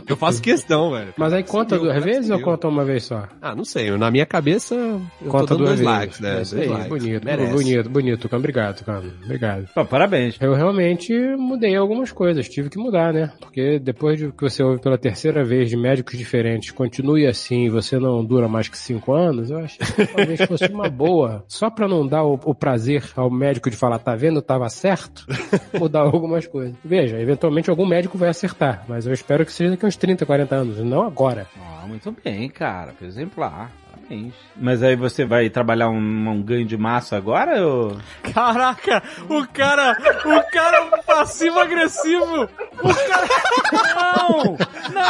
S3: eu faço questão, velho.
S2: Mas aí conta
S3: Conseguiu,
S2: duas
S3: cara,
S2: vezes ou
S3: conseguiu.
S2: conta uma vez só?
S3: Ah, não sei. Na minha cabeça, eu
S2: Conta
S3: tô dando
S2: duas
S3: dois
S2: vezes.
S3: likes, né?
S2: É
S3: Dois
S2: isso aí,
S3: likes.
S2: bonito,
S3: Merece.
S2: bonito, bonito, Tucano. Obrigado, Tucano. Obrigado.
S1: Pô, parabéns.
S2: Eu realmente mudei algumas coisas, tive que mudar, né? Porque depois de que você ouve pela terceira vez de médicos diferentes, continue assim, você não dura mais que cinco anos, eu achei que talvez fosse uma boa. Só pra não dar o, o prazer ao médico de falar, tá vendo, tava certo, mudar algumas coisas. Veja, eventualmente algum médico vai acertar, mas eu espero que seja daqui a uns 30, 40 anos, não agora.
S1: Ah, muito bem, cara. Foi exemplar. Parabéns. Mas aí você vai trabalhar um, um ganho de massa agora? Ou...
S4: Caraca, o cara, o cara passivo agressivo.
S1: Não! Não!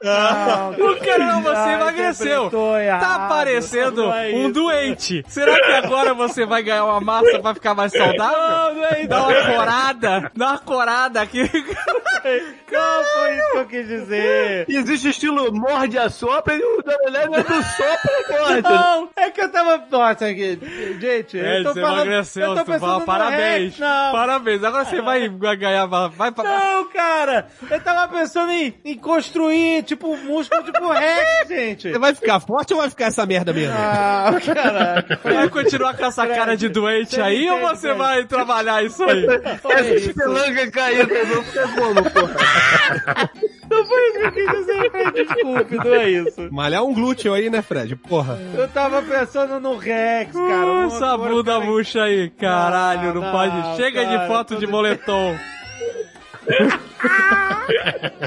S4: tá O cara, é você emagreceu. Tá parecendo um doente. Será que agora você vai ganhar uma massa pra ficar mais saudável?
S1: Não, não é isso.
S4: Dá uma corada, dá uma corada aqui.
S1: Não foi isso que eu quis dizer.
S5: Existe o estilo morde a sopa e o da mulher não é do sopra, morde.
S1: Não, é que eu tava. Nossa, que- gente,
S4: É,
S1: eu tô falando. eu tô pensando no Rex, Não,
S4: Parabéns. Agora você vai ganhar, vai
S1: não, cara. Eu tava pensando em, em construir, tipo, um músculo tipo Rex, gente.
S3: Você vai ficar forte ou vai ficar essa merda mesmo?
S1: Ah, caraca.
S4: Vai continuar com essa cara de doente aí ou
S1: entende,
S4: você
S1: Fred?
S4: vai trabalhar isso aí?
S5: Essa estelanga caída, não fica como?
S1: porra. Eu falei, o que dizer, Fred? Desculpe, não é isso.
S3: Malhar um glúteo aí, né, Fred? Porra.
S1: Eu tava pensando no Rex, cara. um Uma
S4: Uh, essa
S1: cor-
S4: bunda murcha aí, caralho, não,
S1: não,
S4: pode. Chega
S1: cara,
S4: de foto
S1: tudo
S4: de
S1: bem.
S4: moletom.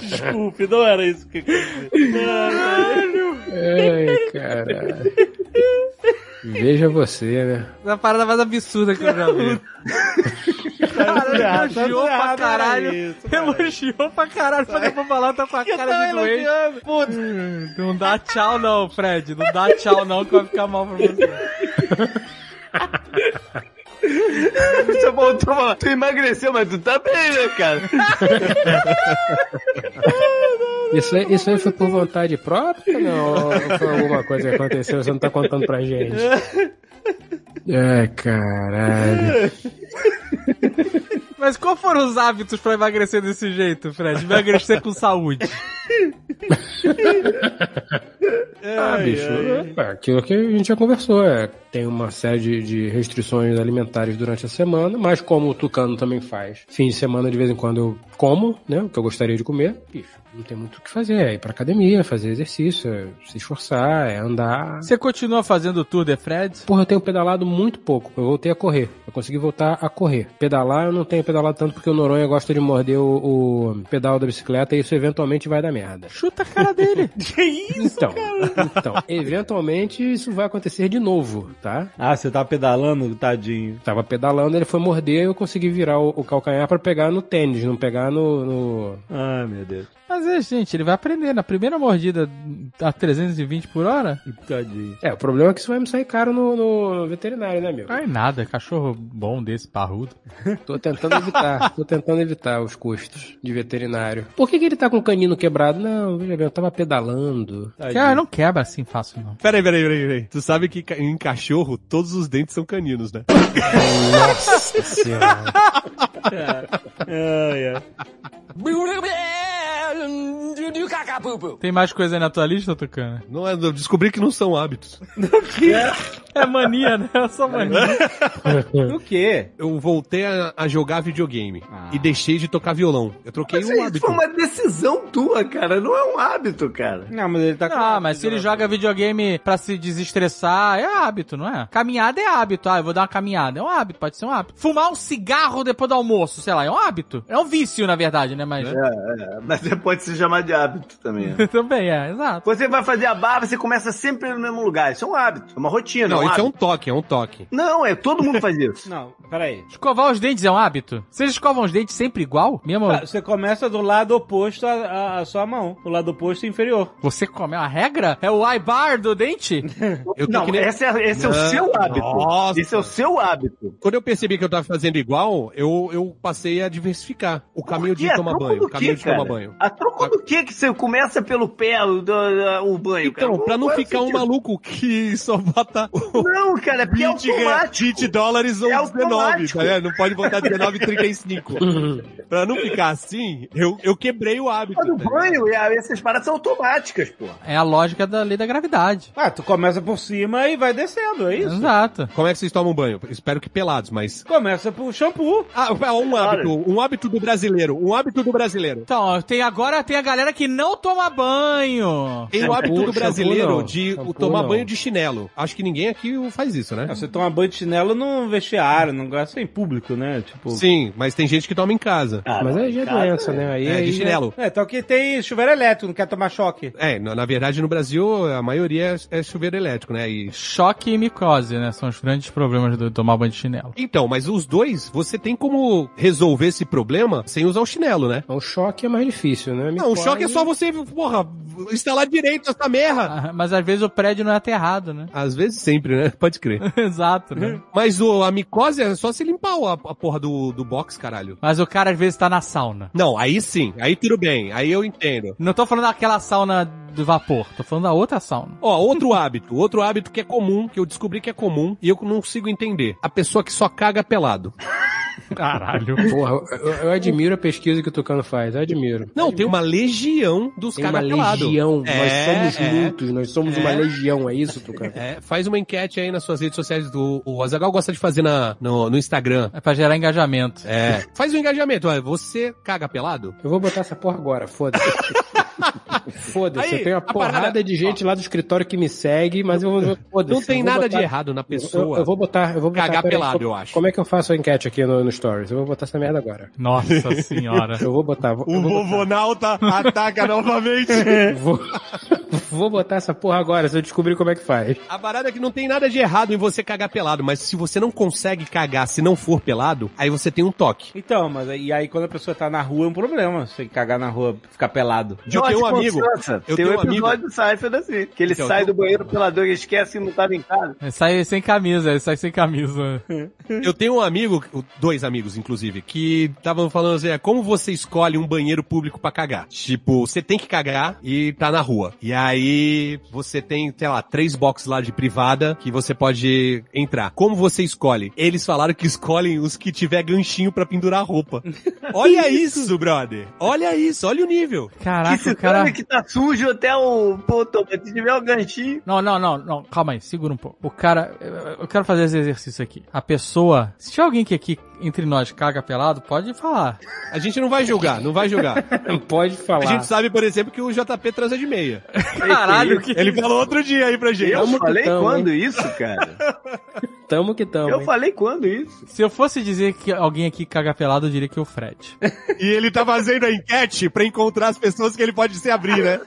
S1: Desculpe, não era isso que eu queria dizer. Caralho.
S2: Ai, caralho. Veja você, né?
S4: É a parada mais absurda que eu já vi.
S1: errado,
S4: Caralho,
S1: tá
S4: elogiou
S1: tudo
S4: pra
S1: errado, era
S4: caralho.
S1: isso,
S4: Elogiou pra caralho, só que eu vou falar, tá com a
S1: Eu
S4: cara
S1: tava
S4: de doente.
S1: elogiando. Puta.
S4: Hum, Não dá tchau não, Fred. Não dá tchau não que vai ficar mal pra você.
S5: Você voltou, mano. Tu emagreceu, mas tu tá bem, né, cara?
S2: Isso aí, isso aí foi por vontade própria? Não, ou foi alguma coisa que aconteceu, você não tá contando pra gente. Ai, caralho.
S4: Mas qual foram os hábitos pra emagrecer desse jeito, Fred? Emagrecer com saúde.
S2: Ah, bicho, é aquilo que a gente já conversou, é, tem uma série de, de restrições alimentares durante a semana, mas como o Tucano também faz, fim de semana de vez em quando eu como, né, o que eu gostaria de comer, bicho, não tem muito o que fazer, é ir pra academia, fazer exercício, é se esforçar, é andar...
S4: Você continua fazendo o Tour de Fred?
S2: Porra, eu tenho pedalado muito pouco. Eu voltei a correr. Eu consegui voltar a correr. Pedalar eu não tenho pedalado tanto porque o Noronha gosta de morder o, o pedal da bicicleta e isso eventualmente vai dar merda.
S4: Chuta a cara dele.
S1: Que isso?
S2: Então, então, eventualmente isso vai acontecer de novo, tá?
S1: Ah, você tá pedalando, tadinho.
S2: Tava pedalando, ele foi morder e eu consegui virar o, o calcanhar pra pegar no tênis, não pegar no, no-
S1: Ah, meu Deus.
S4: Mas é, gente, ele vai aprender. Na primeira mordida a 320 por hora?
S1: Tadinho.
S2: É, o problema é que isso vai me sair caro no, no veterinário, né, meu?
S4: Ai, nada. é Cachorro bom desse, parrudo.
S2: Tô tentando evitar, tô tentando evitar os custos de veterinário. Por que, que ele tá com o canino quebrado? Não, veja bem, eu tava pedalando.
S4: Cara, não quebra assim fácil, não.
S3: Peraí, peraí, peraí, peraí. Tu sabe que ca- em cachorro todos os dentes são caninos, né?
S2: Nossa senhora.
S4: Tem mais coisa aí na tua lista, Tucana?
S3: Não é, eu descobri que não são hábitos.
S4: É mania, né? É só mania.
S5: O quê?
S3: Eu voltei a, a jogar videogame e deixei de tocar violão. Eu troquei
S5: Mas
S3: um
S5: isso
S3: hábito.
S5: foi uma decisão tua, cara. Não é um hábito, cara.
S1: Não, mas ele tá
S4: Ah, mas se ele joga videogame pra se desestressar, é hábito, não é? Caminhada é hábito. Ah, eu vou dar uma caminhada. É um hábito, pode ser um hábito. Fumar um cigarro depois do almoço, sei lá, é um hábito. É um vício, na verdade, né? Mas.
S5: É, mas você pode se chamar de hábito também. né?
S4: Também é, exato.
S5: Você vai fazer a barba, você começa sempre no mesmo lugar. Isso é um hábito, é uma rotina.
S3: Não,
S5: um
S3: isso é um
S5: hábito.
S3: toque, é um toque.
S5: Não, é todo mundo faz isso.
S1: Não, peraí.
S4: Escovar os dentes é um hábito? Vocês escovam os dentes sempre igual? Mesmo.
S1: Ah, Você começa do lado oposto à, à- à sua mão. O lado oposto inferior.
S4: Você come é uma regra? É o I-bar do dente?
S3: Eu tô
S5: Não,
S3: que nem-
S5: esse é, esse é
S3: Não,
S5: o seu hábito.
S3: nossa.
S5: Esse é o seu hábito.
S3: Quando eu percebi que eu tava fazendo igual, eu, eu passei a diversificar o caminho
S5: Por quê?
S3: de
S5: A
S3: tomar
S5: troco
S3: banho.
S5: do
S3: O caminho
S5: quê,
S3: de
S5: cara?
S3: tomar banho.
S5: A troco do que que você começa pelo pé, o, do- é o banho, cara?
S3: Então, pra não
S5: faz
S3: ficar um
S5: sentido.
S3: maluco que só bota o
S5: Não, cara, é porque é
S3: 20, ganha
S5: automático.
S3: 20 dólares ou
S5: É
S3: 19,
S5: automático.
S3: tá ligado? Não pode botar 19,35. pra não ficar assim, eu, eu quebrei o hábito.
S5: A do
S3: tá ligado?
S5: um banho, e a- essas paradas são automáticas, pô.
S4: É a lógica da lei da gravidade.
S1: Ah, tu começa por cima e vai descendo, é isso?
S4: Exato.
S3: Como é que vocês tomam banho? Espero que pelados, mas.
S1: Começa por shampoo.
S3: Ah, um hábito, um hábito do brasileiro, um hábito do brasileiro.
S4: Então, tem agora tem a galera que não toma banho.
S3: Tem o hábito do
S2: É, shampoo
S3: brasileiro
S2: não,
S3: de
S2: shampoo
S3: tomar
S2: não. É
S3: banho de chinelo. Acho que ninguém aqui faz isso, né?
S1: Ah, Você toma banho de chinelo num vestiário, num lugar sem público, né? Tipo.
S3: Sim, mas tem gente que toma em casa.
S2: Mas aí já é doença, né? Aí,
S3: É,
S2: aí
S3: de
S2: já-
S3: chinelo.
S1: É, então aqui tem chuveiro elétrico, não quer tomar choque.
S3: É, na na verdade no Brasil a maioria é é chuveiro elétrico, né? E
S4: Choque e micose, né? São os grandes problemas do tomar banho de chinelo.
S3: Então, mas os dois, você tem como resolver esse problema sem usar o chinelo, né?
S2: O choque é mais difícil, né? Me
S3: Não, o
S2: corre-
S3: choque é só você, porra, instalar direito essa merra.
S4: Ah, Mas às vezes o prédio não é aterrado, né?
S3: Às vezes sempre, né? Pode crer.
S4: Exato, né?
S3: Mas o, a micose é só se limpar o- a, a porra do, do box, caralho.
S4: Mas o cara às vezes tá na sauna.
S3: Não, aí sim, aí tudo bem, aí eu entendo.
S4: Não tô falando daquela sauna do vapor, tô falando da outra sauna.
S3: Ó, outro hábito, outro hábito que é comum, que eu descobri que é comum e eu não consigo entender. A pessoa que só caga pelado.
S2: Caralho. Porra, eu, eu admiro a pesquisa que o Tucano faz, eu admiro.
S3: Não, tem uma legião dos
S2: Tem uma
S3: caras pelados.
S2: legião,
S3: É,
S2: nós somos
S3: é.
S2: muitos, nós somos
S3: É.
S2: uma legião, é isso, Tucano?
S3: É, faz uma enquete aí nas suas redes sociais do. O Azagal gosta de fazer na, no, no Instagram.
S4: É pra gerar engajamento.
S3: É. Faz um engajamento, olha, você caga pelado?
S2: Eu vou botar essa porra agora, foda-se. Foda-se,
S3: Aí,
S2: eu tenho uma
S3: a
S2: porrada
S3: parada-
S2: de gente lá do escritório que me segue, mas eu vou. foda-se,
S3: Não tem
S2: eu vou
S3: nada
S2: botar-
S3: de errado na
S2: Eu,
S3: pessoa.
S2: eu vou botar. Eu vou botar
S3: Cagar
S2: peraí,
S3: pelado,
S2: como-
S3: eu acho.
S2: Como é que eu faço a enquete aqui no, no Stories? Eu vou botar essa merda agora.
S4: Nossa senhora.
S2: Eu vou botar. vou-
S3: Um
S2: eu vou botar.
S3: Vovonauta ataca novamente.
S2: Vou, vou botar essa porra agora, se eu descobrir como é que faz.
S3: A parada é que não tem nada de errado em você cagar pelado, mas se você não consegue cagar se não for pelado, aí você tem um toque.
S1: Então, mas aí- e aí quando a pessoa tá na rua é um problema. Você cagar na rua, ficar pelado.
S3: Eu tenho um amigo. Eu
S5: tem
S3: tenho
S5: um
S3: um amigo.
S5: episódio do Seinfeld assim, que ele
S3: Então,
S5: sai
S3: eu-
S5: do banheiro pelador e esquece que não tava em casa.
S4: É, Sai sem camisa, ele sai sem camisa.
S3: Eu tenho um amigo, dois amigos inclusive, que estavam falando assim, é, como você escolhe um banheiro público pra cagar? Tipo, você tem que cagar e tá na rua. E aí você tem, sei lá, três boxes lá de privada que você pode entrar. Como você escolhe? Eles falaram que escolhem os que tiver ganchinho pra pendurar a roupa. Olha isso, brother. Olha isso, olha o nível.
S5: Que
S4: Caraca,
S5: se
S4: o cara.
S5: dane que tá sujo até um, o ponto, mas se tiver o ganchinho.
S4: Não, não, não, não, calma aí, segura um pouco. O cara, eu- eu quero fazer esse exercício aqui. A pessoa, se tiver alguém que aqui entre nós caga pelado, pode falar.
S3: A gente não vai julgar, não vai julgar.
S2: Pode
S3: A
S2: falar.
S3: gente sabe, por exemplo, que o JP transa de meia.
S4: Caralho, que
S3: Ele falou outro dia aí pra gente.
S5: Eu falei
S2: tamo,
S5: quando isso, cara?
S2: Tamo que
S3: Então,
S2: tamo.
S5: Eu
S2: hein?
S5: falei quando isso?
S4: Se eu fosse dizer que alguém aqui caga pelado, eu diria que é o Fred.
S3: E ele tá fazendo a enquete pra encontrar as pessoas que ele pode se abrir, né?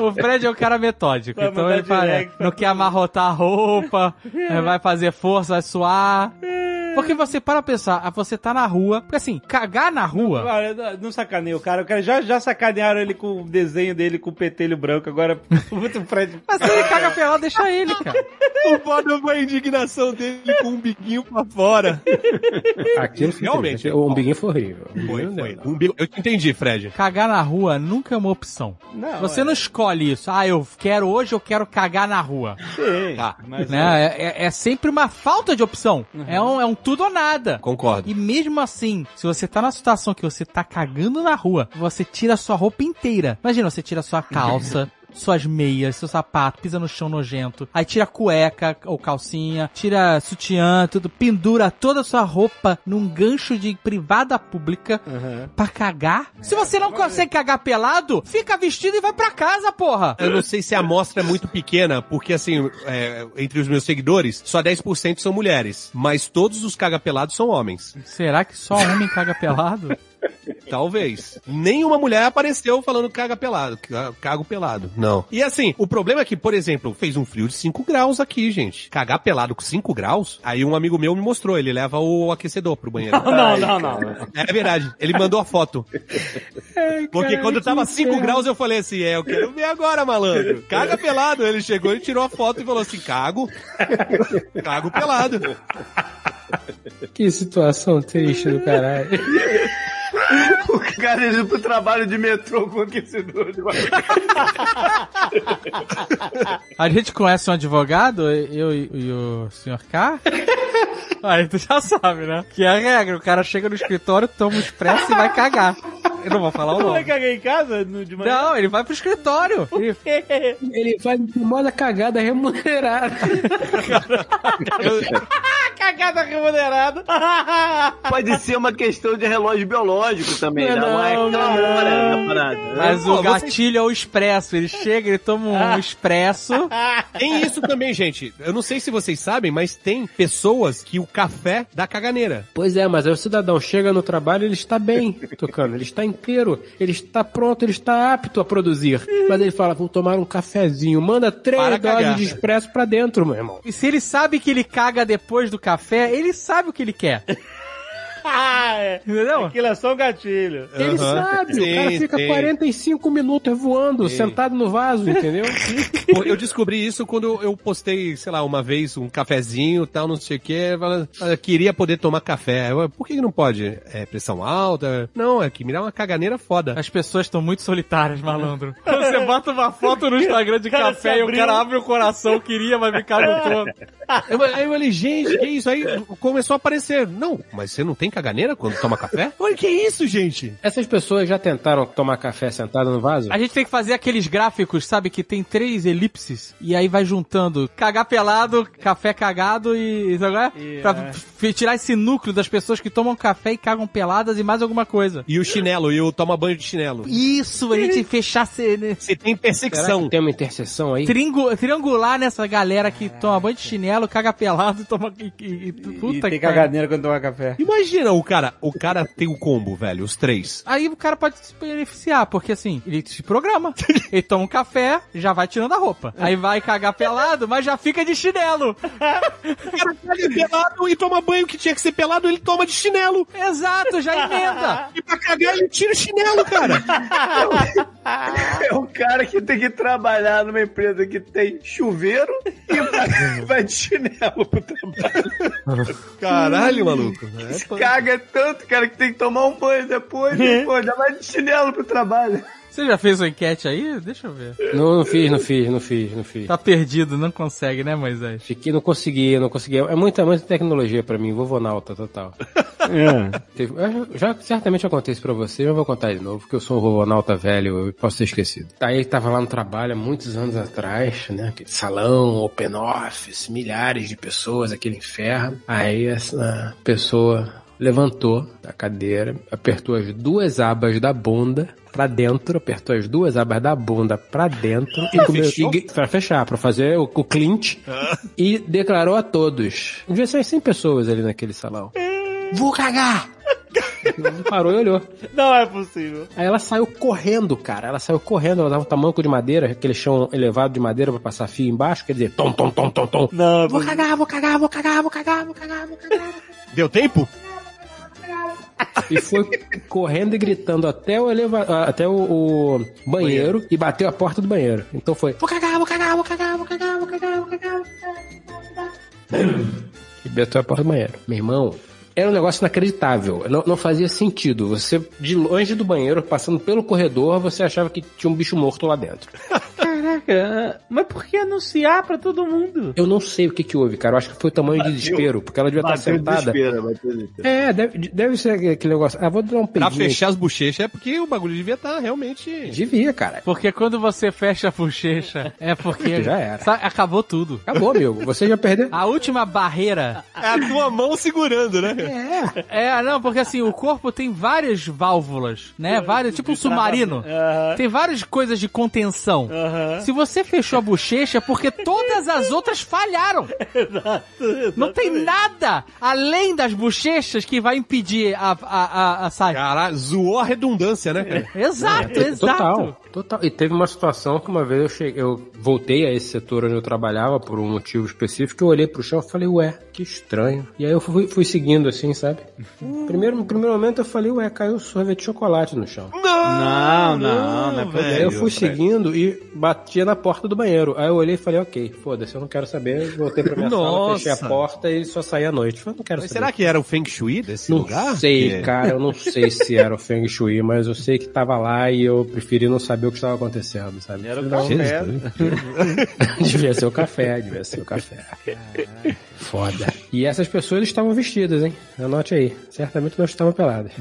S4: o Fred é um cara metódico,
S1: Vai
S4: então
S1: mandar
S4: ele para,
S1: direct,
S4: não quer amarrotar a roupa, eh, vai fazer força, vai suar. Porque você para pensar, ah, você tá na rua, porque assim, cagar na rua.
S1: Olha, não- não sacaneia o cara. O cara já, já sacanearam ele com o desenho dele com o petelho branco. Agora, muito Fred.
S4: Mas se ele caga pelado, deixa ele, cara.
S3: o foda foi a indignação dele com um biguinho pra fora.
S2: Aquilo foi
S3: Realmente,
S2: terrível. O umbiguinho foi horrível. O umbiguinho
S3: Foi,
S2: não deu,
S3: foi.
S2: não.
S3: Um bigo- Eu te entendi, Fred.
S4: Cagar na rua nunca é uma opção.
S1: Não,
S4: Você
S1: é.
S4: não escolhe isso. Ah, eu quero hoje, eu quero cagar na rua.
S1: Sim,
S3: Tá.
S1: mas
S4: Né? É, é- é sempre uma falta de opção. É, um, é um tudo ou nada.
S3: Concordo.
S4: E mesmo assim, se você tá na situação que você tá cagando na rua, você tira a sua roupa inteira. Imagina, você tira a sua calça. Suas meias, seu sapato, pisa no chão nojento. Aí tira a cueca ou calcinha, tira sutiã, tudo, pendura toda a sua roupa num gancho de privada pública pra cagar. Se você não consegue cagar pelado, fica vestido e vai pra casa, porra.
S3: Eu não sei se a amostra é muito pequena, porque assim, é, entre os meus seguidores, só 10% são mulheres. Mas todos os cagapelados são homens.
S4: Será que só homem caga pelado?
S3: Talvez. Nenhuma mulher apareceu falando caga pelado, ca- cago pelado. Não. E assim, o problema é que, por exemplo, fez um frio de 5 graus aqui, gente. Cagar pelado com 5 graus? Aí um amigo meu me mostrou, ele leva o aquecedor pro banheiro.
S1: Não, não, não.
S3: É verdade, ele mandou a foto. Porque quando tava 5 graus eu falei assim, é, eu quero ver agora, malandro. Caga pelado. Ele chegou e tirou a foto e falou assim, cago. Cago pelado.
S2: Que situação triste do caralho.
S5: O cara indo pro trabalho de metrô com aquecedor. de barriga.
S4: A gente conhece um advogado, eu e, e o senhor K. Aí tu já sabe, né? Que é a regra, o cara chega no escritório, toma um expresso e vai cagar. Eu não vou falar o
S1: Você vai
S4: nome.
S1: cagar em casa no- de manhã?
S4: Não, ele vai pro escritório. Ele-
S2: Ele faz moda cagada remunerada.
S1: Cagada remunerada.
S5: Pode ser uma questão de relógio biológico também, né? Não, é aquela hora da parada. né?
S4: Mas o gatilho é o expresso. Ele chega, ele toma um expresso.
S3: Tem isso também, gente. Eu não sei se vocês sabem, mas tem pessoas que o café dá caganeira.
S2: Pois é, mas aí o cidadão chega no trabalho, ele está bem, tocando, ele está inteiro, ele está pronto, ele está apto a produzir. Mas ele fala, vou tomar um cafezinho, manda três
S3: Para
S2: doses
S3: cagar.
S2: de expresso pra dentro, meu irmão.
S4: E se ele sabe que ele caga depois do café, ele sabe o que ele quer.
S1: é. Entendeu? Aquilo é só um gatilho.
S2: Ele
S1: Uhum.
S2: sabe, o cara
S1: Sim,
S2: fica
S1: sim.
S2: 45 minutos voando,
S3: Sim.
S2: sentado no vaso, entendeu?
S3: Pô, Eu descobri isso quando eu postei, sei lá, uma vez um cafezinho tal, não sei o quê. falando, "Ah, Queria poder tomar café. Eu, Por que que não pode? É pressão alta? Não, é que me dá uma caganeira foda.
S4: As pessoas estão muito solitárias, malandro. Você bota uma foto no Instagram de
S3: Cara,
S4: café
S3: se
S4: e o
S3: abriu.
S4: cara abre o coração, queria, mas me caguetou.
S3: Eu, aí eu falei, gente, que isso? Aí começou a aparecer. Não, mas você não tem caganeira quando toma café? Olha que isso, gente?
S2: Essas pessoas já tentaram tomar café sentado no vaso?
S4: A gente tem que fazer aqueles gráficos, sabe, que tem três elipses e aí vai juntando cagar pelado, café cagado e. Sabe, qual é? Pra f- tirar esse núcleo das pessoas que tomam café e cagam peladas e mais alguma coisa.
S3: E o chinelo, e o toma banho de chinelo.
S4: Isso, a gente fechar. Se, né?
S3: Você tem
S2: Será
S3: intersecção.
S2: que tem uma interseção aí?
S4: Tringu- triangular nessa galera que toma banho de chinelo, caga pelado, toma. E, e, e, puta
S1: E
S4: que
S1: tem
S4: pariu.
S1: caganeira quando toma café.
S3: Imagina o cara, o cara tem o combo, velho, os três.
S4: Aí o cara pode se beneficiar, porque assim, ele se programa. Ele toma um café, já vai tirando a roupa. Aí vai cagar pelado, mas já fica de chinelo.
S3: cara caga pelado e toma banho que tinha que ser pelado, ele toma de chinelo.
S4: Exato, já emenda.
S3: E pra cagar ele tira o chinelo, cara.
S5: É o cara que tem que trabalhar numa empresa que tem chuveiro e vai- vai de chinelo pro trabalho.
S3: Caralho, maluco. É.
S5: Se caga tanto, cara, que tem que tomar um banho depois, pô, já vai de chinelo pro trabalho.
S1: Tá
S4: Você já fez uma enquete aí? Deixa eu ver.
S2: Não, não fiz, não fiz, não fiz, não fiz.
S4: Tá perdido, não consegue, né, Moisés?
S2: Fiquei, não consegui, não consegui. É muita, muita tecnologia pra mim, vovonauta total. Teve- eu Já certamente acontece pra você, eu vou contar de novo, porque eu sou um vovonauta velho, eu posso ter esquecido. Aí ele tava lá no trabalho há muitos anos atrás, né? Aquele salão, open office, milhares de pessoas, aquele inferno. Aí essa pessoa levantou da cadeira, apertou as duas abas da bunda pra dentro, apertou as duas abas da bunda pra dentro e começou
S3: Fechou?
S2: para fechar, pra fazer o, o clinch e declarou a todos. Devia ser umas 100 pessoas ali naquele salão. Vou cagar! Ela Parou e olhou.
S1: Não é possível.
S2: Aí ela saiu correndo, cara. Ela saiu correndo, ela dava um tamanco de madeira, aquele chão elevado de madeira pra passar fio embaixo, quer dizer, tom, tom, tom, tom, tom.
S1: Não, é
S2: Vou
S1: possível.
S2: cagar, vou cagar, vou cagar, vou cagar, vou cagar, vou cagar.
S3: Deu tempo?
S2: E foi correndo e gritando até o, eleva... até o, o banheiro, e bateu a porta do banheiro. Então foi. Vou cagar, vou cagar, vou cagar, vou cagar, vou cagar, vou cagar, vou cagar. E bateu a porta do banheiro. Meu irmão. Era um negócio inacreditável. Não, não fazia sentido. Você, de longe do banheiro, passando pelo corredor, você achava que tinha um bicho morto lá dentro.
S1: Caraca, mas por que anunciar pra todo mundo?
S2: Eu não sei o que, que houve, cara. Eu acho que foi o tamanho de
S5: Bateu.
S2: desespero, porque ela devia estar
S5: Bateu
S2: sentada.
S5: desespero, bateu desespero.
S2: É, deve, deve ser aquele negócio. Ah, vou dar
S5: Tá
S2: um
S3: Pra
S2: peidinho. aqui.
S3: fechar as bochechas é porque o bagulho devia estar realmente.
S2: Devia, cara.
S4: Porque quando você fecha a bochecha, é porque.
S2: Já era.
S4: Sa- acabou tudo.
S2: Acabou, amigo. Você já perdeu.
S4: A última barreira.
S3: É a tua mão segurando, né?
S2: É.
S4: É, não, porque assim, o corpo tem várias válvulas, né?
S3: É,
S4: Várias, tipo um submarino.
S1: Aham,
S4: Tem várias coisas de contenção.
S1: aham.
S4: Se você fechou a bochecha, é porque todas as outras falharam. Não tem nada além das bochechas que vai impedir a, a, a, a saída.
S3: Caralho, zoou a redundância, né, cara?
S4: Exato, exato.
S2: Total, total. E teve uma situação que uma vez eu cheguei, eu voltei a esse setor onde eu trabalhava por um motivo específico, eu olhei pro chão e falei, ué, que estranho. E aí eu fui, fui seguindo assim, sabe?
S3: Hum.
S2: Primeiro, no primeiro momento eu falei, ué, caiu sorvete de chocolate no chão.
S5: Não, não, não é
S2: E aí eu fui seguindo e batia na porta do banheiro. Aí eu olhei e falei, ok, foda-se, eu não quero saber. Voltei pra minha sala,
S3: Nossa.
S2: fechei a porta e só saí à noite. Eu falei, não quero
S3: Mas
S2: saber.
S3: será que era o Feng Shui desse
S2: Não
S3: lugar?
S2: sei,
S3: É.
S2: cara, eu não sei se era o Feng Shui, mas eu sei que tava lá e eu preferi não saber o que estava acontecendo, sabe?
S1: Era o
S2: Não,
S1: café.
S3: É.
S2: devia ser o café, devia ser o café. Foda. E essas pessoas estavam vestidas, hein? Anote aí. Certamente não estavam peladas.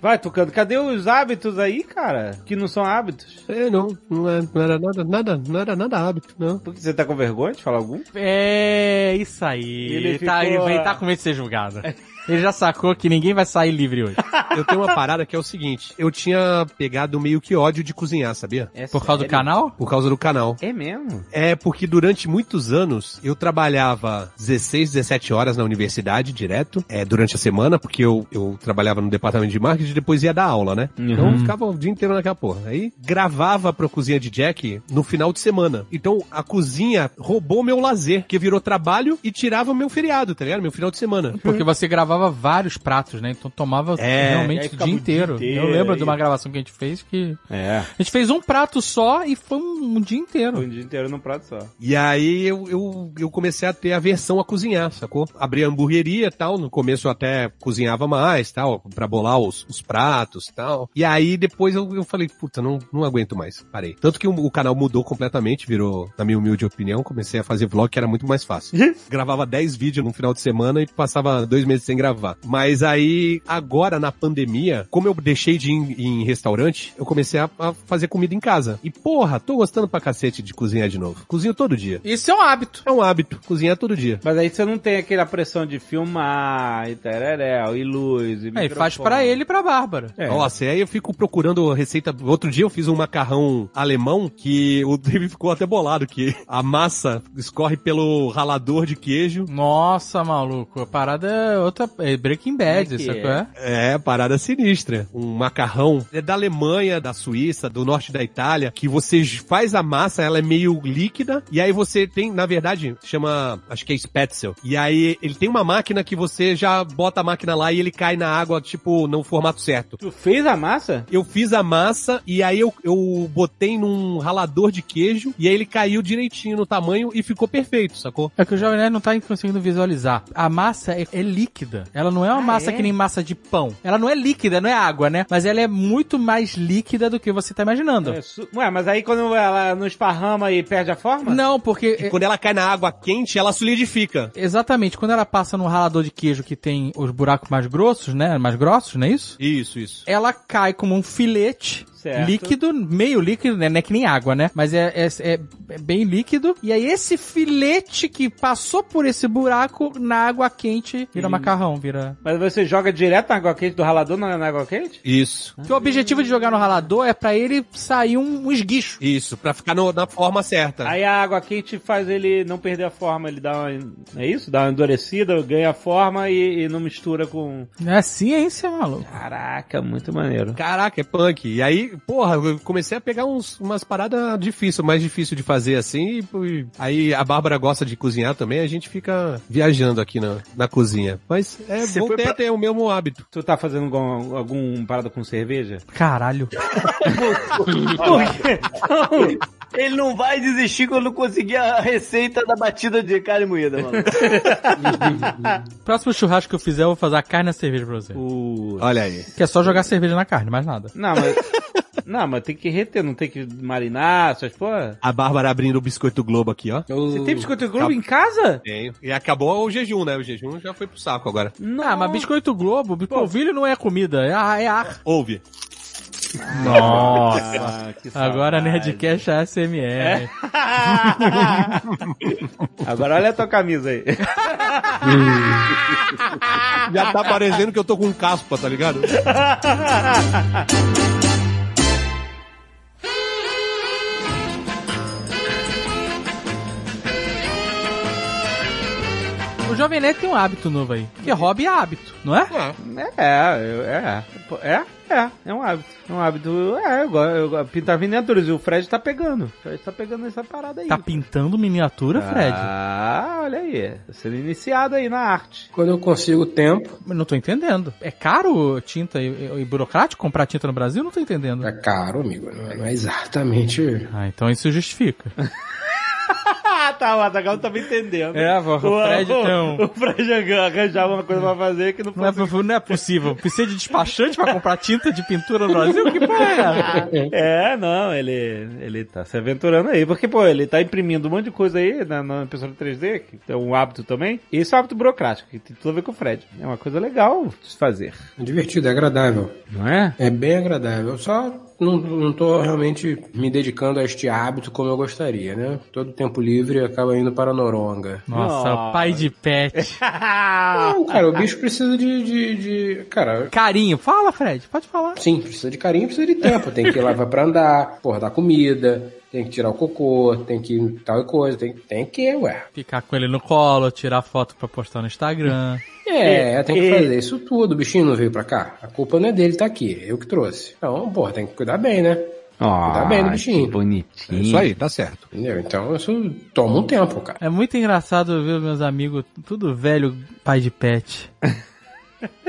S1: Vai, Tucano, cadê os hábitos aí, cara? Que não são hábitos.
S3: É, não, não, é- não era nada, nada, não era nada hábito, não.
S1: Por que você tá com vergonha de falar algum?
S4: É isso aí.
S1: Ele
S4: tá,
S1: ficou-
S4: ele tá com medo de ser julgado. Ele já sacou que ninguém vai sair livre hoje.
S3: Eu tenho uma parada que é o seguinte: eu tinha pegado meio que ódio de cozinhar, sabia?
S4: É Por causa sério? do canal?
S3: Por causa do canal.
S4: É mesmo?
S3: É porque durante muitos anos eu trabalhava 16, 17 horas na universidade direto, é, durante a semana, porque eu, eu trabalhava no departamento de marketing e depois ia dar aula, né? Uhum. Então eu ficava o dia inteiro naquela porra. Aí gravava pra cozinha de Jack no final de semana. Então a cozinha roubou meu lazer, que virou trabalho e tirava meu feriado, tá ligado? Meu final de semana.
S4: Porque você gravava vários pratos, né? Então tomava é, realmente o dia inteiro. dia inteiro. Eu lembro aí. de uma gravação que a gente fez que. É. A gente fez um prato só e foi um, um dia inteiro.
S1: Foi um dia inteiro num prato só.
S3: E aí eu, eu, eu comecei a ter aversão a cozinhar, sacou? Abri a hamburgueria e tal. No começo eu até cozinhava mais tal, pra bolar os, os pratos e tal. E aí depois eu, eu falei, puta, não, não aguento mais. Parei. Tanto que o, o canal mudou completamente, virou, na minha humilde opinião, comecei a fazer vlog que era muito mais fácil. Gravava 10 vídeos no final de semana e passava dois meses sem gravar. Mas aí, agora na pandemia, como eu deixei de ir em, em restaurante, eu comecei a, a, fazer comida em casa. E porra, tô gostando pra cacete de cozinhar de novo. Cozinho todo dia.
S4: Isso é um hábito.
S3: É um hábito. Cozinhar todo dia.
S1: Mas aí você não tem aquela pressão de filmar e tereréu, e luz, e
S4: Aí é, faz pra ele e pra Bárbara.
S3: É. Nossa, aí eu fico procurando receita. Outro dia eu fiz um macarrão alemão que o David ficou até bolado, que a massa escorre pelo ralador de queijo.
S4: Nossa, maluco. A parada é outra. É Breaking Bad, é isso é?
S3: É, parada sinistra. Um macarrão é da Alemanha, da Suíça, do norte da Itália, que você faz a massa, ela é meio líquida, e aí você tem, na verdade, chama, acho que é Spätzle. E aí ele tem uma máquina que você já bota a máquina lá e ele cai na água, tipo, no formato certo.
S1: Tu fez a massa?
S3: Eu fiz a massa e aí eu, eu botei num ralador de queijo e aí ele caiu direitinho no tamanho e ficou perfeito, sacou?
S4: É que o Jovem Nerd não tá conseguindo visualizar. A massa é, é líquida. Ela não é uma ah, massa é? que nem massa de pão. Ela não é líquida, não é água, né? Mas ela é muito mais líquida do que você tá imaginando.
S1: É, su... Ué, mas aí quando ela não esparrama e perde a forma?
S4: Não, porque...
S3: E quando ela cai na água quente, ela solidifica.
S4: Exatamente. Quando ela passa no ralador de queijo que tem os buracos mais grossos, né? Mais grossos, não é isso?
S3: Isso, isso.
S4: Ela cai como um filete Certo. líquido, meio líquido, né? Não é que nem água, né? Mas é, é, é, bem líquido. E aí esse filete que passou por esse buraco na água quente vira hum. macarrão, vira...
S1: Mas você joga direto na água quente do ralador na, na água quente?
S3: Isso.
S4: Porque ah. o objetivo de jogar no ralador é para ele sair um, um, esguicho.
S3: Isso, para ficar no, na forma
S4: É.
S3: certa.
S1: Aí a água quente faz ele não perder a forma, ele dá uma... É isso? Dá uma endurecida, ganha a forma e, e não mistura com...
S4: É ciência, maluco.
S1: Caraca, muito maneiro.
S3: Caraca, é punk. E aí porra, eu comecei a pegar uns, umas paradas difíceis, mais difícil de fazer assim. E, aí a Bárbara gosta de cozinhar também, a gente fica viajando aqui na, na cozinha. Mas é Você bom ter, pra... ter o mesmo hábito.
S1: Tu tá fazendo algum, algum parada com cerveja?
S4: Caralho.
S1: Então,
S5: Por quê? Ele não vai desistir quando conseguir a receita da batida de carne moída, mano.
S4: Próximo churrasco que eu fizer, eu vou fazer a carne na cerveja pra você.
S3: Uh, Olha aí.
S4: Que é só jogar cerveja na carne, mais nada.
S1: Não, mas. Não, mas tem que reter, não tem que marinar, essas porra.
S3: A Bárbara abrindo o biscoito Globo aqui, ó.
S1: Você tem biscoito Globo Acab... em casa?
S3: Tenho. E acabou o jejum, né? O jejum já foi pro saco agora.
S4: Não, não Ah, mas biscoito Globo, polvilho não é comida, é ar. É ar.
S3: Ouve.
S4: Nossa! Ah, Agora Nerdcast ASMR. É?
S1: Agora olha a tua camisa aí.
S3: Já tá parecendo que eu tô com caspa, tá ligado?
S4: O Jovem Nerd tem um hábito novo aí. Porque hobby é hábito, não é?
S1: É, é, é. É, é um hábito. É um hábito. É, eu, eu, eu pintar miniaturas. E o Fred tá pegando. O Fred tá pegando essa parada aí.
S4: Tá pintando miniatura, Fred?
S1: Ah, olha aí. Tá sendo iniciado aí na arte.
S2: Quando eu consigo tempo.
S4: Mas não tô entendendo. É caro tinta e, e, e, burocrático comprar tinta no Brasil? Não tô entendendo.
S2: É caro, amigo. Não é exatamente.
S4: Ah, então isso justifica.
S1: Ah, tá, o Azaghal tá me entendendo.
S4: É, o, o Fred o,
S1: então... O Fred arranjava uma coisa pra fazer que não
S4: Não,
S1: fosse...
S4: é, não é possível. Precisa de despachante pra comprar tinta de pintura no Brasil? Que porra
S1: é? É, não, ele, ele tá se aventurando aí. Porque, pô, ele tá imprimindo um monte de coisa aí na, na impressora 3D, que é um hábito também. E isso é um hábito burocrático, que tem tudo a ver com o Fred. É uma coisa legal de se fazer.
S2: É divertido, é agradável.
S1: Não é?
S2: É bem agradável. Só não, não tô realmente me dedicando a este hábito como eu gostaria, né? Todo tempo livre acaba indo para Noronga.
S4: Nossa, pai de pet.
S2: Não, cara, o bicho precisa de, de, de- Cara.
S4: Carinho. Fala, Fred, pode falar.
S2: Sim, precisa de carinho, precisa de tempo. Tem que levar pra andar, porra, dar comida, tem que tirar o cocô, tem que tal e coisa, tem, tem que, ué.
S4: Ficar com ele no colo, tirar foto pra postar no Instagram.
S2: É, tem que fazer isso tudo. O bichinho não veio pra cá. A culpa não é dele, tá aqui. Eu que trouxe. Então, porra, tem que cuidar bem, né? cuidar bem do bichinho.
S13: bonitinho.
S2: É isso aí, tá certo. Entendeu? Então isso toma um tempo, cara.
S4: É muito engraçado ver os meus amigos, tudo velho, pai de pet.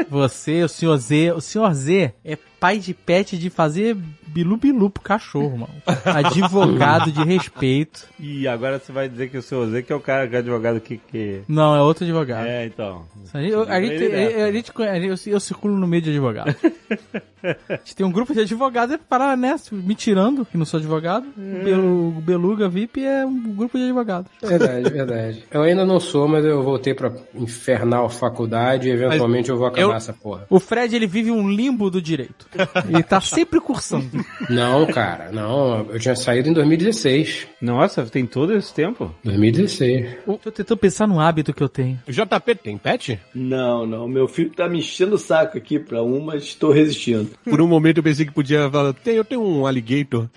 S4: Você, o senhor Z, o senhor Z é pai de pet de fazer bilu-bilu pro cachorro, mano. Advogado de respeito.
S1: E agora você vai dizer que o seu Zé que é o cara que é advogado que. que...
S4: Não, é outro
S2: Ah.
S4: advogado.
S1: É, então.
S4: A gente, eu, a gente-
S1: Ele dessa.
S4: a gente conhe- eu, eu circulo no meio de advogado. A gente tem um grupo de advogados, é para, né, me tirando, que não sou advogado.
S1: Hum.
S4: O Belu- o Beluga VIP é um grupo de advogados.
S2: Verdade, verdade. Eu ainda não sou, mas eu voltei pra infernal faculdade e eventualmente eu vou acabar
S4: eu-
S2: essa porra.
S4: O Fred, ele vive um limbo do direito. Ele tá sempre cursando.
S2: Não, cara, não. Eu tinha saído em 2016.
S1: Nossa, tem todo esse tempo?
S2: 2016.
S4: Eu tô tentando pensar num hábito que eu tenho.
S3: JP, tem pet?
S5: Não, não. Meu filho tá me enchendo o saco aqui pra uma, estou resistindo.
S3: Por um momento eu pensei que podia falar, tem, eu tenho um alligator.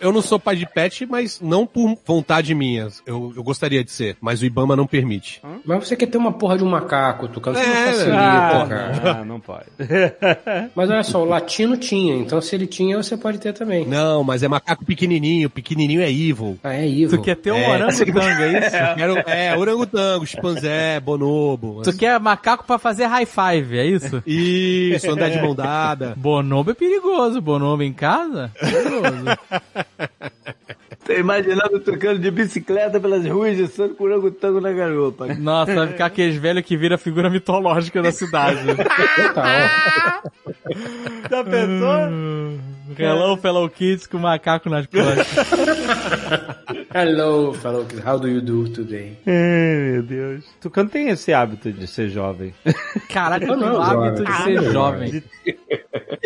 S3: eu não sou pai de pet, mas não por vontade minha. Eu, eu gostaria de ser, mas o Ibama não permite.
S2: Mas você quer ter uma porra de um macaco, Tucano? Você não
S3: É,
S2: facilita,
S3: ah,
S2: cara.
S1: não pode.
S2: Mas olha só, o latino tinha, então se ele tinha, você pode ter também.
S3: Não, mas é macaco pequenininho, pequenininho é evil.
S2: Ah, é evil.
S4: Tu quer ter um orangotango, é isso?
S3: Eu quero- é, orangotango, chimpanzé, bonobo.
S4: Tu quer macaco pra fazer high five, é isso?
S3: Isso, andar de mão dada.
S4: Bonobo é perigoso. Bonobo em casa? Perigoso.
S5: Tô imaginando tocando de bicicleta pelas ruas de Santo com orangotango na garupa.
S4: Nossa, vai ficar aqueles velhos que vira figura mitológica da cidade.
S1: Já pensou?
S4: Hello, fellow kids com macaco nas costas.
S2: Hello, fellow kids. How do you do today?
S1: Ai, meu Deus. Tucano tem esse hábito de ser jovem.
S4: Caraca,
S2: Eu
S4: eu
S2: não,
S4: tenho o hábito de
S2: jovem.
S4: ser
S2: Ah,
S4: jovem.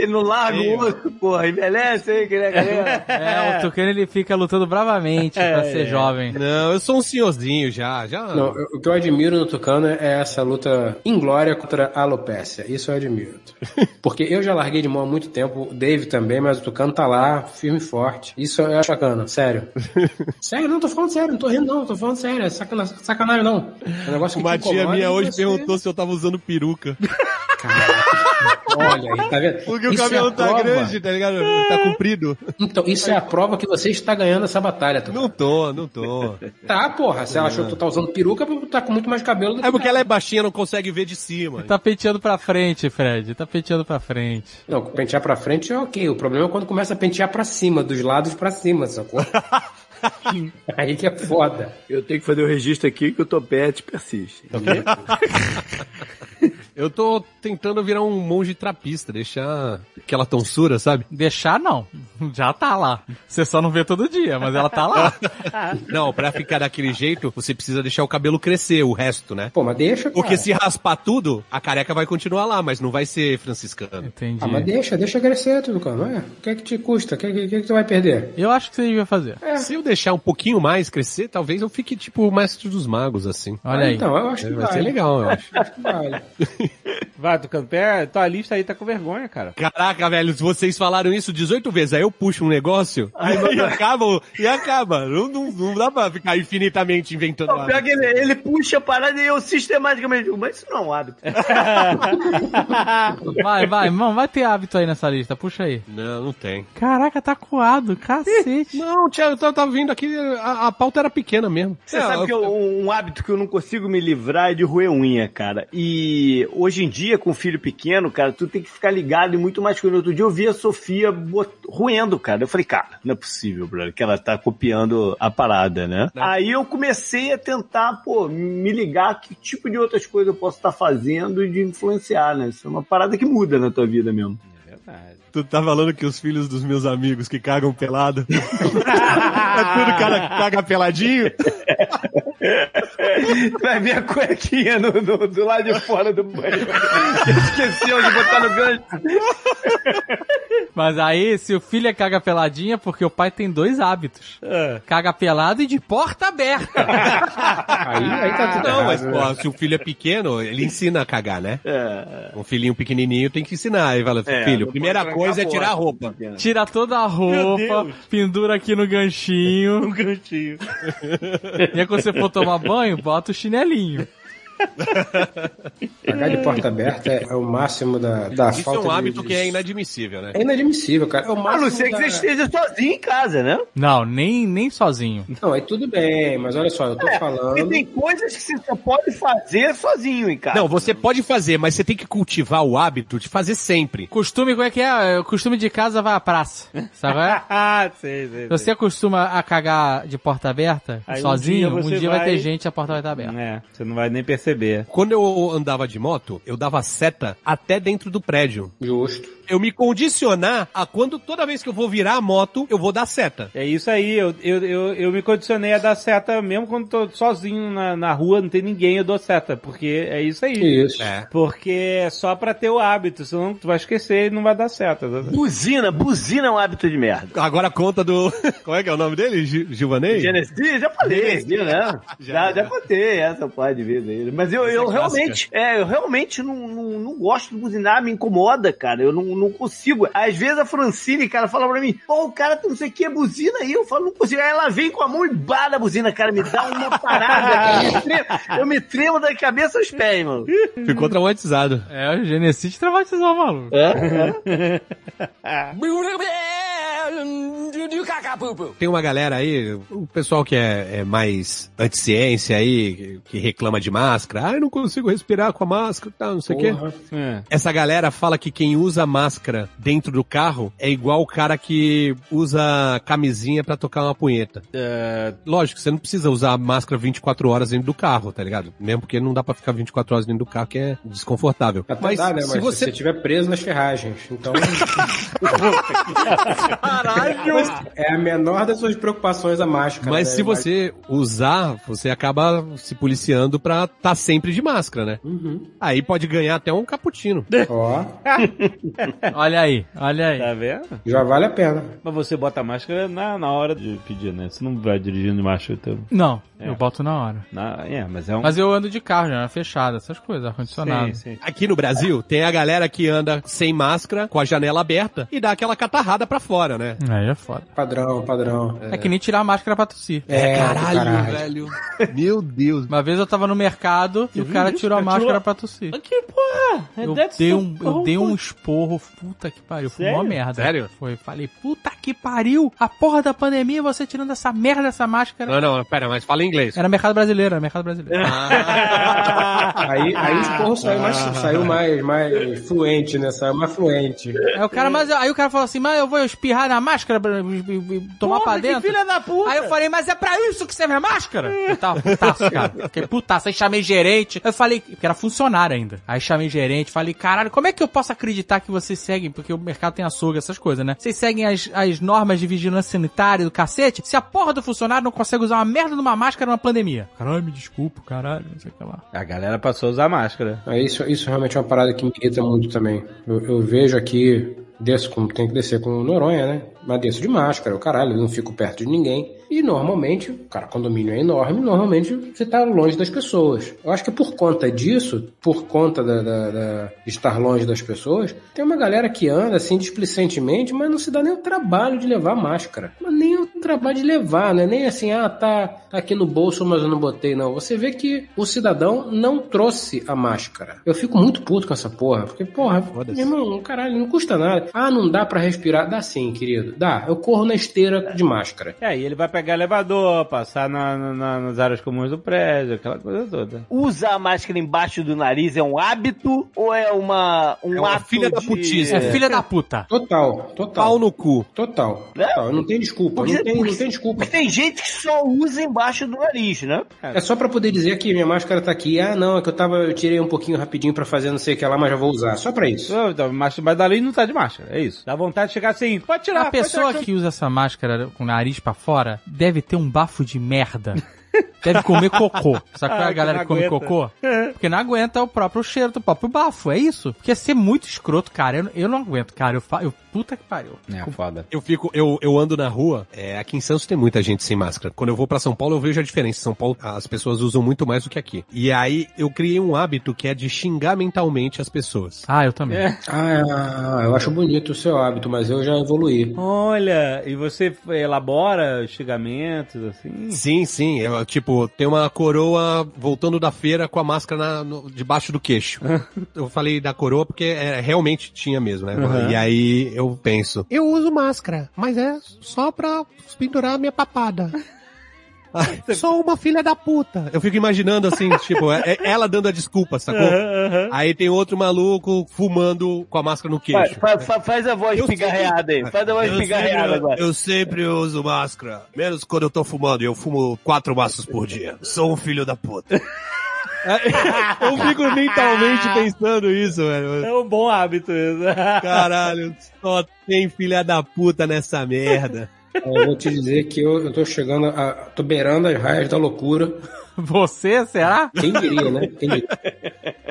S5: E não larga o osso, porra. Envelhece aí, que né, galera?
S4: É, o Tucano ele fica lutando bravamente pra ser jovem.
S3: Não, eu sou um senhorzinho já, já.
S2: Não, eu- o que eu admiro no Tucano é essa luta inglória contra a alopecia. Isso eu admiro. Porque eu já larguei de mão há muito tempo, o Dave também, mas o Tucano tá lá, firme e forte. Isso é bacana, sério. sério, não, tô falando sério, não tô rindo não, tô falando sério, é sacana- sacanagem não. É um negócio que
S3: Uma
S2: te
S3: tia
S2: incomoda
S3: minha
S2: e
S3: hoje
S2: você-
S3: perguntou se eu tava usando peruca.
S2: Olha aí, tá vendo?
S3: Porque
S2: Isso
S3: o
S2: é
S3: cabelo
S2: a
S3: tá
S2: prova.
S3: grande, tá ligado? Tá comprido.
S2: Então, isso é a prova que você está ganhando essa batalha, Tucano.
S3: Não tô, não tô.
S2: Tá, porra, se ela achou que tu tá usando peruca, tu tá com muito mais cabelo do que
S3: É porque ela é baixinha, não consegue ver de cima.
S4: Tá penteando pra frente, Fred. Tá penteando pra frente.
S2: Não, pentear pra frente é ok. O problema é quando começa a pentear pra cima, dos lados pra cima, sacou? Aí que é foda.
S5: Eu tenho que fazer o registro aqui que o topete persiste.
S3: Eu tô tentando virar um monge trapista, deixar aquela tonsura, sabe?
S4: Deixar não. Já tá lá. Você só não vê todo dia, mas ela tá lá.
S3: Não, pra ficar daquele jeito, você precisa deixar o cabelo crescer, o resto, né?
S2: Pô, mas deixa, cara.
S3: Porque se raspar tudo, a careca vai continuar lá, mas não vai ser franciscano.
S4: Entendi.
S2: Ah, mas deixa, deixa crescer tudo, cara. não é? O que é que te custa? O que, que, que que tu vai perder?
S4: Eu acho que você devia fazer.
S3: Se eu deixar um pouquinho mais crescer, talvez eu fique tipo o mestre dos magos, assim.
S4: Olha aí.
S2: Então, eu acho que
S3: Vai ser
S2: vale.
S3: legal, eu acho.
S2: Acho que vale.
S1: Vai, Tucano, pera, tua lista aí tá com vergonha, cara.
S3: Caraca, velho, vocês falaram isso 18 vezes, aí eu puxo um negócio e acaba, e acaba. Não, não- não dá pra ficar infinitamente inventando
S5: Não, pior
S3: nada.
S5: que ele, ele puxa a parada e eu sistematicamente digo, mas isso não é um hábito.
S4: Vai, vai, mano, vai ter hábito aí nessa lista. Puxa aí.
S3: Não, não tem.
S4: Caraca, tá coado, cacete.
S3: Não, Thiago, eu tava, tava vindo aqui, a, a pauta era pequena mesmo.
S5: Você
S3: É,
S5: sabe que eu- um hábito que eu não consigo me livrar é de roer unha, cara. E hoje em dia, com um filho pequeno, cara, tu tem que ficar ligado e muito mais coisa. Outro dia eu vi a Sofia bot... roendo, cara. Eu falei, cara, não é possível, brother, que ela tá copiando a parada, né? Aí eu comecei a tentar, pô, me ligar que tipo de outras coisas eu posso estar fazendo e de influenciar, né? Isso é uma parada que muda na tua vida mesmo.
S3: Tu tá falando que os filhos dos meus amigos que cagam pelado. é tudo cara que caga peladinho?
S5: Vai ver a cuequinha no, no, do lado de fora do banheiro. Esqueceu de botar no gancho.
S4: Mas aí, se o filho é caga peladinha, porque o pai tem dois hábitos. Caga pelado e de porta aberta.
S3: Aí, aí tá tudo Não, mas pô, se o filho é pequeno, ele ensina a cagar, né? Um filhinho pequenininho tem que ensinar. Aí fala,
S4: É,
S3: filho,
S4: não
S3: primeira
S4: pode
S3: coisa é
S4: trancar
S3: tirar a
S4: a
S3: roupa.
S4: Tira toda a
S3: Meu
S4: roupa,
S3: Deus.
S4: pendura aqui no ganchinho.
S1: No cantinho.
S4: E aí, quando você for tomar banho, bota o chinelinho.
S2: Cagar de porta aberta é, é o máximo da, da
S3: Isso é
S2: falta
S3: um
S2: de-
S3: hábito
S2: de...
S3: que é inadmissível, né?
S2: É inadmissível, cara. É o máximo
S3: A não ser que
S2: da-
S3: você
S5: esteja sozinho em casa, né?
S4: Não, nem, nem sozinho.
S2: Não, aí tudo bem, mas olha só, eu tô falando...
S5: E tem coisas que você só pode fazer sozinho em casa.
S3: Não, você pode fazer, mas você tem que cultivar o hábito de fazer sempre.
S4: Costume, como é que é? Costume de casa vai à praça. Sabe? qual é?
S1: Ah, sei, sei.
S4: Se Você acostuma a cagar de porta aberta,
S1: Aí um
S4: sozinho, um
S1: dia
S4: dia,
S1: você
S4: vai...
S1: vai-
S4: ter gente e a porta vai estar aberta.
S1: É, você não vai nem perceber.
S3: Quando eu andava de moto, eu dava seta até dentro do prédio.
S2: Justo.
S3: Eu me condicionar a quando toda vez que eu vou virar a moto, eu vou dar seta.
S1: É isso aí, eu, eu, eu, eu me condicionei a dar seta mesmo quando tô sozinho na, na rua, não tem ninguém, eu dou seta, porque é isso aí.
S2: Isso.
S3: É.
S1: Porque é só pra ter o hábito, senão tu vai esquecer e não vai dar seta. tá
S5: Buzina, buzina é um hábito de merda.
S3: Agora conta do. Como é que é o nome dele? Gil- Gilvanei?
S5: Genesi, já falei,
S3: Genesi.
S5: Genesi, né? já, já contei essa parte de vez aí. Mas eu,
S3: Essa
S5: eu
S3: é clássica.
S5: realmente, é, eu realmente não, não, não gosto de buzinar, me incomoda, cara. Eu não, não consigo. Às vezes a Francine, cara, fala pra mim, pô, o cara tem não sei o que, buzina aí. Eu falo, não consigo. Aí ela vem com a mão e bala a buzina, cara, me dá uma parada. cara. Eu me tremo- eu me tremo da cabeça aos pés, mano.
S3: Ficou traumatizado.
S4: É, o Genocide traumatizou o maluco.
S1: É.
S3: Tem uma galera aí, o pessoal que é, é mais anti-ciência aí, que- que reclama de máscara. Ah, eu não consigo respirar com a máscara, tá, não sei o quê. Essa galera fala que quem usa máscara dentro do carro é igual o cara que usa camisinha pra tocar uma punheta. É, Lógico, você não precisa usar máscara 24 horas dentro do carro, tá ligado? Mesmo porque não dá pra ficar 24 horas dentro do carro, que é desconfortável.
S2: Até
S3: mas,
S2: dá, né?
S3: se
S2: mas
S3: você...
S2: se você estiver preso nas ferragens, então...
S4: Caralho!
S2: É a menor das suas preocupações a máscara.
S3: Mas
S2: né?
S3: se você usar, você acaba se policiando pra tá sempre de máscara, né? Aí pode ganhar até um cappuccino.
S2: Uhum. Ó,
S4: Olha aí, olha aí.
S1: Tá vendo?
S2: já vale a pena.
S1: Mas você bota a máscara na, na hora de pedir, né? Você não vai dirigindo de máscara. Então,
S4: Não,
S1: É.
S4: eu boto na hora.
S1: na, é, mas é um...
S4: Mas eu ando de carro, já, fechado, essas coisas,
S1: Sim,
S4: ar-condicionado.
S1: sim.
S3: Aqui no Brasil, tem a galera que anda sem máscara, com a janela aberta, e dá aquela catarrada pra fora, né?
S4: Aí é foda.
S2: Padrão, padrão.
S4: É. que nem tirar a máscara pra tossir.
S2: É, do caralho.
S3: velho. Meu Deus.
S4: Uma vez eu tava no mercado e o cara
S1: isso,
S4: tirou a
S1: cara?
S4: máscara
S1: Tirou-
S4: pra tossir.
S1: Que porra!
S4: Eu
S1: That's
S4: dei,
S1: so
S4: um, eu
S1: cool.
S4: dei um esporro, puta que pariu. Foi uma
S1: Sério?
S4: merda.
S3: Sério?
S4: Foi. Falei, puta que pariu! A porra da pandemia, você tirando essa merda dessa
S3: Não,
S4: máscara.
S3: não, pera, mas fala em inglês.
S4: Era mercado brasileiro, era mercado brasileiro.
S5: Ah.
S2: Aí, aí o esporro saiu mais,
S3: Ah.
S2: saiu mais, mais fluente, né? Saiu mais fluente.
S4: Aí o cara, mas, aí o cara falou assim, mas eu vou espirrar na máscara pra- e- e- e tomar pra dentro.
S1: filha da puta!
S4: Aí eu falei, mas é pra isso que serve a máscara? Eu tava putaço, cara. Fiquei putaço. Aí chamei gerente. Eu falei, porque era funcionário ainda. Aí chamei gerente, falei, caralho, como é que eu posso acreditar que vocês seguem, porque o mercado tem açougue, essas coisas, né? Vocês seguem as, as normas de vigilância sanitária do cacete, se a porra do funcionário não consegue usar uma merda de uma máscara numa pandemia. Caralho, me desculpa, caralho, não sei o que lá.
S1: A galera passou a usar máscara.
S2: É, Isso, isso realmente é uma parada que me irrita muito também. Eu, eu vejo aqui, desço com, tem que descer com o Noronha, né? Mas desço de máscara, o caralho, eu não fico perto de ninguém. E normalmente, cara, condomínio é enorme, normalmente você tá longe das pessoas. Eu acho que por conta disso, por conta da, da- da- de estar longe das pessoas, tem uma galera que anda assim displicentemente, mas não se dá nem o trabalho de levar máscara. Mas nem o trabalho de levar, né? Nem assim, ah, tá, tá aqui no bolso, mas eu não botei, não. Você vê que o cidadão não trouxe a máscara. Eu fico muito puto com essa porra, porque, porra, meu irmão, caralho, não custa nada. Ah, não dá pra respirar. Dá sim, querido. Dá. Eu corro na esteira de máscara.
S1: E aí ele vai pegar elevador, passar na, na- na- nas áreas comuns do prédio, aquela coisa toda.
S5: Usar a máscara embaixo do nariz é um hábito ou é uma, um
S3: É uma
S5: ato
S3: filha da
S5: de-
S3: putice.
S4: É, filha da puta.
S2: Total, total.
S3: Pau no cu.
S2: Total, total. Não tem desculpa,
S5: Porque-
S2: não tem, não
S5: porque-
S2: tem desculpa.
S5: Mas tem gente que só usa embaixo do nariz, né?
S2: É só pra poder dizer que minha máscara tá aqui. Ah, não, é que eu tava, eu tirei um pouquinho rapidinho pra fazer não sei o que lá, mas já vou usar. Só pra isso.
S1: Não, então, Mas mas dali não tá de máscara, é isso. Dá vontade de chegar assim, pode
S4: Ah,
S1: tirar,
S4: A pessoa
S1: pode tirar
S4: que usa essa máscara com o nariz pra fora deve ter um bafo de merda. Deve comer cocô. Sabe qual é a galera que, come aguenta. cocô? Porque não aguenta o próprio cheiro do próprio bafo. É isso. Porque ser muito escroto, cara, eu, eu não aguento, cara. Eu, fa, eu Puta que pariu.
S3: É, foda. Eu fico, eu, eu ando na rua, é, aqui em Santos tem muita gente sem máscara. Quando eu vou para São Paulo, eu vejo a diferença. São Paulo, as pessoas usam muito mais do que aqui. E aí, eu criei um hábito que é de xingar mentalmente as pessoas.
S4: Ah, eu também. É.
S2: Ah, eu acho bonito o seu hábito, mas eu já evoluí.
S1: Olha, e você elabora xingamentos, assim?
S3: Sim, sim. Eu, tipo, tem uma coroa voltando da feira com a máscara na, no, debaixo do queixo. eu falei da coroa porque é, realmente tinha mesmo, né? Uhum. E aí, eu penso, eu uso máscara, mas é só pra pendurar a minha papada. Sou uma filha da puta. Eu fico imaginando assim, tipo, é, é ela dando a desculpa, sacou? Uhum, uhum. Aí tem outro maluco fumando com a máscara no queixo.
S12: Faz, faz, faz a voz pigarreada aí. Faz a voz pigarreada agora.
S3: Eu sempre uso máscara. Menos quando eu tô fumando. Eu fumo quatro maços por dia. Sou um filho da puta. eu fico
S12: Ah.
S3: mentalmente pensando isso, velho.
S1: É um bom hábito isso.
S3: Caralho, só tem filha da puta nessa merda.
S2: Eu vou te dizer que eu, eu tô chegando a. tô beirando as raias da loucura.
S4: Você, será?
S2: Quem diria, né? Quem diria.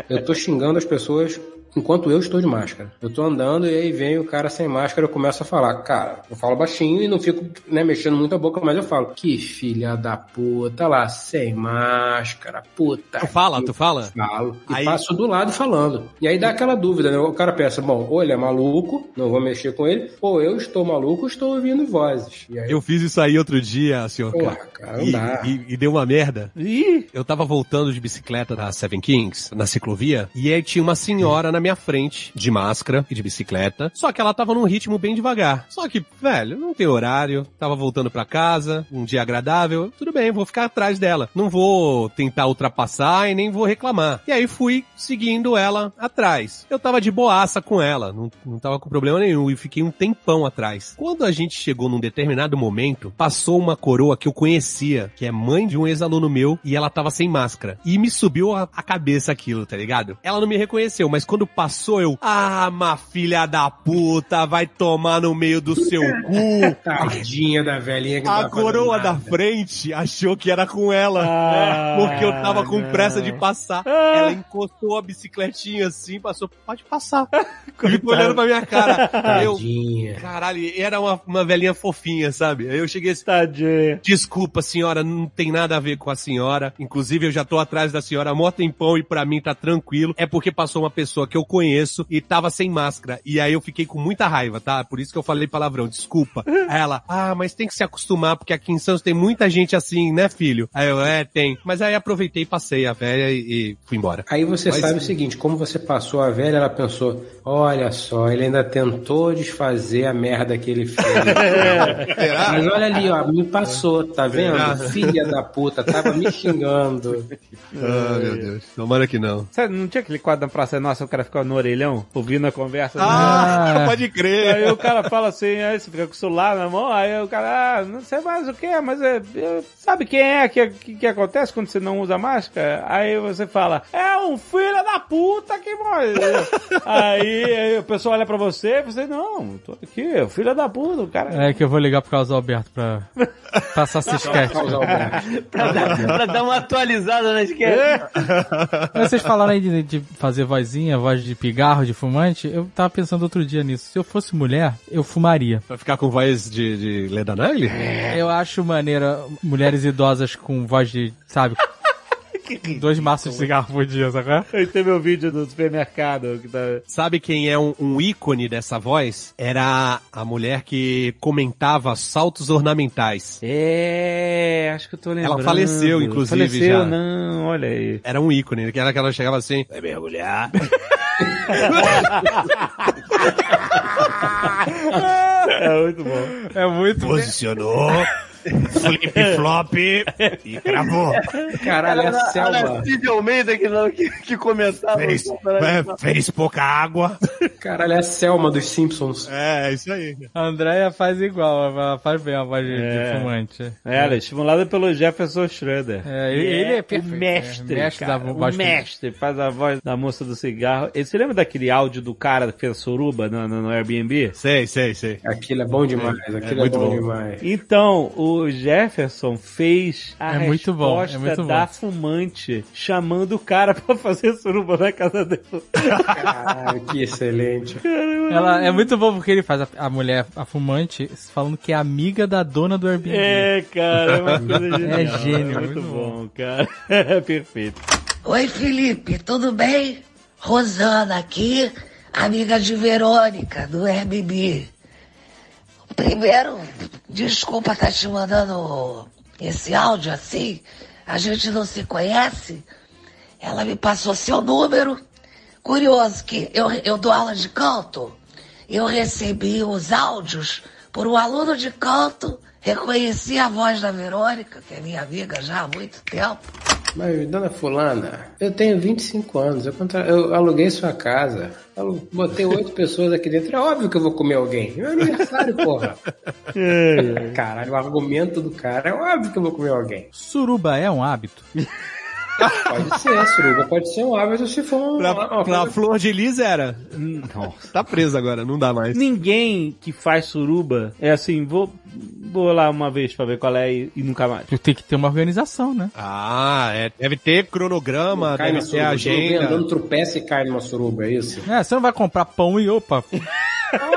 S2: Eu tô xingando as pessoas enquanto eu estou de máscara. Eu tô andando e aí vem o cara sem máscara eu começo a falar. Cara, eu falo baixinho e não fico né, mexendo muito a boca, mas eu falo. Que filha da puta tá lá, sem máscara, puta.
S3: Tu fala, tu fala?
S2: Falo. E aí... passo do lado falando. E aí dá aquela dúvida, né? O cara pensa, bom, ou ele é maluco, não vou mexer com ele, ou eu estou maluco, estou ouvindo vozes.
S3: Aí... Eu fiz isso aí outro dia, senhor. Porra, cara, e, e, e, deu uma merda.
S4: Ih!
S3: Eu tava voltando de bicicleta na Seven Kings, na ciclovia, e aí tinha uma senhora na minha frente, de máscara e de bicicleta. Só que ela tava num ritmo bem devagar. Só que, velho, não tem horário. Tava voltando para casa, um dia agradável. Tudo bem, vou ficar atrás dela. Não vou tentar ultrapassar e nem vou reclamar. E aí fui seguindo ela atrás. Eu tava de boaça com ela, não, não tava com problema nenhum e fiquei um tempão atrás. Quando a gente chegou num determinado momento, passou uma coroa que eu conhecia, que é mãe de um ex-aluno meu, e ela tava sem máscara. E me subiu a, a cabeça aquilo, tá ligado? Ela não me reconheceu, mas quando passou, eu, ah, ma filha da puta, vai tomar no meio do seu cu.
S2: Tadinha da velhinha que
S3: A coroa
S2: né?
S3: da frente achou que era com ela, ah, né? Porque eu tava com não. pressa de passar. Ah. Ela encostou a bicicletinha assim, passou, pode passar. e ficou olhando pra minha cara. Tadinha. Eu, caralho, era uma, uma velhinha fofinha, sabe? Aí eu cheguei assim,
S1: Tadinha.
S3: desculpa senhora, não tem nada a ver com a senhora. Inclusive eu já tô atrás da senhora há mó tempão e pra mim tá tranquilo. É porque passou uma pessoa que eu conheço e tava sem máscara. E aí eu fiquei com muita raiva, tá? Por isso que eu falei palavrão, desculpa. Aí ela, ah, mas tem que se acostumar, porque aqui em Santos tem muita gente assim, né, filho? Aí eu, é, tem. Mas aí aproveitei, passei a velha e, e fui embora.
S2: Aí você
S3: mas...
S2: sabe o seguinte, como você passou a velha, ela pensou, olha só, ele ainda tentou desfazer a merda que ele fez.
S3: É.
S2: mas olha ali, ó, me passou, tá vendo? Filha da puta, tava me xingando.
S3: Ah, meu Deus. Tomara que não.
S1: Sabe, não tinha aquele quadro na Praça Nossa, o cara ficava no orelhão, ouvindo a conversa.
S3: Ah, né? pode crer.
S1: Aí o cara fala assim, aí você fica com o celular na mão, aí o cara, ah, não sei mais o que, mas é, é, sabe quem é que, que, que, acontece quando você não usa máscara? Aí você fala, é um filho da puta que morre. aí, aí o pessoal olha pra você e você, não, tô aqui, é um filho da puta, o cara.
S4: É que eu vou ligar pro Carlos Alberto pra passar esse sketch.
S12: pra, dar, pra dar uma atualizada na sketch. É.
S4: Vocês falaram aí de, de fazer vozinha, voz de pigarro, de fumante, eu tava pensando outro dia nisso. Se eu fosse mulher, eu fumaria.
S3: Pra ficar com voz de, de Leda Nagli?
S4: Eu acho maneira mulheres idosas com voz de, sabe, Dois maços de cigarro por dia, é? sacou?
S1: Eu tenho meu um vídeo do supermercado. Que tá...
S3: Sabe quem é um, um, ícone dessa voz? Era a mulher que comentava saltos ornamentais.
S1: É, acho que eu tô lembrando.
S3: Ela faleceu, inclusive, faleceu, já.
S1: não, olha aí.
S3: Era um ícone, que era que ela chegava assim, vai mergulhar.
S1: é muito bom.
S4: É muito
S3: Posicionou. flip flop e cravou.
S2: Caralho, é a selva.
S12: Cid Almeida que, não, que, que comentava.
S3: Fez, é, fez pouca água.
S2: Caralho, é a Selma dos Simpsons.
S3: É, é isso aí.
S4: A Andréia faz igual, ela faz bem a voz é. de fumante.
S1: É, ela é estimulada pelo Jefferson Schroeder.
S4: É, ele, ele é perfeito.
S1: O mestre, é, mestre cara, da voz. O mestre faz a voz da moça do cigarro. E você lembra daquele áudio do cara que fez suruba no, no, no Airbnb?
S3: Sei, sei, sei. é
S2: Aquilo é bom é demais. Aquilo é, muito bom, bom demais.
S1: Então, o o Jefferson fez a é muito bom, é muito bom. da fumante chamando o cara pra fazer suruba na casa dela.
S2: Caralho, que excelente. Caramba.
S4: Ela é muito bom porque ele faz a, a, mulher, a fumante, falando que é amiga da dona do Airbnb.
S1: É, cara, é uma coisa genial.
S4: É gênio,
S1: é muito, muito bom, bom, cara. É perfeito.
S11: Oi, Felipe, tudo bem? Rosana aqui, amiga de Verônica, do Airbnb. Primeiro, desculpa estar te mandando esse áudio assim. A gente não se conhece. Ela me passou seu número. Curioso que eu, eu dou aula de canto. Eu recebi os áudios por um aluno de canto. Reconheci a voz da Verônica, que é minha amiga já há muito tempo.
S2: Mas, dona Fulana, eu tenho 25 anos. Eu, contra... eu aluguei sua casa. Eu botei oito pessoas aqui dentro. É óbvio que eu vou comer alguém. Meu aniversário, porra.
S3: É.
S2: Caralho, o argumento do cara é óbvio que eu vou comer alguém.
S4: Suruba é um hábito.
S2: Pode ser, suruba pode ser um hábito se for um.
S3: Pra, uma, pra coisa... flor de lis era. Nossa, tá preso agora, não dá mais.
S1: Ninguém que faz suruba é assim, vou, vou lá uma vez pra ver qual é e, e nunca mais.
S4: Tem que ter uma organização, né?
S3: Ah, é, deve ter cronograma, não cai deve ter né? agenda.
S2: andando, tropeça e cai numa suruba, é isso?
S4: É, você não vai comprar pão e opa.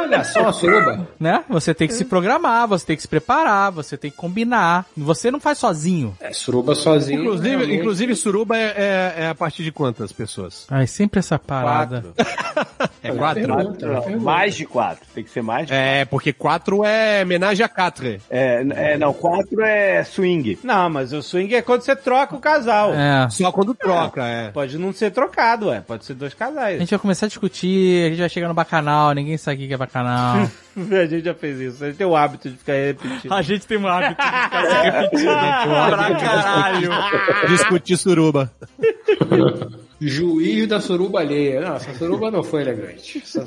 S2: Olha só a suruba.
S4: Né? Você tem que
S1: É.
S4: se programar, você tem que se preparar, você tem que combinar. Você não faz sozinho.
S2: É, suruba sozinho. né,
S3: Inclusive, realmente. inclusive suruba é, é, é, a partir de quantas pessoas?
S4: Ai, sempre essa parada.
S3: Quatro. é quatro?
S12: Pergunta, não, mais de quatro. Tem que ser mais de
S3: quatro. É, porque quatro é homenagem a catre.
S12: É, é, não, quatro é swing.
S1: Não, mas o swing é quando você troca o casal.
S3: É. Só quando troca, é.
S1: Pode não ser trocado, é. Pode ser dois casais.
S4: A gente vai começar a discutir, a gente vai chegar no bacanal, ninguém sabe que é bacanal.
S1: a gente já fez isso. A gente tem o hábito de ficar repetindo.
S4: A gente tem o hábito de ficar se repetindo. pra
S3: caralho. Discutir suruba.
S2: Juiz da suruba alheia. Não, essa suruba não foi elegante. Essa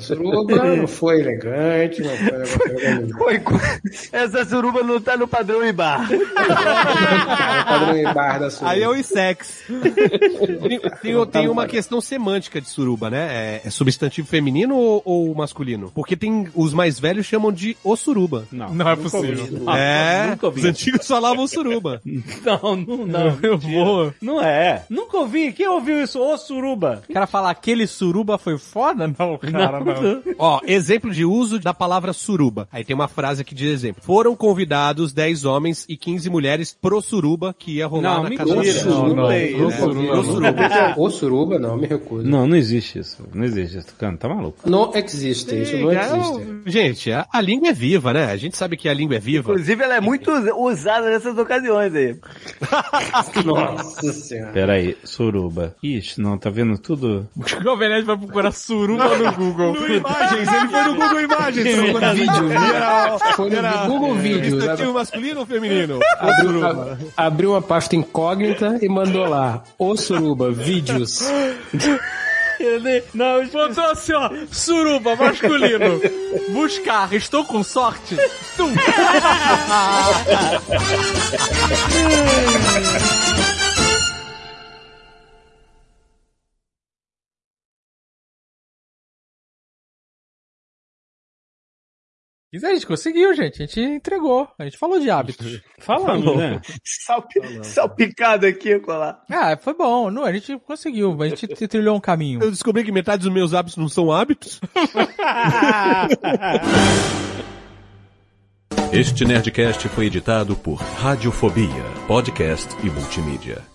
S2: suruba não foi elegante. Não foi, não foi elegante.
S12: Foi, essa suruba não tá no padrão Ibar.
S2: o padrão Ibar um da suruba.
S3: Aí é o Isex. tem, tem, tem uma questão semântica de suruba, né? É, é substantivo feminino ou, ou, masculino? Porque tem os mais velhos chamam de o suruba.
S4: Não, não é possível.
S3: Não, é, os antigos falavam suruba.
S1: Não, não, não. Eu vou. Não é. Nunca ouvi. Quem ouviu isso? O suruba.
S4: O cara fala, aquele suruba foi foda? Não, cara, não. não.
S3: Ó, exemplo de uso da palavra suruba. Aí tem uma frase aqui de exemplo. Foram convidados 10 homens e 15 mulheres pro suruba que ia rolar
S1: não,
S3: na
S1: mentira. casa. Não, não, não. O
S2: suruba. O né? suruba. O suruba, não, me recuso.
S1: Não, não existe isso. Não existe isso. Cara, tá maluco.
S2: Não existe isso, não
S3: é
S2: existe.
S3: Gente, a, a, língua é viva, né? A gente sabe que a língua é viva.
S12: Inclusive, ela é muito usada nessas ocasiões aí.
S1: Nossa senhora. Peraí, suruba. Ixi, não, tá vendo tudo?
S4: O Jovem Nerd vai procurar suruba no Google.
S3: no né? imagens, ele foi no Google Imagens.
S2: Era vídeo, era, foi no era, Google Vídeo.
S3: Era... masculino ou feminino?
S2: Abriu, a, abriu uma pasta incógnita e mandou lá, o suruba, vídeos.
S4: Ele não, botou assim, ó, suruba masculino. Buscar, estou com sorte. Tum. Isso a gente conseguiu, gente. A gente entregou. A gente falou de hábitos.
S1: Falamos, né?
S12: Salpi... Salpicado aqui, colar.
S4: Ah, foi bom. Não, a gente conseguiu. A gente trilhou um caminho.
S3: Eu descobri que metade dos meus hábitos não são hábitos.
S7: este Nerdcast foi editado por Radiofobia, podcast e multimídia.